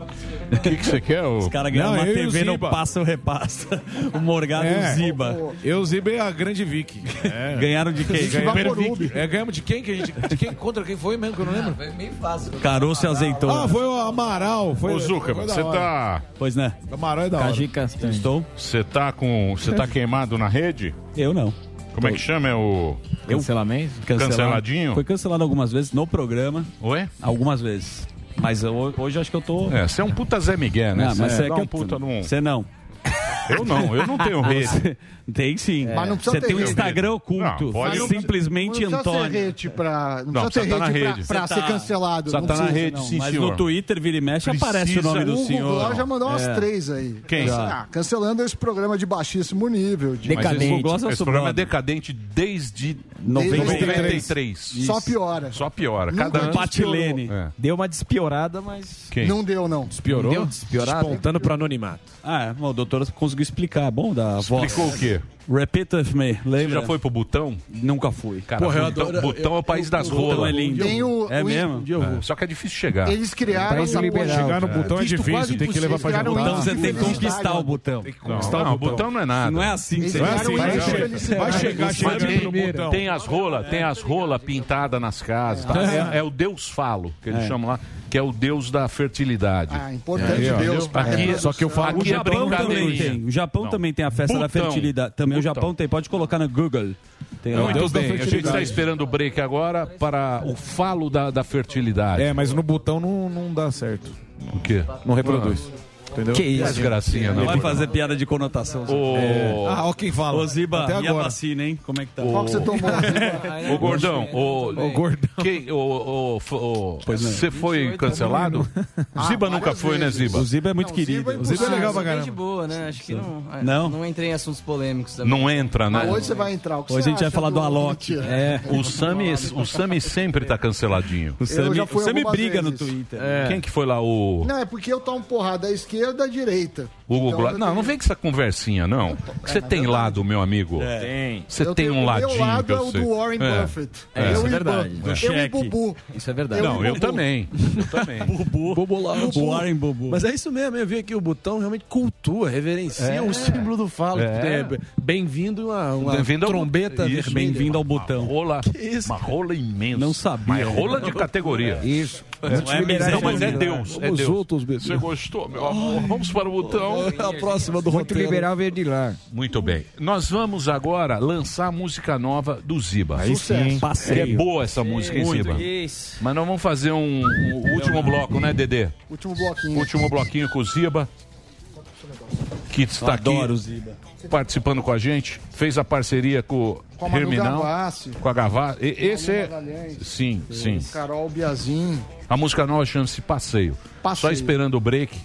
Speaker 6: O que que você quer? ô?
Speaker 8: Os caras ganham
Speaker 7: Não,
Speaker 8: uma
Speaker 7: eu e o
Speaker 8: TV, não
Speaker 7: Ziba.
Speaker 8: passa ou repassa. O Morgado e
Speaker 7: É.
Speaker 8: o Ziba.
Speaker 7: Eu, Ziba e a grande Vic. É.
Speaker 8: Ganharam de quem?
Speaker 7: Ganhamos-
Speaker 8: Ganharam-
Speaker 7: É, ganhamos de quem? que a gente- de quem? Contra quem foi mesmo, que eu não
Speaker 16: Ah,
Speaker 7: lembro?
Speaker 8: Caroço e azeitona.
Speaker 7: Ah, foi o Amaral. Foi,
Speaker 6: Ô, Zuca,
Speaker 7: foi da
Speaker 6: você
Speaker 7: hora.
Speaker 6: tá.
Speaker 8: Pois né?
Speaker 7: Amaral é da hora.
Speaker 8: Castanho. Estou?
Speaker 6: Você tá com. Você tá queimado na rede?
Speaker 8: Eu não.
Speaker 15: Como é que chama? É o.
Speaker 8: Cancelamento?
Speaker 15: Canceladinho?
Speaker 8: Foi cancelado algumas vezes no programa.
Speaker 15: Oi?
Speaker 8: Algumas vezes. Mas eu- hoje eu acho que eu tô.
Speaker 15: É, você é um puta Zé Miguel, né?
Speaker 8: Não, mas
Speaker 15: Você
Speaker 8: você é
Speaker 15: dá
Speaker 8: que
Speaker 15: um puta num-
Speaker 8: Você não.
Speaker 15: Eu não, eu não tenho rede.
Speaker 8: Você- Tem sim.
Speaker 11: É.
Speaker 15: Mas não precisa
Speaker 8: Você
Speaker 15: ter
Speaker 8: tem um
Speaker 15: rede.
Speaker 8: Instagram
Speaker 15: Não,
Speaker 8: oculto.
Speaker 15: pode-
Speaker 8: simplesmente
Speaker 11: não precisa
Speaker 8: Antônio.
Speaker 11: Ser rede pra, não,
Speaker 8: Não,
Speaker 11: precisa ter
Speaker 8: só tá
Speaker 11: rede,
Speaker 8: na
Speaker 11: pra-
Speaker 8: rede.
Speaker 11: pra,
Speaker 8: Você
Speaker 11: ser
Speaker 8: tá-
Speaker 11: cancelado.
Speaker 8: só
Speaker 11: não
Speaker 8: tá na
Speaker 11: precisa,
Speaker 8: rede,
Speaker 11: não.
Speaker 8: sim, Mas no senhor. Twitter, vira e mexe, aparece o nome do
Speaker 11: O
Speaker 8: senhor.
Speaker 11: Google já mandou umas
Speaker 8: É.
Speaker 11: três aí.
Speaker 8: Quem?
Speaker 11: Ah, cancelando esse programa de baixíssimo nível. De...
Speaker 6: Mas Esse, esse programa é decadente desde
Speaker 11: 93.
Speaker 6: 93.
Speaker 11: Só
Speaker 6: Isso.
Speaker 11: piora.
Speaker 6: Só piora.
Speaker 11: Nunca
Speaker 6: Cada um ano.
Speaker 11: Patilene.
Speaker 6: É.
Speaker 16: Deu uma despiorada, mas.
Speaker 6: Quem?
Speaker 11: Não deu, não.
Speaker 16: Despiorou? Deu despiorada?
Speaker 8: Despontando
Speaker 16: pro anonimato.
Speaker 8: Ah, é, bom, o doutor conseguiu explicar. é Bom da voz.
Speaker 6: Explicou o quê?
Speaker 8: Repeat with me. Lembra?
Speaker 6: já foi pro Butão?
Speaker 8: Nunca fui.
Speaker 6: Cara, Porra, eu Butão- adoro- Butão é o país eu- das eu- rolas.
Speaker 8: Butão é lindo.
Speaker 11: Tem o-
Speaker 8: é
Speaker 11: o-
Speaker 8: mesmo?
Speaker 6: É, Só que é difícil chegar.
Speaker 11: Eles criaram
Speaker 6: País
Speaker 11: essa
Speaker 6: liberal,
Speaker 11: coisa-
Speaker 6: cara.
Speaker 8: é
Speaker 6: Visto quase impossível.
Speaker 11: Eles criaram
Speaker 8: Então você tem que
Speaker 6: É
Speaker 8: conquistar o botão.
Speaker 6: Tem que conquistar o Não, botão. botão não é nada.
Speaker 8: Não é assim que
Speaker 6: Eles
Speaker 8: você
Speaker 6: criaram um
Speaker 8: vai
Speaker 6: índice
Speaker 8: chegar.
Speaker 6: felicidade.
Speaker 8: Vai chegar
Speaker 6: Mas
Speaker 8: chegando
Speaker 6: tem-
Speaker 8: no botão.
Speaker 6: Tem as
Speaker 11: É.
Speaker 6: rolas, tem as rolas pintadas nas casas. tá? É, é o Deus falo, que eles
Speaker 7: É.
Speaker 6: chamam lá, que é o Deus da fertilidade.
Speaker 11: Ah,
Speaker 8: É,
Speaker 11: importante
Speaker 6: ó.
Speaker 11: Deus né? pra
Speaker 6: Aqui,
Speaker 11: reprodução.
Speaker 6: só que eu falo
Speaker 8: O
Speaker 6: aqui é
Speaker 8: Japão também
Speaker 6: brincadeirinha.
Speaker 8: tem. O Japão
Speaker 6: Não.
Speaker 8: também tem a festa da
Speaker 6: Butão.
Speaker 8: fertilidade. Também o Japão tem. Pode colocar no Google. Tem lá.
Speaker 6: Muito
Speaker 8: Deus da
Speaker 6: bem, a gente
Speaker 8: fertilidade.
Speaker 6: está esperando o break agora para o falo da, da fertilidade.
Speaker 7: É, mas no botão não, não dá certo.
Speaker 6: O quê? Ah.
Speaker 7: Não reproduz. Entendeu?
Speaker 6: Desgracinha,
Speaker 8: Não
Speaker 6: não.
Speaker 8: vai fazer piada de conotação.
Speaker 6: Ô.
Speaker 8: É.
Speaker 6: Ah, ó
Speaker 7: quem fala.
Speaker 8: Ô, Ziba,
Speaker 7: Até
Speaker 8: e a
Speaker 7: agora.
Speaker 8: vacina, hein? Como é que tá?
Speaker 6: Qual que você tomou,
Speaker 8: Ziba?
Speaker 6: Ô gordão, ô, gordão. Quem, ô, ô, f- ô, você foi cancelado? Ziba nunca foi, né, Ziba?
Speaker 8: O Ziba é muito querido.
Speaker 6: O Ziba é legal pra
Speaker 18: de
Speaker 6: caramba.
Speaker 18: boa, né? Acho que não, é,
Speaker 6: Não?
Speaker 18: não entrei em assuntos polêmicos também.
Speaker 6: Não entra, né?
Speaker 21: Ah,
Speaker 6: É,
Speaker 18: Mas
Speaker 11: vai entrar. O que
Speaker 18: Hoje
Speaker 11: Ah, você
Speaker 18: a gente vai
Speaker 11: acha
Speaker 18: falar do
Speaker 8: Alok.
Speaker 11: Mentira.
Speaker 6: O Sami, o Sami sempre tá canceladinho.
Speaker 8: O Sami- já fui o Sami algumas briga vezes. no Twitter.
Speaker 6: É. Quem que foi lá? O
Speaker 11: Não, é porque eu tomo porrada à esquerda e à direita.
Speaker 6: Hugo
Speaker 11: Então,
Speaker 6: Gloss?
Speaker 11: eu
Speaker 6: Não,
Speaker 11: tenho-
Speaker 6: não vem com essa conversinha, não. Você tem lado, meu amigo. Tem. Você
Speaker 11: Eu
Speaker 6: tem
Speaker 11: tenho- o
Speaker 6: um
Speaker 11: meu
Speaker 6: ladinho.
Speaker 11: lado
Speaker 6: que eu
Speaker 11: é o
Speaker 6: sei.
Speaker 11: do Warren Buffett.
Speaker 6: É,
Speaker 11: Eu
Speaker 6: Isso
Speaker 11: e
Speaker 6: é
Speaker 11: Bu-
Speaker 6: verdade.
Speaker 11: do Eu e cheque. Bubu.
Speaker 18: Isso é
Speaker 11: verdade.
Speaker 6: Não,
Speaker 11: Eu e
Speaker 6: eu
Speaker 11: Bubu.
Speaker 6: também. Eu também.
Speaker 16: Bubu. Bubu.
Speaker 6: Bubu.
Speaker 16: Warren Bubu. Mas é isso mesmo, eu vi aqui o botão realmente cultua, reverencia
Speaker 6: É.
Speaker 16: o símbolo do falo.
Speaker 6: É.
Speaker 16: É, Bem-vindo uma, uma trombeta vermelha.
Speaker 6: botão. Rola, uma rola imensa.
Speaker 16: Não sabia.
Speaker 6: Mas rola de categoria.
Speaker 16: Isso.
Speaker 6: É.
Speaker 16: Não
Speaker 6: Não,
Speaker 16: é
Speaker 6: é, não, mas é
Speaker 16: miserável.
Speaker 6: Deus. É
Speaker 16: Vamos
Speaker 6: Deus.
Speaker 16: outros, bebê.
Speaker 6: Você gostou, meu amor? Vamos para o botão.
Speaker 16: A próxima do
Speaker 6: Muito
Speaker 16: roteiro.
Speaker 6: liberal
Speaker 16: veio de lá.
Speaker 6: Muito bem. Nós vamos agora lançar a música nova do Ziba.
Speaker 16: Aí Sucesso. sim, hein? Passeio.
Speaker 6: Que é boa essa música, hein,
Speaker 16: Muito.
Speaker 6: Ziba? Mas nós vamos fazer um, um último bloco, né, Dedê?
Speaker 11: Último bloquinho.
Speaker 6: Último bloquinho com o Ziba. Que está aqui
Speaker 8: Adoro o Ziba.
Speaker 6: participando com a gente. Fez a parceria com,
Speaker 11: Com a
Speaker 6: o
Speaker 11: Manu
Speaker 6: Terminal.
Speaker 11: Gavassi.
Speaker 6: Com a Gavassi. E- Esse
Speaker 11: Paulo
Speaker 6: é.
Speaker 11: Magalhães.
Speaker 6: Sim, sim.
Speaker 11: Carol Biazin.
Speaker 6: A música nova chama-se Passeio.
Speaker 11: Passeio.
Speaker 6: Só esperando o break.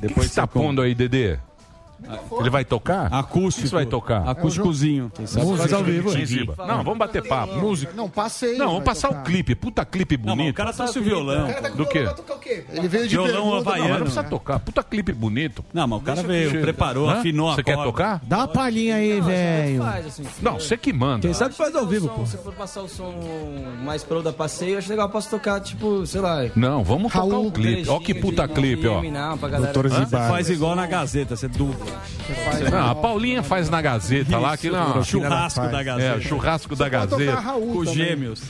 Speaker 6: Depois que você tá pondo aí, Dedê? Ele vai tocar? Acústico. Isso vai tocar.
Speaker 8: Acústicozinho.
Speaker 6: sabe
Speaker 8: Música.
Speaker 6: faz ao vivo, hein, Ziba? Não, vamos bater papo. Música.
Speaker 11: Não, passeio.
Speaker 6: Não, vamos
Speaker 11: vai
Speaker 6: passar
Speaker 11: tocar.
Speaker 6: o clipe. Puta clipe bonito.
Speaker 8: mas o cara trouxe o violão.
Speaker 11: O cara tá com
Speaker 6: Do quê?
Speaker 11: Ele veio de
Speaker 6: Violão
Speaker 11: bermuda,
Speaker 6: havaiano. Não, mas não
Speaker 11: mano.
Speaker 6: precisa tocar. Puta clipe bonito.
Speaker 8: Não, mas o cara
Speaker 6: Deixa
Speaker 8: veio,
Speaker 6: que-
Speaker 8: preparou,
Speaker 6: Hã?
Speaker 8: afinou a
Speaker 6: Você quer
Speaker 8: corda.
Speaker 6: tocar?
Speaker 18: Dá uma palhinha aí, velho.
Speaker 6: Não, você que manda. Quem sabe
Speaker 18: faz ao vivo, pô. Se for passar o som mais pro da passeio, eu acho legal. Eu posso tocar, tipo, sei lá.
Speaker 6: Não, vamos tocar
Speaker 18: Raul.
Speaker 6: um clipe. Ó que puta clipe, ó.
Speaker 18: Eliminar pra galera.
Speaker 6: Doutor
Speaker 18: Hã?
Speaker 8: Você faz igual na Gazeta, você Ah, dupla.
Speaker 6: Não, a Paulinha faz na Gazeta lá,
Speaker 8: Isso,
Speaker 6: que não.
Speaker 8: churrasco da Gazeta.
Speaker 6: É, churrasco da Gazeta.
Speaker 8: Com gêmeos.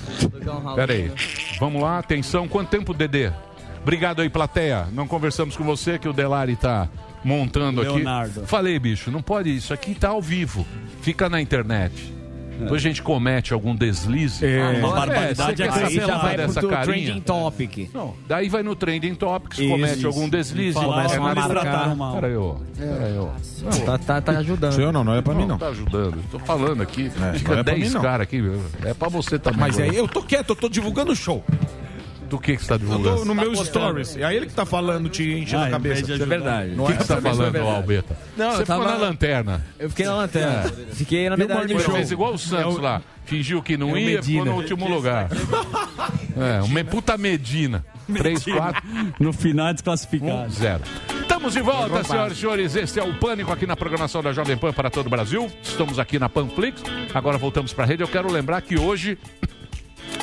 Speaker 6: Pera aí. Vamos lá, atenção. Quanto tempo, Dedê? Obrigado aí, plateia. Não conversamos com você, que o Delari tá montando
Speaker 8: Leonardo.
Speaker 6: aqui. Falei, bicho, não pode isso. Aqui tá ao vivo. Fica na internet. Depois a gente comete algum deslize. Ah,
Speaker 8: É. Uma barbaridade
Speaker 6: você
Speaker 8: é
Speaker 6: quer
Speaker 8: que
Speaker 6: saber
Speaker 8: aí já vai
Speaker 6: dessa
Speaker 8: pro teu
Speaker 6: carinha?
Speaker 8: trending
Speaker 18: topic.
Speaker 6: Não, é daí vai no trending topics,
Speaker 18: Isso,
Speaker 6: comete
Speaker 18: isso.
Speaker 6: algum deslize.
Speaker 18: Fala,
Speaker 6: é
Speaker 18: começa uma
Speaker 6: analisar-
Speaker 18: maracá.
Speaker 6: Peraí, ó.
Speaker 18: É.
Speaker 6: Peraí, ó. Não,
Speaker 18: Tá, tá, tá ajudando.
Speaker 6: Senhor,
Speaker 7: não é pra mim, não.
Speaker 6: Tá ajudando. Tô falando aqui.
Speaker 7: não
Speaker 6: Fica
Speaker 7: é pra mim,
Speaker 6: 10
Speaker 7: não.
Speaker 6: caras aqui. meu. É pra você também.
Speaker 7: Mas
Speaker 6: Bruno.
Speaker 7: aí eu tô quieto, eu tô divulgando o show.
Speaker 6: Do que que você tá
Speaker 7: Eu
Speaker 6: divulgando?
Speaker 7: tô no
Speaker 18: Ah,
Speaker 7: meu stories. É ele que tá falando, te enchendo
Speaker 6: Ah,
Speaker 7: a
Speaker 6: em vez
Speaker 7: cabeça.
Speaker 6: de ajudar.
Speaker 7: Não
Speaker 6: O que
Speaker 7: é
Speaker 6: que você tá
Speaker 7: cabeça,
Speaker 6: falando,
Speaker 7: é verdade.
Speaker 6: Albeta?
Speaker 18: Não,
Speaker 6: você
Speaker 18: eu tava-
Speaker 6: ficou na lanterna.
Speaker 18: Eu fiquei na lanterna.
Speaker 6: É.
Speaker 18: Fiquei na
Speaker 6: Viu,
Speaker 18: verdade.
Speaker 6: Morning Show? fez igual o Santos lá. Fingiu que
Speaker 18: é
Speaker 6: não
Speaker 18: o
Speaker 6: ia,
Speaker 18: Medina.
Speaker 6: ficou no último lugar. É, uma puta Medina. 3, 4,
Speaker 8: No final desclassificado.
Speaker 6: 0. Estamos de volta, senhoras e senhores. Este é o Pânico aqui na programação da Jovem Pan para todo o Brasil. Estamos aqui na Panflix. Agora voltamos para a rede. Eu quero lembrar que hoje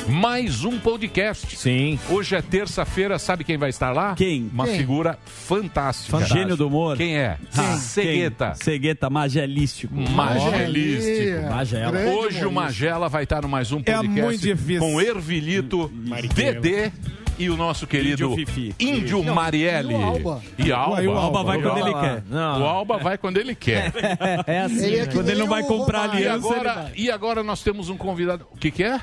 Speaker 6: mais um podcast. Sim. Hoje é terça-feira, sabe quem vai estar lá? Quem? Uma
Speaker 8: Quem?
Speaker 6: figura fantástica.
Speaker 8: Fantástico. Gênio do humor. Ah,
Speaker 6: Quem é? Cegueta.
Speaker 8: Cegueta, magelístico.
Speaker 6: Magelístico.
Speaker 8: Magela. É
Speaker 11: É
Speaker 6: Hoje o Magela vai estar no mais um podcast
Speaker 8: muito difícil.
Speaker 6: com Ervilito, Dedê e o nosso querido
Speaker 8: Fifi.
Speaker 6: Índio
Speaker 8: Não,
Speaker 6: Marielle.
Speaker 8: e o Alba.
Speaker 6: E Alba.
Speaker 8: Ué, e o Alba vai quando ele quer.
Speaker 6: O Alba vai quando ele quer.
Speaker 8: É assim, Ele é né? que Quando ele não nem vai o comprar Romário.
Speaker 6: E
Speaker 8: aliança, ele
Speaker 6: agora,
Speaker 8: vai.
Speaker 6: e agora nós temos um convidado. O que, que é?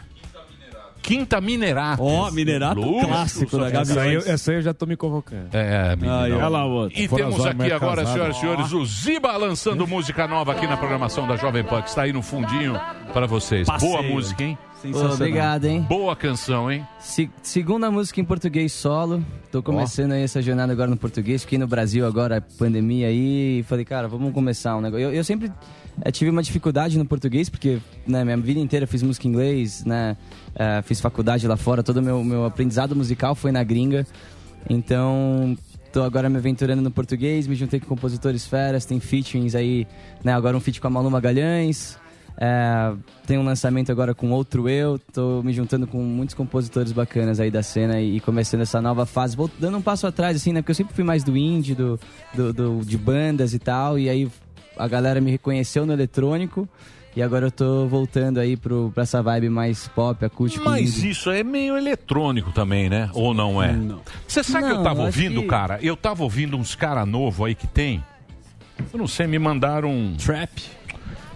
Speaker 6: Quinta Minerata.
Speaker 8: Ó, Minerata,
Speaker 6: Luxo,
Speaker 20: Clássico da Gabi. Essa aí, eu- essa aí eu já tô me convocando.
Speaker 6: É,
Speaker 20: menino. Olha lá o outro.
Speaker 6: E
Speaker 20: Fora
Speaker 6: temos
Speaker 20: zóio,
Speaker 6: aqui
Speaker 20: mas
Speaker 6: agora,
Speaker 20: casado.
Speaker 6: senhoras e senhores, o Ziba lançando música nova aqui na programação da Jovem Pan, que está aí no fundinho para vocês.
Speaker 21: Passeio.
Speaker 6: Boa música, hein?
Speaker 21: Sensacional. Obrigado, hein?
Speaker 6: Boa canção, hein?
Speaker 21: Se- segunda música em português solo. Tô começando aí essa jornada agora no português. Fiquei no Brasil agora, pandemia aí. e Falei, cara, vamos começar um negócio. Eu, eu sempre eh, tive uma dificuldade no português, porque né, minha vida inteira fiz música em inglês, né? eh, fiz faculdade lá fora. Todo o meu, meu aprendizado musical foi na gringa. Então, tô agora me aventurando no português. Me juntei com compositores feras. Tem featurings aí, né? Agora um feat com a Malu Magalhães. É, tem um lançamento agora com outro eu, tô me juntando com muitos compositores bacanas aí da cena e, e começando essa nova fase, vou dando um passo atrás, assim, né? Porque eu sempre fui mais do indie, do, do- do- de bandas e tal, e aí a galera me reconheceu no eletrônico. E agora eu tô voltando aí pro, pra essa vibe mais pop, acústico.
Speaker 6: Mas
Speaker 21: indie.
Speaker 6: isso é meio eletrônico também, né? Ou não é? Você sabe que eu
Speaker 21: Não,
Speaker 6: tava
Speaker 21: eu acho
Speaker 6: ouvindo,
Speaker 21: que-
Speaker 6: cara? Eu tava ouvindo uns cara novo aí que tem. Eu não sei, me mandaram um trap.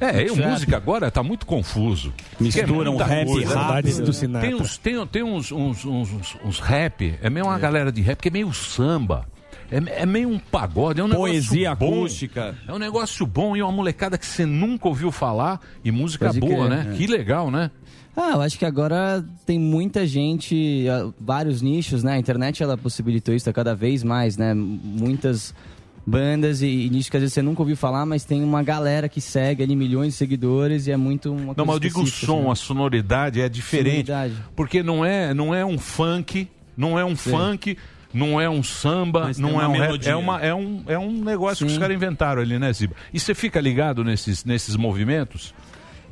Speaker 6: É, eu,
Speaker 20: Trap.
Speaker 6: música agora tá muito confuso.
Speaker 20: Misturam
Speaker 6: Porque é muita
Speaker 20: rap
Speaker 6: coisa.
Speaker 20: rápido. Do Sinatra.
Speaker 6: Tem uns tem, tem uns, uns, uns, uns, uns rap, é meio uma galera de rap que é meio samba. É, é meio um pagode, é um negócio
Speaker 8: Poesia
Speaker 6: bom.
Speaker 8: acústica.
Speaker 6: É um negócio bom e uma molecada que você nunca ouviu falar e música
Speaker 21: Pode
Speaker 6: boa,
Speaker 21: crer,
Speaker 6: né?
Speaker 21: é.
Speaker 6: Que legal, né?
Speaker 21: Ah, eu acho que agora tem muita gente, ah, vários nichos, né? A internet ela possibilitou isso cada vez mais, né? M- Muitas bandas e, e nichos que às vezes você nunca ouviu falar, mas tem uma galera que segue ali milhões de seguidores e é muito uma
Speaker 6: Não,
Speaker 21: coisa
Speaker 6: mas eu digo o
Speaker 21: específica,
Speaker 6: som,
Speaker 21: assim.
Speaker 6: a sonoridade é diferente.
Speaker 21: Sonoridade.
Speaker 6: Porque não é, não é um funk, não é um
Speaker 21: Sim.
Speaker 6: funk, não é um samba,
Speaker 21: Mas tem
Speaker 6: não
Speaker 21: uma
Speaker 6: é um rap,
Speaker 21: melodia.
Speaker 6: é uma é um é um negócio que os caras inventaram ali, né, Ziba? E você fica ligado nesses nesses movimentos?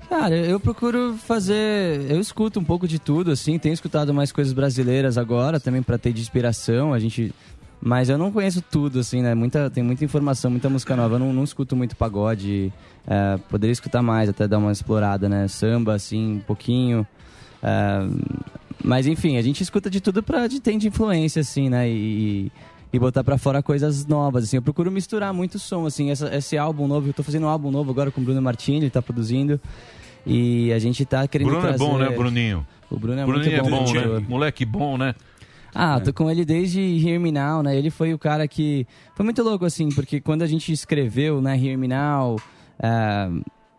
Speaker 21: Cara, eu procuro fazer. Eu escuto um pouco de tudo, assim. Tenho escutado mais coisas brasileiras agora também pra ter de inspiração. A gente. Mas eu não conheço tudo, assim, né? Muita, tem muita informação, muita música nova. Eu não, não escuto muito pagode. é, poderia escutar mais, até dar uma explorada, né? Samba, assim, um pouquinho. é, mas enfim, a gente escuta de tudo pra de, tem de influência, assim, né? E, e botar pra fora coisas novas, assim. Eu procuro misturar muito som, assim. Essa- esse álbum novo, eu tô fazendo um álbum novo agora com o Bruno Martini, ele tá produzindo. E a gente tá querendo
Speaker 6: Bruno é bom, né,
Speaker 21: trazer-
Speaker 6: Bruninho?
Speaker 21: O Bruno é
Speaker 6: Bruninho
Speaker 21: muito bom.
Speaker 6: é bom,
Speaker 21: produtor.
Speaker 6: né? Moleque bom, né?
Speaker 21: Ah, tô com ele desde Hear Me Now, né? Ele foi o cara que. Foi muito louco, assim, porque quando a gente escreveu, né, Hear Me Now, ah,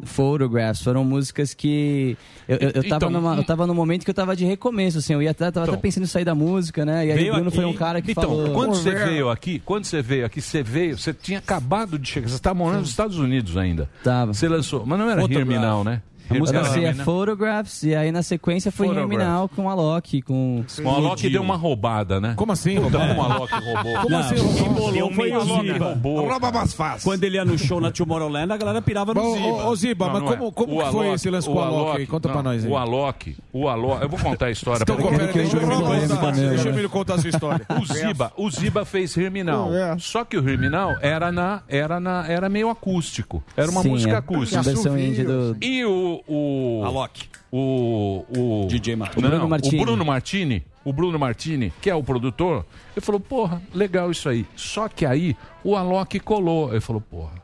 Speaker 21: Photographs, foram músicas que. Eu, eu, eu tava
Speaker 6: Então,
Speaker 21: numa- eu tava num momento que eu tava de recomeço, assim, eu ia até, tava até pensando em sair da música, né? E aí o Bruno foi um cara que
Speaker 6: então,
Speaker 21: falou.
Speaker 6: quando você veio aqui, quando você veio aqui, você veio, você tinha acabado de chegar, você tá morando nos Estados Unidos ainda.
Speaker 21: Tava.
Speaker 6: Você lançou, mas não era
Speaker 21: Photograph.
Speaker 6: Herminal, né?
Speaker 21: A música
Speaker 6: Hear Me
Speaker 21: assim, é
Speaker 6: Now.
Speaker 21: Photographs, e aí na sequência foi Hear Me
Speaker 6: Photograph.
Speaker 21: Now com a Loki, com.
Speaker 6: O Alok deu uma roubada, né? Como
Speaker 7: assim?
Speaker 6: Puta,
Speaker 8: É.
Speaker 21: roubada?
Speaker 6: como o Alok roubou. um
Speaker 21: Como assim roubou?
Speaker 6: quem bolou
Speaker 21: Deu
Speaker 6: foi o
Speaker 21: meio
Speaker 6: Alok
Speaker 21: Ziba.
Speaker 6: roubou.
Speaker 21: Rouba
Speaker 6: mais
Speaker 7: fácil.
Speaker 8: Quando ele ia no show na Tomorrowland, a galera pirava no
Speaker 6: Ô,
Speaker 8: Ziba.
Speaker 6: ô, ô, Ziba,
Speaker 7: mas como- como que foi esse lance com o Alok aí? Conta pra nós aí.
Speaker 6: O Alok, o Alok, eu vou contar a história. pra
Speaker 7: Então,
Speaker 6: vocês.
Speaker 7: pera, deixa, eu contar,
Speaker 6: né?
Speaker 7: deixa o Emílio contar a sua história.
Speaker 6: O Ziba, o Ziba fez Herminal.
Speaker 22: É.
Speaker 6: Só que o Herminal era na era na era meio acústico. Era uma
Speaker 21: Sim,
Speaker 6: música
Speaker 21: é.
Speaker 6: acústica.
Speaker 21: A versão indie do-
Speaker 6: E o o Alok. O o DJ Martini.
Speaker 21: Bruno Martini.
Speaker 6: O Bruno Martini, o Bruno Martini, que é o produtor, ele falou: "Porra, legal isso aí". Só que aí o Alok colou. Ele falou: "Porra,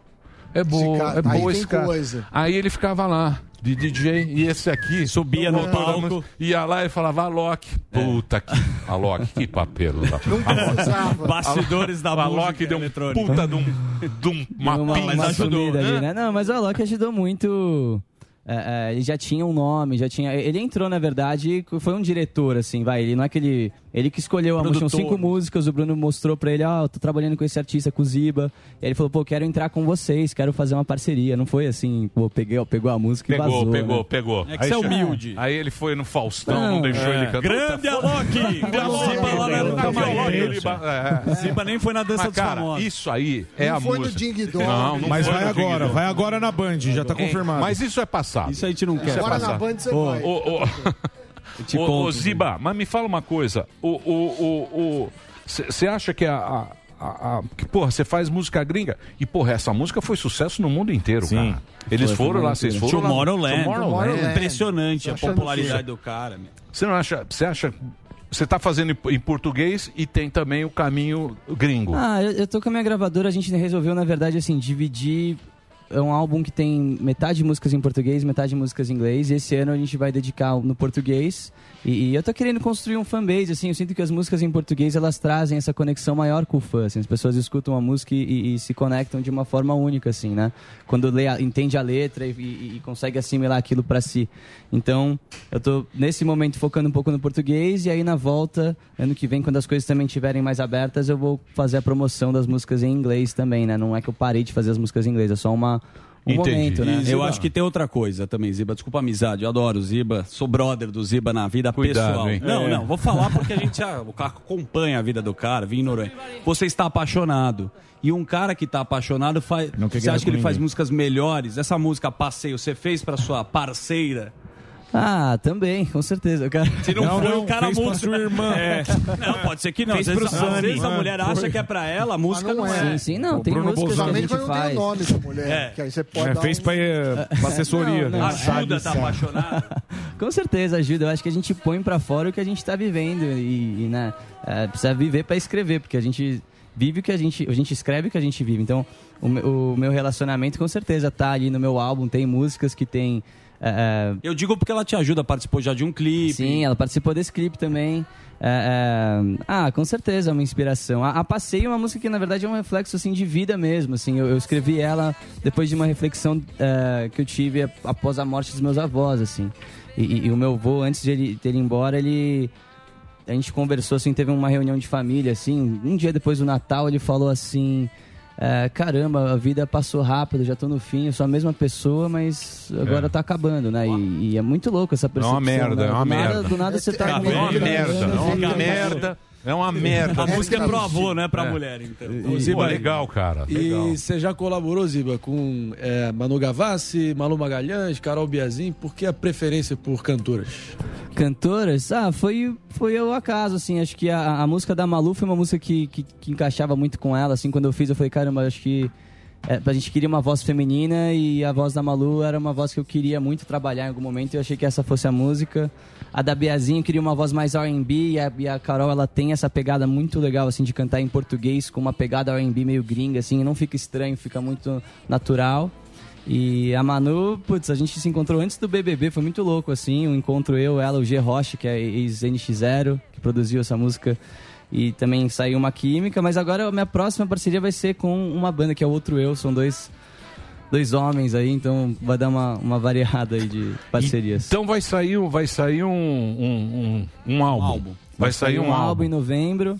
Speaker 6: é boa,
Speaker 22: cara-
Speaker 6: é
Speaker 22: aí
Speaker 6: boa
Speaker 22: tem
Speaker 6: esse cara".
Speaker 22: coisa.
Speaker 6: Aí ele ficava lá de DJ e esse aqui subia
Speaker 8: no palco.
Speaker 6: ia lá e falava Alok. É. Puta que Alok, que papel. Alok.
Speaker 8: Bastidores da
Speaker 6: O Alok
Speaker 8: música
Speaker 6: deu um
Speaker 8: eletrônica.
Speaker 6: puta de um, de um uma
Speaker 21: uma,
Speaker 6: pinça.
Speaker 21: uma sumida ali, né? Não, mas o Alok ajudou muito. É, é, ele já tinha um nome, já tinha. Ele entrou, na verdade, foi um diretor, assim, vai. Ele não é aquele. Ele que escolheu a música. São
Speaker 20: Produtor.
Speaker 21: cinco músicas, o Bruno mostrou pra ele, ó, eu tô trabalhando com esse artista, com o Ziba. E aí ele falou, pô, quero entrar com vocês, quero fazer uma parceria. Não foi assim, pô, peguei, pegou a música e
Speaker 6: Pegou,
Speaker 21: vazou.
Speaker 6: pegou,
Speaker 21: né?
Speaker 6: pegou.
Speaker 21: É que você é
Speaker 6: chegou-
Speaker 21: humilde.
Speaker 6: Aí ele foi no Faustão, não,
Speaker 21: Não,
Speaker 6: deixou
Speaker 21: é.
Speaker 6: ele cantar.
Speaker 8: Grande Alok! Grande Alok! Ziba lá na- na Tomorrowland. Ziba nem foi na dança
Speaker 6: é, Mas,
Speaker 8: dos
Speaker 6: cara,
Speaker 8: famosos.
Speaker 6: Isso aí é
Speaker 8: Não
Speaker 6: a
Speaker 8: foi no
Speaker 6: música.
Speaker 8: Ding Dong.
Speaker 6: Não, não
Speaker 7: Mas
Speaker 6: foi
Speaker 7: vai
Speaker 6: no Ding
Speaker 7: agora,
Speaker 6: Dong.
Speaker 7: vai agora na Band, já tá
Speaker 6: Hein,
Speaker 7: confirmado.
Speaker 6: Mas isso é passado. Isso
Speaker 8: a gente não
Speaker 7: quer. Agora na Band você vai. te
Speaker 6: Ô,
Speaker 7: conto,
Speaker 6: ô, Ziba, mas me fala uma coisa. O você acha que a, a- a- a- que, porra, você faz música gringa e porra, essa música foi sucesso no mundo inteiro, Sim. cara. Eles
Speaker 8: Foi, foi
Speaker 6: foram
Speaker 8: no
Speaker 6: lá,
Speaker 8: mundo
Speaker 6: vocês
Speaker 8: inteiro. É
Speaker 6: foram lá.
Speaker 8: Tomorrowland.
Speaker 6: Tomorrowland.
Speaker 8: Impressionante a popularidade do cara, meu.
Speaker 6: Você não acha, você acha Você está fazendo em- em português e tem também o caminho gringo.
Speaker 21: Ah, eu, eu tô com a minha gravadora, a gente resolveu, na verdade, assim, dividir. É um álbum que tem metade músicas em português, metade músicas em inglês. E esse ano a gente vai dedicar no português. E, e eu tô querendo construir um fanbase, assim. Eu sinto que as músicas em português, elas trazem essa conexão maior com o fã, assim. As pessoas escutam a música e, e se conectam de uma forma única, assim, né? Quando lê a- entende a letra e, e- e consegue assimilar aquilo para si. Então, eu tô, nesse momento, focando um pouco no português. E aí, na volta, ano que vem, quando as coisas também estiverem mais abertas, eu vou fazer a promoção das músicas em inglês também, né? Não é que eu parei de fazer as músicas em inglês, é só uma, um momento, né?
Speaker 8: Eu acho que tem outra coisa também, Ziba. Desculpa a amizade, eu adoro o Ziba. Sou brother do Ziba na vida
Speaker 6: Cuidado,
Speaker 8: pessoal.
Speaker 6: hein?
Speaker 8: Não,
Speaker 6: É.
Speaker 8: não, vou falar porque a gente ah, o cara acompanha a vida do cara, vim em Noronha. Você está apaixonado. E um cara que está apaixonado faz.
Speaker 4: quer
Speaker 8: Você
Speaker 4: guerra
Speaker 8: acha que
Speaker 4: com
Speaker 8: ele faz
Speaker 4: ninguém.
Speaker 8: músicas melhores? Essa música Passeio, você fez para sua parceira?
Speaker 21: Ah, também, com certeza. Cara.
Speaker 8: Se não, foi,
Speaker 6: um
Speaker 8: o cara muda. É. Não, pode ser que não. Às
Speaker 21: Fez
Speaker 8: vezes,
Speaker 21: pro
Speaker 8: às
Speaker 21: Sunny.
Speaker 8: vezes a
Speaker 21: Ah,
Speaker 8: mulher acha
Speaker 21: foi.
Speaker 8: que é pra ela, a música
Speaker 21: Mas
Speaker 8: não,
Speaker 21: não
Speaker 8: é.
Speaker 21: é. Sim, sim, não, O tem Bruno músicas que a Bolsonaro- gente
Speaker 11: Quando tem o nome da mulher,
Speaker 8: É. eh,
Speaker 11: que aí você pode dar um-
Speaker 8: né?
Speaker 21: Não, não. Com certeza ajuda. Eu acho que a gente põe pra fora o que a gente tá vivendo e, e, né, é, precisa viver pra escrever, porque a gente vive o que a gente, a gente escreve o que a gente vive. Então, o, me- o meu relacionamento com certeza tá ali no meu álbum, tem músicas que tem é, é,
Speaker 8: Eu digo porque ela te ajuda, participou já de um clipe.
Speaker 21: Sim, ela participou desse clipe também. É, é, Ah, com certeza é uma inspiração. A, a Passeio é uma música que, na verdade, é um reflexo assim, de vida mesmo. Assim. Eu, eu escrevi ela depois de uma reflexão é, que eu tive ap- após a morte dos meus avós. assim. E, e- e o meu avô, antes de ele ter ido embora, ele... A gente conversou, assim, teve uma reunião de família, assim. Um dia depois do Natal, ele falou assim... é, caramba, a vida passou rápido, já tô no fim, eu sou a mesma pessoa, mas agora
Speaker 6: É.
Speaker 21: tá acabando, né? E, e é muito louco
Speaker 6: É
Speaker 21: essa
Speaker 6: uma
Speaker 21: percepção,
Speaker 6: merda,
Speaker 21: né?
Speaker 6: é uma
Speaker 21: do nada,
Speaker 6: merda.
Speaker 21: Do nada você tá
Speaker 6: É
Speaker 21: com
Speaker 6: uma
Speaker 21: outra
Speaker 6: merda,
Speaker 21: grana,
Speaker 6: é uma
Speaker 21: fica-
Speaker 6: merda. É uma merda.
Speaker 13: A música é pro
Speaker 8: avô, né? Pra mulher, então. Ô, Ziba,
Speaker 6: Pô, legal, cara. Legal.
Speaker 13: E você já colaborou, Ziba, com é, Manu Gavassi, Malu Magalhães, Carol Biazin, por que a preferência por cantoras?
Speaker 21: Cantoras? Ah, foi, foi o acaso, assim. Acho que a, a música da Malu foi uma música que, que, que encaixava muito com ela, assim. Quando eu fiz, eu falei, caramba, acho que é, a gente queria uma voz feminina e a voz da Malu era uma voz que eu queria muito trabalhar em algum momento. E eu achei que essa fosse a música. A da Beazinha eu queria uma voz mais R&B e a, e a Carol, ela tem essa pegada muito legal, assim, de cantar em português com uma pegada R&B meio gringa, assim. Não fica estranho, fica muito natural. E a Manu, putz, a gente se encontrou antes do BBB, foi muito louco, assim. Um encontro eu, ela, o G. Rocha, que é ex-NX0, que produziu essa música. E também saiu uma química, mas agora a minha próxima parceria vai ser com uma banda que é o Outro Eu, são dois, dois homens aí, então vai dar uma, uma variada aí de parcerias.
Speaker 6: Então vai sair, um- vai sair um, um, um, um álbum. Vai sair um, álbum.
Speaker 21: em novembro.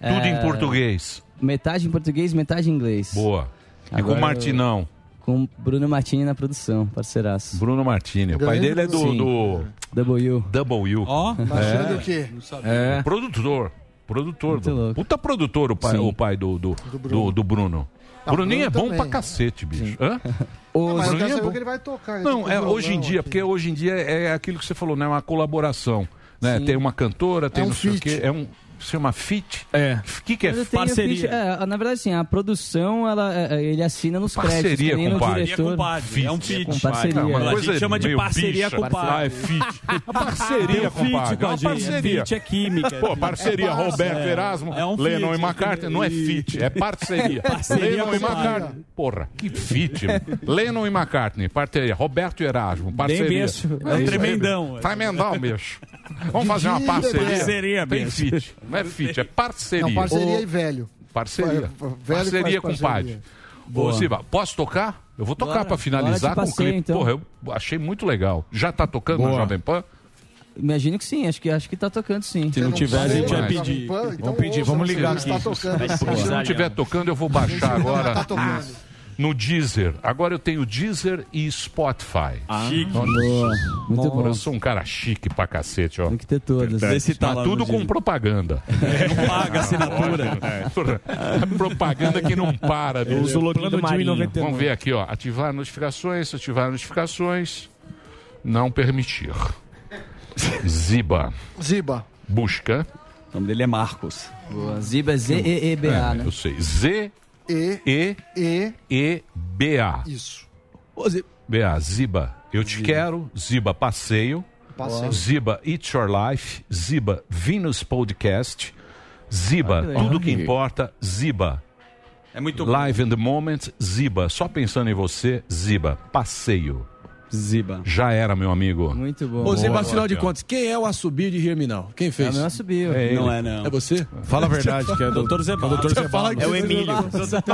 Speaker 6: Tudo em
Speaker 21: É,
Speaker 6: português.
Speaker 21: Metade em português, metade em inglês.
Speaker 6: Boa. E com
Speaker 21: Agora
Speaker 6: o Martinão.
Speaker 21: Com Bruno Martini na produção, parceiraço.
Speaker 6: Bruno Martini, O pai dele é do. do...
Speaker 21: W.
Speaker 6: Double U.
Speaker 8: Ó,
Speaker 21: tá achando o
Speaker 11: quê?
Speaker 6: É. Produtor. Produtor. Do... Puta produtor o pai,
Speaker 21: Sim.
Speaker 6: o pai do, do, do,
Speaker 11: Bruno.
Speaker 6: do Bruno.
Speaker 11: Não,
Speaker 6: Bruninho
Speaker 11: Bruno
Speaker 6: é bom
Speaker 11: também.
Speaker 6: pra cacete, bicho. Hã?
Speaker 11: Não, mas eu
Speaker 6: Bruninho
Speaker 11: quero
Speaker 6: é
Speaker 11: saber
Speaker 6: bom.
Speaker 11: o que ele um vai tocar. ele
Speaker 6: Não,
Speaker 11: toca
Speaker 6: é
Speaker 11: violão.
Speaker 6: hoje em dia, porque hoje em dia é aquilo que você falou, né? Uma colaboração. Né?
Speaker 21: Sim.
Speaker 6: Tem uma cantora, tem
Speaker 21: É um
Speaker 6: não sei o
Speaker 21: feat.
Speaker 6: quê. É um. Chama fit? É. O que, que é
Speaker 21: Mas eu tenho ficha- é, na verdade, assim, a produção, ela, é, é, ele assina nos créditos.
Speaker 6: Parceria
Speaker 21: que nem
Speaker 6: com o
Speaker 21: no
Speaker 6: padre.
Speaker 21: diretor.
Speaker 6: Fit.
Speaker 8: É um fit.
Speaker 21: Com parceria.
Speaker 6: Não, uma
Speaker 8: A gente
Speaker 6: coisa
Speaker 8: chama de
Speaker 6: meio
Speaker 8: parceria
Speaker 6: bicha.
Speaker 8: com o padre.
Speaker 6: Ah, é fit. É parceria,
Speaker 8: Tem um fit
Speaker 6: compadre.
Speaker 8: com a
Speaker 6: é uma
Speaker 8: gente.
Speaker 6: parceria.
Speaker 8: Fit é química.
Speaker 6: Pô, parceria
Speaker 8: É parceria.
Speaker 6: Roberto
Speaker 8: É.
Speaker 6: Erasmo,
Speaker 8: É um
Speaker 6: Lennon
Speaker 8: fit.
Speaker 6: e McCartney. Não é fit, é parceria.
Speaker 8: Parceria
Speaker 6: Lennon e
Speaker 8: com o padre.
Speaker 6: McCartney. Porra, que fit. meu. Lennon e McCartney, parceria. Roberto e Erasmo, parceria.
Speaker 8: bicho. É
Speaker 6: isso aí,
Speaker 8: tremendão,
Speaker 6: bicho.
Speaker 8: é.
Speaker 6: Tremendão, bicho. Vamos fazer uma
Speaker 11: Didi e Bebeto.
Speaker 6: parceria.
Speaker 8: Parceria,
Speaker 6: Tem
Speaker 8: bicho.
Speaker 6: fit. Não é fit, é parceria.
Speaker 11: Não, parceria
Speaker 6: Ô,
Speaker 11: e velho.
Speaker 6: Parceria.
Speaker 11: Fa- fa- velho
Speaker 6: Parceria,
Speaker 11: faz
Speaker 6: compadre. Ô,
Speaker 11: Boa.
Speaker 6: Silva, posso tocar? Eu vou tocar
Speaker 21: Bora.
Speaker 6: pra finalizar
Speaker 21: Bora de
Speaker 6: com o clipe.
Speaker 21: passeio, então.
Speaker 6: Porra, eu achei muito legal. Já tá tocando na
Speaker 21: Boa.
Speaker 6: Jovem Pan?
Speaker 21: Imagino que sim, acho que, acho que tá tocando sim.
Speaker 6: Se não Você não tiver, a gente vai sabe, pedir.
Speaker 11: Pan, então
Speaker 6: Vamos pedir,
Speaker 11: ouça,
Speaker 6: vamos
Speaker 11: você
Speaker 6: ligar
Speaker 11: está
Speaker 6: aqui.
Speaker 11: tocando.
Speaker 6: Vai ser. Se não estiver tocando, eu vou baixar agora
Speaker 11: tá
Speaker 6: no Deezer. Agora eu tenho Deezer e Spotify.
Speaker 8: Chique.
Speaker 6: Nossa.
Speaker 8: Muito
Speaker 6: Nossa,
Speaker 8: bom.
Speaker 6: Eu sou um cara chique pra cacete, ó. Tem que
Speaker 21: ter todas.
Speaker 8: Vê se tá lá
Speaker 6: tudo
Speaker 8: no
Speaker 6: com
Speaker 8: Deezer.
Speaker 6: propaganda.
Speaker 8: Não paga assinatura.
Speaker 6: É. Propaganda que não para.
Speaker 8: É, Eu uso o login do Marinho.
Speaker 6: Vamos ver aqui, ó. Ativar notificações, ativar notificações. Não permitir. Ziba.
Speaker 11: Ziba.
Speaker 6: Busca.
Speaker 8: O nome dele é Marcos.
Speaker 21: Boa. Ziba é Z-E-E-B-A, né?
Speaker 6: Eu sei. Z.
Speaker 11: E.
Speaker 6: E.
Speaker 11: E.
Speaker 6: E. B. A.
Speaker 11: Isso.
Speaker 6: Ziba. Eu te quero. Ziba passeio.
Speaker 11: Passei.
Speaker 6: Ziba It's Your Life, Ziba Venus Podcast, Ziba
Speaker 8: legal.
Speaker 6: Tudo Que
Speaker 8: Olha.
Speaker 6: Importa, Ziba
Speaker 8: É muito bom.
Speaker 6: Live in the Moment, Ziba Só Pensando em Você, Ziba Passeio.
Speaker 21: Ziba.
Speaker 6: Já era, meu amigo.
Speaker 21: Muito bom.
Speaker 13: Ô, Ziba, afinal de contas, quem é o assobio de Riaminal? Quem fez?
Speaker 21: É o meu assobio.
Speaker 13: ele.
Speaker 21: Não é, não.
Speaker 13: É você? Fala a verdade, que é do- Doutor Zé é o Dr. Zé Barros. É o Emílio.
Speaker 6: Não,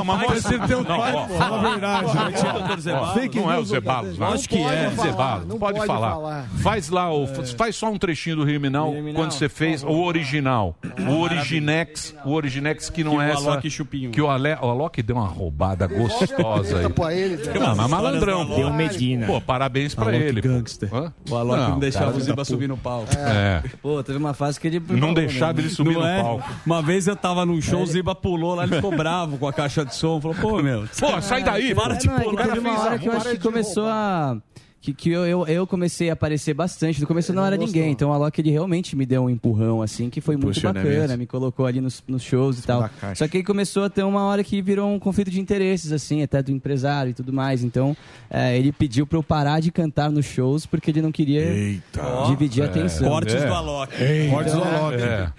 Speaker 6: mas
Speaker 13: Mas
Speaker 6: mostra-
Speaker 13: ele tem um
Speaker 6: Não,
Speaker 13: pai,
Speaker 6: ó,
Speaker 13: pô.
Speaker 6: fala
Speaker 13: Fala a verdade, gente.
Speaker 6: Ó,
Speaker 13: Fake
Speaker 6: Não é o
Speaker 13: news,
Speaker 6: Zé
Speaker 13: o cara
Speaker 6: Barros.
Speaker 13: dele.
Speaker 6: não.
Speaker 13: Não
Speaker 6: Acho que
Speaker 13: pode
Speaker 6: é.
Speaker 13: falar,
Speaker 6: Zé Barros,
Speaker 13: não
Speaker 6: não pode
Speaker 13: pode
Speaker 6: falar.
Speaker 13: falar.
Speaker 6: Faz lá, o, faz só um trechinho do Riminal quando você fez o original. O Originex, o Originex que não
Speaker 8: É, Que
Speaker 6: é
Speaker 8: o
Speaker 6: essa.
Speaker 8: Alok chupinho.
Speaker 6: Que o, Ale, o Alok deu uma roubada gostosa aí.
Speaker 8: pergunta pra ele, velho.
Speaker 6: Não, mas malandrão.
Speaker 8: Deu um Medina.
Speaker 6: Pô, parabéns pra
Speaker 8: Alok
Speaker 6: ele.
Speaker 13: Gangster.
Speaker 21: O Alok não, deixava o Ziba subir
Speaker 6: subindo.
Speaker 21: no palco.
Speaker 6: É.
Speaker 21: Pô, teve uma fase que ele.
Speaker 6: Não deixava ele subir
Speaker 21: Não
Speaker 6: no
Speaker 21: é?
Speaker 6: palco.
Speaker 8: Uma vez eu tava num show,
Speaker 21: É.
Speaker 8: o Ziba pulou lá, ele ficou bravo com a caixa de som. Falou, pô, meu.
Speaker 6: Pô, sai daí,
Speaker 8: Para
Speaker 6: pô.
Speaker 8: de
Speaker 21: Não, é que
Speaker 8: pular.
Speaker 21: teve uma hora que eu acho que começou a. Que, que eu, eu, eu comecei a aparecer bastante. No começo eu não era ninguém. Então o Alok ele realmente me deu um empurrão, assim, que foi muito
Speaker 6: né,
Speaker 8: Impulsionamento.
Speaker 21: bacana. Me colocou ali nos, nos shows e tal. Só que aí começou a ter uma hora que virou um conflito de interesses, assim, até do empresário e tudo mais. Então é, ele pediu pra eu parar de cantar nos shows porque ele não queria
Speaker 6: Tá.
Speaker 21: dividir a
Speaker 8: É.
Speaker 21: atenção.
Speaker 8: Cortes do Alok.
Speaker 21: Cortes do Alok.
Speaker 6: É.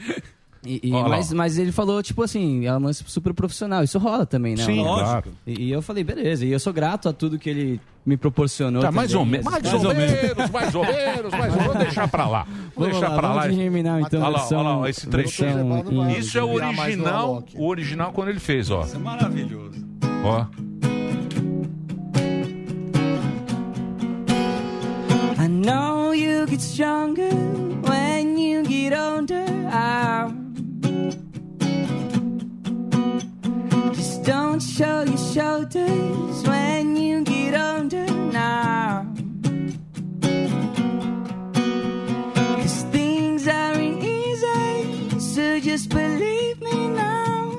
Speaker 21: E- e-
Speaker 6: Olha lá.
Speaker 21: mas, mas ele falou, tipo assim, é um lance super profissional. Isso rola também, né?
Speaker 6: Sim,
Speaker 21: Um lance-
Speaker 6: claro.
Speaker 21: E, e eu falei, beleza. E eu sou grato a tudo que ele me proporcionou.
Speaker 6: Tá, mais ou
Speaker 21: também. né?
Speaker 6: menos. Mais, ou menos, mais ou menos, mais ou menos. Vou deixar pra lá. Vou
Speaker 21: Vamos
Speaker 6: deixar
Speaker 21: lá,
Speaker 6: pra
Speaker 21: vamos
Speaker 6: lá.
Speaker 21: de Riminal, então,
Speaker 6: olha lá,
Speaker 21: versão-
Speaker 6: olha lá, esse
Speaker 21: versão em
Speaker 6: trechinho.
Speaker 21: áudio.
Speaker 6: Isso é o
Speaker 21: Virar mais no
Speaker 6: original, o original quando ele fez, ó. Isso é
Speaker 8: maravilhoso.
Speaker 6: Ó.
Speaker 17: I know you get stronger when you get older. I'm just don't show your shoulders when you get older now. Cause things aren't easy, so just believe me now.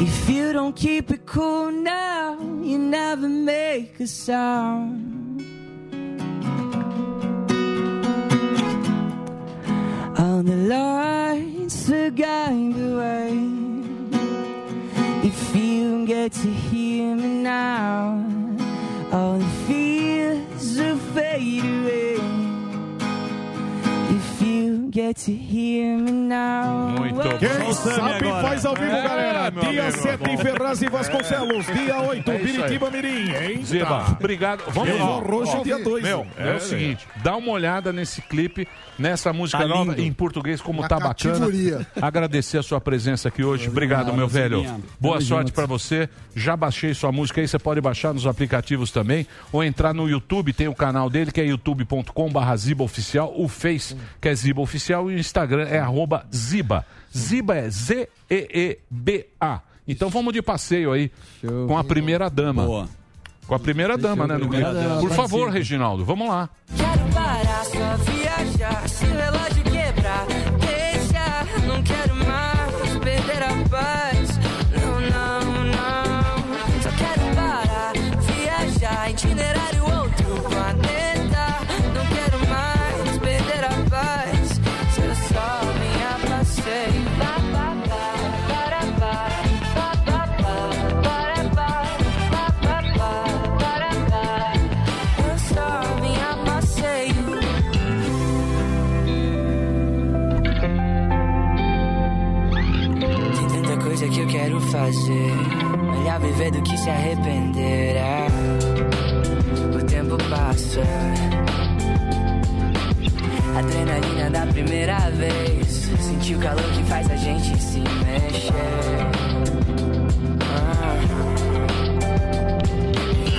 Speaker 17: If you don't keep it cool now, you never make a sound. On the lights will guide the way. If you get to hear me now, all the fears will fade away. If you get to hear me now,
Speaker 6: Muito
Speaker 17: well,
Speaker 7: Quem sabe faz ao vivo,
Speaker 17: É,
Speaker 7: galera.
Speaker 17: meu
Speaker 7: Dia
Speaker 17: amigo,
Speaker 7: 7 em
Speaker 17: bom.
Speaker 7: Ferraz e Vasconcelos.
Speaker 17: É.
Speaker 7: Dia 8,
Speaker 6: É isso aí.
Speaker 7: Biritiba Mirim. Eita.
Speaker 6: Ziba, obrigado. Vamos
Speaker 7: Eu
Speaker 6: lá.
Speaker 7: vou roxo dia dois,
Speaker 6: Meu,
Speaker 7: hein?
Speaker 6: é,
Speaker 7: É,
Speaker 6: o seguinte, dá uma olhada nesse clipe, nessa música
Speaker 7: Tá
Speaker 6: nova
Speaker 7: lindo.
Speaker 6: em português, como
Speaker 7: Na
Speaker 6: tá bacana.
Speaker 7: cativeria.
Speaker 6: Agradecer a sua presença aqui hoje. Obrigado,
Speaker 8: nada,
Speaker 6: meu velho.
Speaker 8: Zibinha.
Speaker 6: Boa
Speaker 8: Tamo
Speaker 6: sorte
Speaker 8: junto.
Speaker 6: pra você. Já baixei sua música aí, você pode baixar nos aplicativos também ou entrar no YouTube, tem o canal dele que é youtube.com/barra Ziba Oficial, o Face que é Ziba Oficial e o Instagram é arroba Ziba. Ziba é Z E E B A. Então vamos de passeio aí com a primeira dama. Com a primeira dama, né, no
Speaker 13: Primeira
Speaker 6: clipe.
Speaker 13: dama,
Speaker 6: Por favor,
Speaker 13: participa.
Speaker 6: Reginaldo, vamos lá.
Speaker 17: Quero parar, só viajar. Se o relógio quebrar, deixa. Não quero mais perder a paz. Não, não, não. Só quero parar, viajar. Itinerário outro planeta. Não quero mais perder a paz. Se eu só me apassei. Pá, pá, pá, para, pá. Pá, pá, pá, para, pá. Pá, pá, pá, para, pá. Eu só me apassei. Tem tanta coisa que eu quero fazer. Melhor viver do que se arrepender. é. O tempo passa. Adrenalina da primeira vez. Senti o calor que faz a gente se mexer. Ah.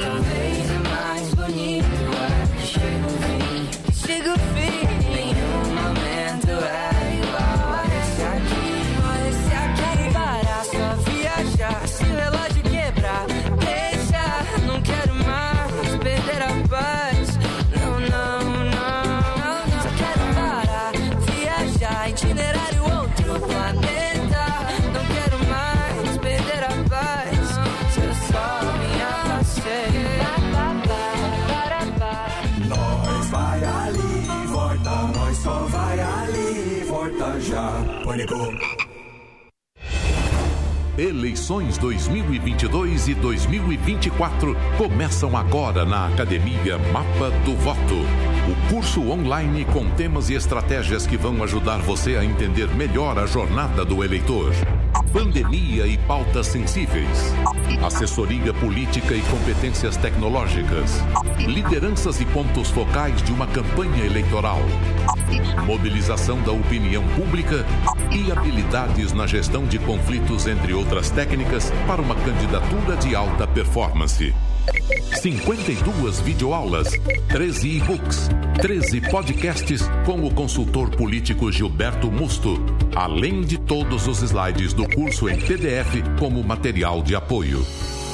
Speaker 17: Talvez o mais bonito é que chega o fim. que Chega o fim. Nenhum momento é igual a esse aqui. a Esse aqui. Quero parar, só viajar. Se o relógio quebrar, deixa. Não quero mais perder a paz. Não, não, não. Só quero parar, viajar. Itinerário outro planeta. Não quero mais perder a paz. Se eu só me afastei.
Speaker 10: Nós vai ali, volta, nós só vai ali, volta já. Pânico.
Speaker 12: Eleições 2022 e 2024 começam agora na Academia Mapa do Voto. O curso online com temas e estratégias que vão ajudar você a entender melhor a jornada do eleitor. Pandemia e pautas sensíveis. Assessoria política e competências tecnológicas. Lideranças e pontos focais de uma campanha eleitoral. Mobilização da opinião pública e habilidades na gestão de conflitos, entre outras técnicas, para uma candidatura de alta performance. 52 videoaulas, 13 e-books, 13 podcasts com o consultor político Gilberto Musto, além de todos os slides do curso em PDF como material de apoio.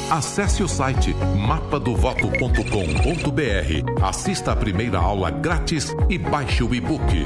Speaker 12: Acesse o site mapadovoto.com.br, assista a primeira aula grátis e baixe o e-book.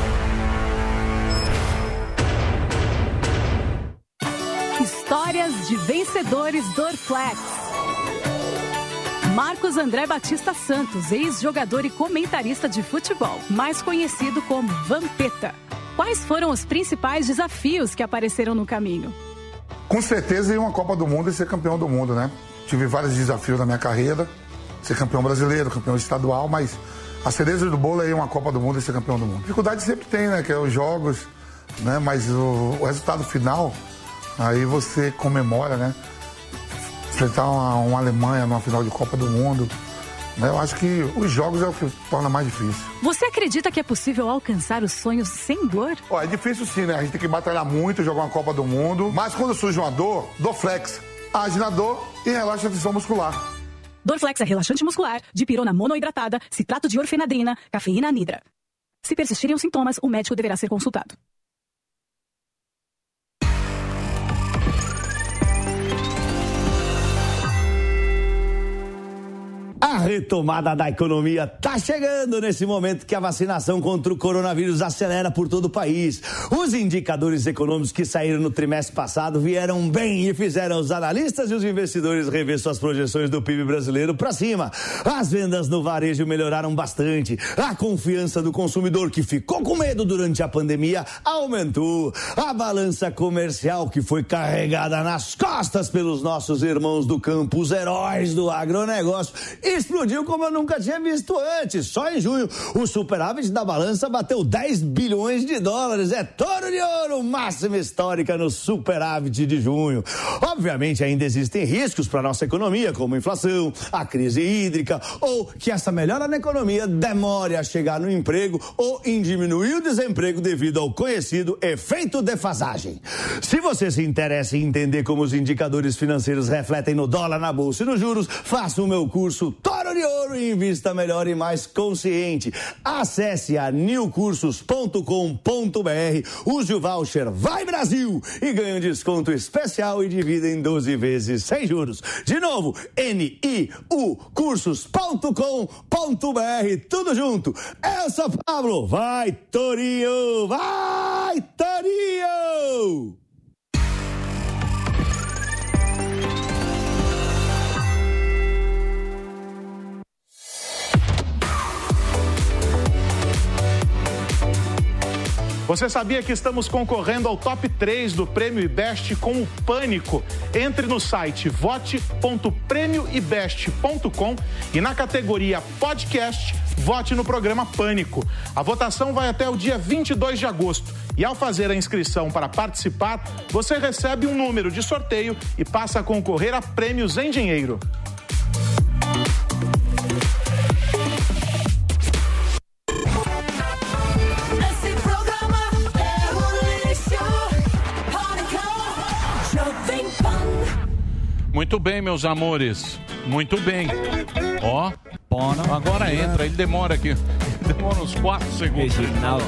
Speaker 19: Histórias de vencedores Dorflex. Marcos André Batista Santos, ex-jogador e comentarista de futebol, mais conhecido como Vampeta. Quais foram os principais desafios que apareceram no caminho?
Speaker 25: Com certeza ir uma Copa do Mundo e ser campeão do mundo, né? Tive vários desafios na minha carreira, ser campeão brasileiro, campeão estadual, mas a cereja do bolo é ir uma Copa do Mundo e ser campeão do mundo. Dificuldade sempre tem, né? Que é os jogos, né? Mas o, o resultado final, aí você comemora, né? Enfrentar uma, uma Alemanha numa final de Copa do Mundo. né? Eu acho que os jogos é o que torna mais difícil.
Speaker 19: Você acredita que é possível alcançar os sonhos sem dor?
Speaker 25: Ó, é difícil sim, né? A gente tem que batalhar muito, jogar uma Copa do Mundo. Mas quando surge uma dor, dou flex. Age na dor e relaxa a tensão muscular.
Speaker 19: Dorflex é relaxante muscular, dipirona monoidratada, citrato de orfenadrina, cafeína anidra. Se persistirem os sintomas, o médico deverá ser consultado.
Speaker 26: A retomada da economia está chegando nesse momento que a vacinação contra o coronavírus acelera por todo o país. Os indicadores econômicos que saíram no trimestre passado vieram bem e fizeram os analistas e os investidores rever suas projeções do PIB brasileiro para cima. As vendas no varejo melhoraram bastante. A confiança do consumidor que ficou com medo durante a pandemia aumentou. A balança comercial que foi carregada nas costas pelos nossos irmãos do campo, os heróis do agronegócio, explodiu como eu nunca tinha visto antes. Só em junho, o superávit da balança bateu 10 bilhões de dólares. É touro de ouro, máxima histórica no superávit de junho. Obviamente, ainda existem riscos para nossa economia, como inflação, a crise hídrica, ou que essa melhora na economia demore a chegar no emprego ou em diminuir o desemprego devido ao conhecido efeito defasagem. Se você se interessa em entender como os indicadores financeiros refletem no dólar, na bolsa e nos juros, faça o meu curso Toro de Ouro e invista melhor e mais consciente. Acesse a newcursos.com.br, use o voucher Vai Brasil e ganhe um desconto especial e divida em 12 vezes sem juros. De novo, N-I-U cursos.com.br, tudo junto. Eu sou Pablo, vai Torinho, vai Torinho!
Speaker 27: Você sabia que estamos concorrendo ao top 3 do Prêmio IBEST com o Pânico? Entre no site vote.prêmioibest.com e na categoria podcast, vote no programa Pânico. A votação vai até o dia 22 de agosto e ao fazer a inscrição para participar, você recebe um número de sorteio e passa a concorrer a prêmios em dinheiro.
Speaker 17: Esse programa é um lixo. Pânico, Jovem Pan.
Speaker 6: Muito bem, meus amores. Muito bem. Ó, agora entra, ele demora aqui. Demora uns 4 segundos. Reginaldo.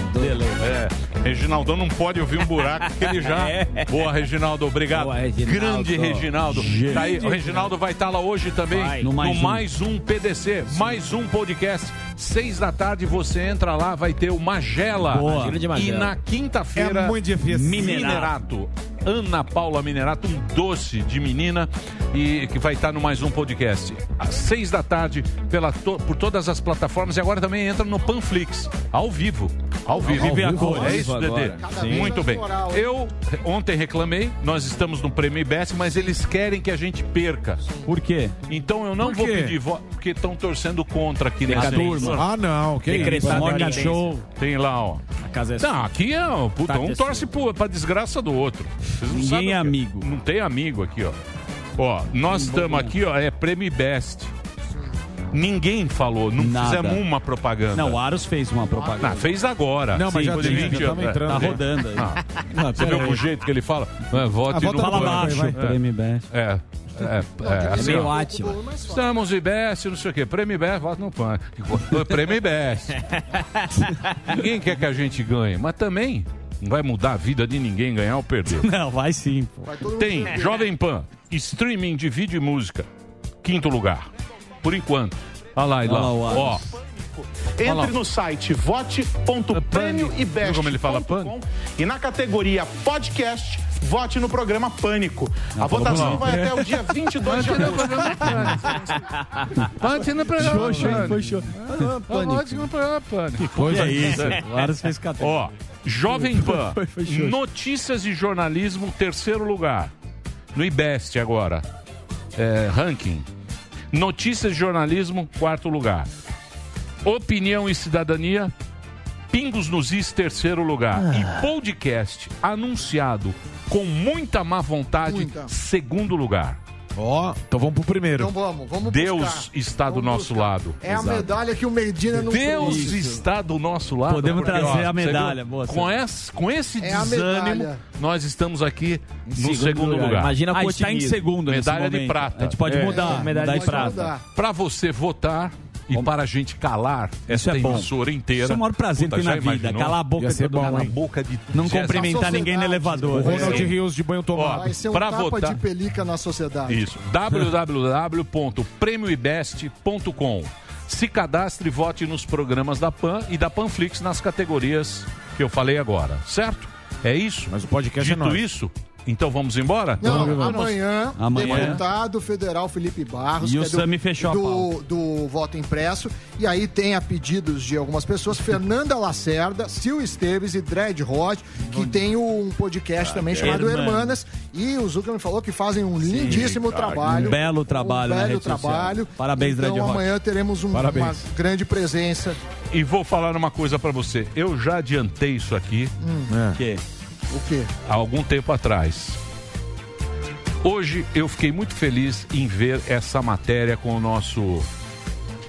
Speaker 6: É. Reginaldo não pode ouvir um buraco que ele já. Boa, Reginaldo, obrigado. Grande Reginaldo. Tá aí, o Reginaldo vai estar lá hoje também
Speaker 8: Vai.
Speaker 6: no,
Speaker 8: No
Speaker 6: mais,
Speaker 8: Mais
Speaker 6: um.
Speaker 8: Um.
Speaker 6: PDC, mais um podcast. Seis da tarde você entra lá, vai ter o Magela.
Speaker 8: Boa. Magela de Magela.
Speaker 6: E na quinta-feira,
Speaker 8: É muito difícil.
Speaker 6: Minerato. Ana Paula Minerato, um doce de menina, e que vai estar no mais um podcast. Às seis da tarde, pela to- por todas as plataformas, e agora também entra no Panflix, ao vivo. Ao vivo.
Speaker 8: vivo e a cores.
Speaker 6: É isso,
Speaker 8: Ao vivo
Speaker 6: Dedê?
Speaker 8: agora.
Speaker 6: Sim.
Speaker 8: Cada vez
Speaker 6: Muito
Speaker 8: mais
Speaker 6: bem.
Speaker 8: moral, hein?
Speaker 6: Eu ontem reclamei, nós estamos no Prêmio IBS, mas eles querem que a gente perca.
Speaker 8: Por quê?
Speaker 6: Então eu não
Speaker 8: Por
Speaker 6: vou
Speaker 8: quê?
Speaker 6: pedir voto, porque estão torcendo contra aqui nessa
Speaker 7: Decadência. Ah, não, que Decretado isso.
Speaker 6: Morning
Speaker 7: decadência.
Speaker 6: show. Tem lá, ó. A
Speaker 7: casa é
Speaker 6: Não,
Speaker 7: sua.
Speaker 6: aqui é, ó, puta,
Speaker 7: Tá
Speaker 6: um
Speaker 7: que
Speaker 6: torce pro, pra desgraça do outro. Vocês não
Speaker 8: Ninguém
Speaker 6: sabem o que
Speaker 8: é amigo.
Speaker 6: Não tem amigo aqui, ó. Ó, nós estamos aqui, ó, é Prêmio Best. Ninguém falou, não
Speaker 8: Nada.
Speaker 6: fizemos uma propaganda.
Speaker 8: Não, o Aros fez uma propaganda.
Speaker 6: Ah, fez agora.
Speaker 8: Não, mas já
Speaker 6: depois de
Speaker 8: tinha,
Speaker 6: 20
Speaker 8: já tava
Speaker 6: anos.
Speaker 8: entrando. Tá rodando aí.
Speaker 6: Ah, Você viu o jeito que ele fala? É, vote
Speaker 8: Ah,
Speaker 6: no
Speaker 8: vota no Fala baixo, vai. Prêmio IBEST.
Speaker 6: É. É, é,
Speaker 8: É meio Atila.
Speaker 6: Estamos IBEST, não sei o quê. Prêmio IBEST, vota no PAN. Prêmio IBEST. ninguém quer que a gente ganhe, mas também não vai mudar a vida de ninguém ganhar ou perder.
Speaker 8: Não, vai sim. pô.
Speaker 12: É.
Speaker 6: Tem Jovem Pan, streaming de vídeo e música. Quinto lugar. Por enquanto. Olha lá, Ilá.
Speaker 8: Olha lá o
Speaker 6: Ó,
Speaker 8: Atos.
Speaker 6: Olha lá.
Speaker 27: Olha Entre no site vote.prêmioibest.com
Speaker 6: Como ele fala,
Speaker 27: e na categoria podcast, vote no programa Pânico. A
Speaker 6: falou
Speaker 27: votação
Speaker 6: não.
Speaker 27: vai até o dia 22 de
Speaker 6: Vote no
Speaker 27: agosto.
Speaker 6: programa Pante no
Speaker 27: Show,
Speaker 6: programa.
Speaker 27: show,
Speaker 6: foi show.
Speaker 13: um
Speaker 27: Vote
Speaker 6: no programa Pânico.
Speaker 27: Que coisa isso.
Speaker 6: sério.
Speaker 27: O Aras fez catete.
Speaker 6: Ó, Jovem Pan,
Speaker 27: Foi, foi xoxo.
Speaker 6: notícias e jornalismo, terceiro lugar. No IBEST agora. É, ranking. Notícias e jornalismo, quarto lugar. Opinião e cidadania, Pingos nos Is, terceiro lugar.
Speaker 11: Ah.
Speaker 6: E podcast anunciado com muita má vontade, segundo lugar.
Speaker 7: Ó, então vamos pro primeiro.
Speaker 11: Então vamos, vamos
Speaker 6: Deus
Speaker 11: buscar.
Speaker 6: está do nosso lado.
Speaker 11: É a medalha que o Medina não
Speaker 6: Deus
Speaker 11: trouxe.
Speaker 6: está do nosso lado.
Speaker 8: Podemos
Speaker 6: porque,
Speaker 8: trazer
Speaker 6: ó,
Speaker 8: a
Speaker 6: você
Speaker 8: medalha,
Speaker 6: viu?
Speaker 8: É boa,
Speaker 6: Com
Speaker 8: sim.
Speaker 6: esse, com esse
Speaker 8: É a
Speaker 6: desânimo,
Speaker 8: medalha.
Speaker 6: nós estamos aqui no segundo,
Speaker 8: segundo
Speaker 6: lugar.
Speaker 8: lugar. Imagina
Speaker 6: a
Speaker 8: com
Speaker 6: gente tá em
Speaker 8: otimismo.
Speaker 6: segundo nesse
Speaker 8: Medalha de
Speaker 6: momento.
Speaker 8: prata. A gente pode mudar, É, medalha de pode prata. mudar.
Speaker 6: Para você votar e para a gente calar
Speaker 8: Isso
Speaker 6: essa
Speaker 8: é bom.
Speaker 6: emissora inteira.
Speaker 8: Isso é o maior prazer
Speaker 6: Puta,
Speaker 8: que tem na
Speaker 6: já
Speaker 8: vida.
Speaker 6: imaginou?
Speaker 8: Calar a boca
Speaker 6: Ia
Speaker 8: de
Speaker 6: ser
Speaker 8: todo
Speaker 6: bom,
Speaker 8: mundo.
Speaker 6: hein? boca de
Speaker 8: Não
Speaker 6: Jesus.
Speaker 7: é
Speaker 8: cumprimentar ninguém no elevador.
Speaker 6: é O
Speaker 7: né?
Speaker 6: Ronald
Speaker 8: Isso.
Speaker 6: Rios de banho tomado.
Speaker 11: Vai ser um
Speaker 6: Pra
Speaker 11: tapa
Speaker 6: votar.
Speaker 11: de pelica na sociedade.
Speaker 6: Isso. www.premioibest.com. Se cadastre e vote nos programas da PAN e da Panflix nas categorias que eu falei agora, certo? É isso? Mas o podcast Dito
Speaker 7: é nóis.
Speaker 6: isso, então vamos embora?
Speaker 11: Não,
Speaker 6: Vamos.
Speaker 11: amanhã,
Speaker 6: Amanhã.
Speaker 11: deputado federal Felipe Barros,
Speaker 6: E o
Speaker 11: que é do-
Speaker 6: Sami fechou a
Speaker 11: do, do voto impresso. E aí tem a pedidos de algumas pessoas, Fernanda Lacerda, Sil Esteves e Dread Hot, que tem um podcast também chamado Hermanas.
Speaker 8: Hermanas.
Speaker 11: E o Zucca me falou que fazem um lindíssimo
Speaker 8: cara,
Speaker 11: trabalho.
Speaker 8: um belo trabalho
Speaker 11: Um
Speaker 8: na
Speaker 11: belo
Speaker 8: rede social.
Speaker 11: trabalho.
Speaker 8: Parabéns,
Speaker 11: então,
Speaker 6: Dread Hot.
Speaker 11: amanhã teremos um-
Speaker 6: Parabéns.
Speaker 11: uma grande presença.
Speaker 6: E vou falar uma coisa pra você. Eu já adiantei isso aqui.
Speaker 11: Hum.
Speaker 6: Que?
Speaker 11: O quê?
Speaker 6: há algum tempo atrás. Hoje eu fiquei muito feliz em ver essa matéria com o nosso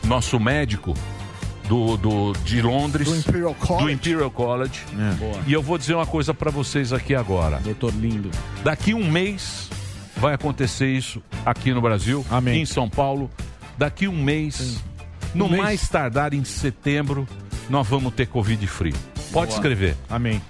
Speaker 6: nosso médico do, do de Londres,
Speaker 11: Do Imperial College.
Speaker 6: do Imperial College.
Speaker 7: É.
Speaker 6: E eu vou dizer uma coisa pra vocês aqui agora.
Speaker 8: Doutor lindo.
Speaker 6: Daqui um mês vai acontecer isso aqui no Brasil, em São Paulo. Daqui um mês, no mais tardar em setembro, nós vamos ter Covid free.
Speaker 7: Boa.
Speaker 6: Pode escrever. Amém.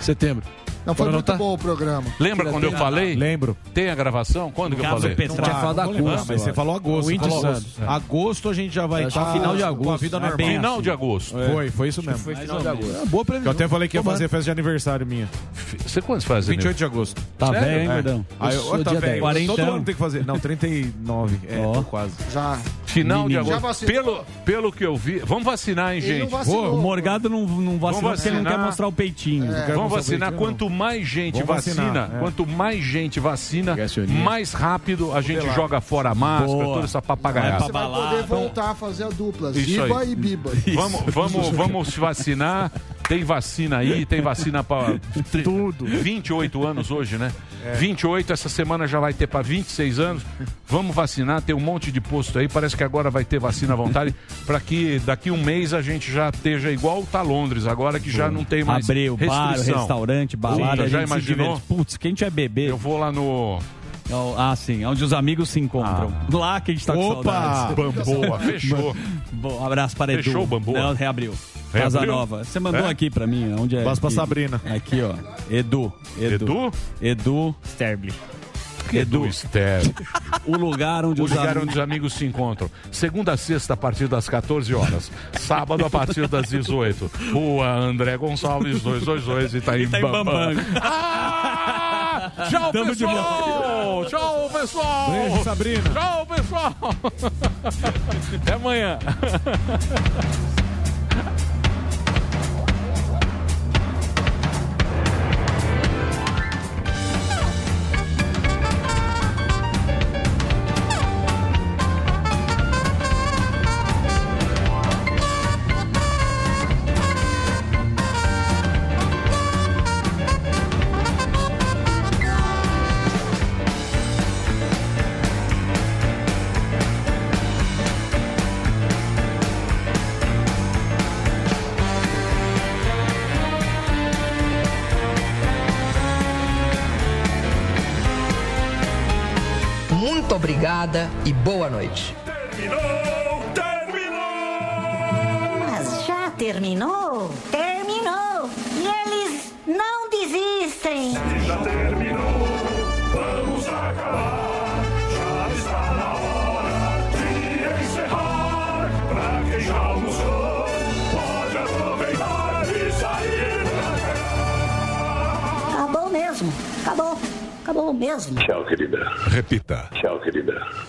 Speaker 7: Setembro.
Speaker 11: Não, foi muito bom o programa.
Speaker 6: Lembra quando eu falei?
Speaker 7: Lembro.
Speaker 6: Tem a gravação? Quando que eu falei?
Speaker 7: Não, Ah, mas você falou agosto.
Speaker 6: Winter
Speaker 7: falou
Speaker 6: Santos.
Speaker 7: agosto. Agosto a gente já vai
Speaker 6: Acho que
Speaker 7: estar
Speaker 6: final de
Speaker 7: com a
Speaker 6: agosto.
Speaker 7: vida
Speaker 6: É
Speaker 7: normal.
Speaker 6: bem Final assim. de agosto. É.
Speaker 7: Foi, foi isso
Speaker 6: Acho que
Speaker 7: mesmo.
Speaker 6: foi final de agosto.
Speaker 7: É, boa previsão. Eu até falei que ia
Speaker 6: Tomara.
Speaker 7: fazer festa de aniversário minha.
Speaker 6: Ah, Você quantos faz?
Speaker 7: 28 de agosto.
Speaker 6: Tá
Speaker 7: Sério?
Speaker 6: velho, hein,
Speaker 7: É.
Speaker 6: Verdão?
Speaker 7: Aí,
Speaker 6: Eu
Speaker 7: ó,
Speaker 6: sou
Speaker 7: tá velho.
Speaker 6: dia 10.
Speaker 7: Todo
Speaker 6: Quarentão.
Speaker 7: ano tem que fazer. Não, 39. É, tô quase.
Speaker 11: Já.
Speaker 6: Final de
Speaker 7: Menino. Já
Speaker 6: agosto.
Speaker 7: vacinou.
Speaker 6: Pelo, pelo que eu vi. Vamos vacinar, hein,
Speaker 8: Ele não
Speaker 6: gente?
Speaker 8: vacinou. Pô, o Morgado não- não vacinou porque ele não quer mostrar o peitinho.
Speaker 7: É.
Speaker 8: Não
Speaker 6: Vamos
Speaker 8: quer mostrar o
Speaker 6: vacinar.
Speaker 8: peitinho, não.
Speaker 6: Quanto mais gente
Speaker 8: Vamos
Speaker 6: vacina,
Speaker 8: vacinar, é.
Speaker 6: quanto mais gente vacina, mais rápido a gente
Speaker 11: Modelar.
Speaker 6: joga fora a máscara,
Speaker 11: Boa.
Speaker 6: toda essa papagaiada.
Speaker 11: Você vai poder voltar a fazer a dupla,
Speaker 6: Isso
Speaker 11: Ziba
Speaker 6: aí.
Speaker 11: e Biba.
Speaker 6: Vamos, vamos, vamos se vacinar. Tem vacina aí, tem vacina para tudo. 28 anos hoje, né? 28, essa semana já vai ter para 26 anos. Vamos vacinar, tem um monte de posto aí. Parece que agora vai ter vacina à vontade, para que daqui um mês a gente já esteja igual tá Londres, agora que já não tem mais.
Speaker 8: Abreu, bar,
Speaker 6: restrição.
Speaker 8: restaurante, balada.
Speaker 6: Puta,
Speaker 8: a
Speaker 6: já
Speaker 8: gente se
Speaker 6: imaginou?
Speaker 8: diverte. Putz, quem tiver bebê. Eu
Speaker 6: vou lá no. Ah.
Speaker 8: Ah, sim, onde os amigos se encontram. Lá que a gente tá com
Speaker 6: Opa!
Speaker 8: saudades.
Speaker 6: Bamboa, fechou.
Speaker 8: Bom, um abraço para Edu.
Speaker 6: Fechou, Bamboa?
Speaker 8: Não, reabriu. Casa
Speaker 22: Reabriu?
Speaker 8: Nova. Você mandou
Speaker 22: É?
Speaker 8: aqui pra mim, onde é?
Speaker 22: Passa pra
Speaker 8: Aqui.
Speaker 22: Sabrina.
Speaker 8: Aqui, ó. Edu. Edu? Edu. Sterble. Edu.
Speaker 12: É.
Speaker 6: Sterble.
Speaker 8: o lugar onde
Speaker 6: o
Speaker 8: os
Speaker 6: lugar
Speaker 8: amigos-
Speaker 6: onde os amigos se encontram. Segunda a sexta, a partir das 14 horas. Sábado, a partir das 18. Rua André Gonçalves, 222, Itaim,
Speaker 10: Itaim
Speaker 6: Bambam.
Speaker 10: Bambam.
Speaker 6: Ah, Tchau,
Speaker 10: Tamo de
Speaker 6: pessoal! Tchau, pessoal!
Speaker 10: Beijo,
Speaker 6: Sabrina! Tchau, pessoal! Até amanhã!
Speaker 28: Muito obrigada e boa noite.
Speaker 17: Mas já terminou? Terminou! E eles não desistem!
Speaker 10: Já terminou, vamos acabar. Já está na hora de encerrar. Pra quem já almoçou, pode aproveitar e sair pra
Speaker 17: Acabou mesmo! Acabou! Acabou mesmo!
Speaker 12: Tchau, querida. Repita. Tchau, querida.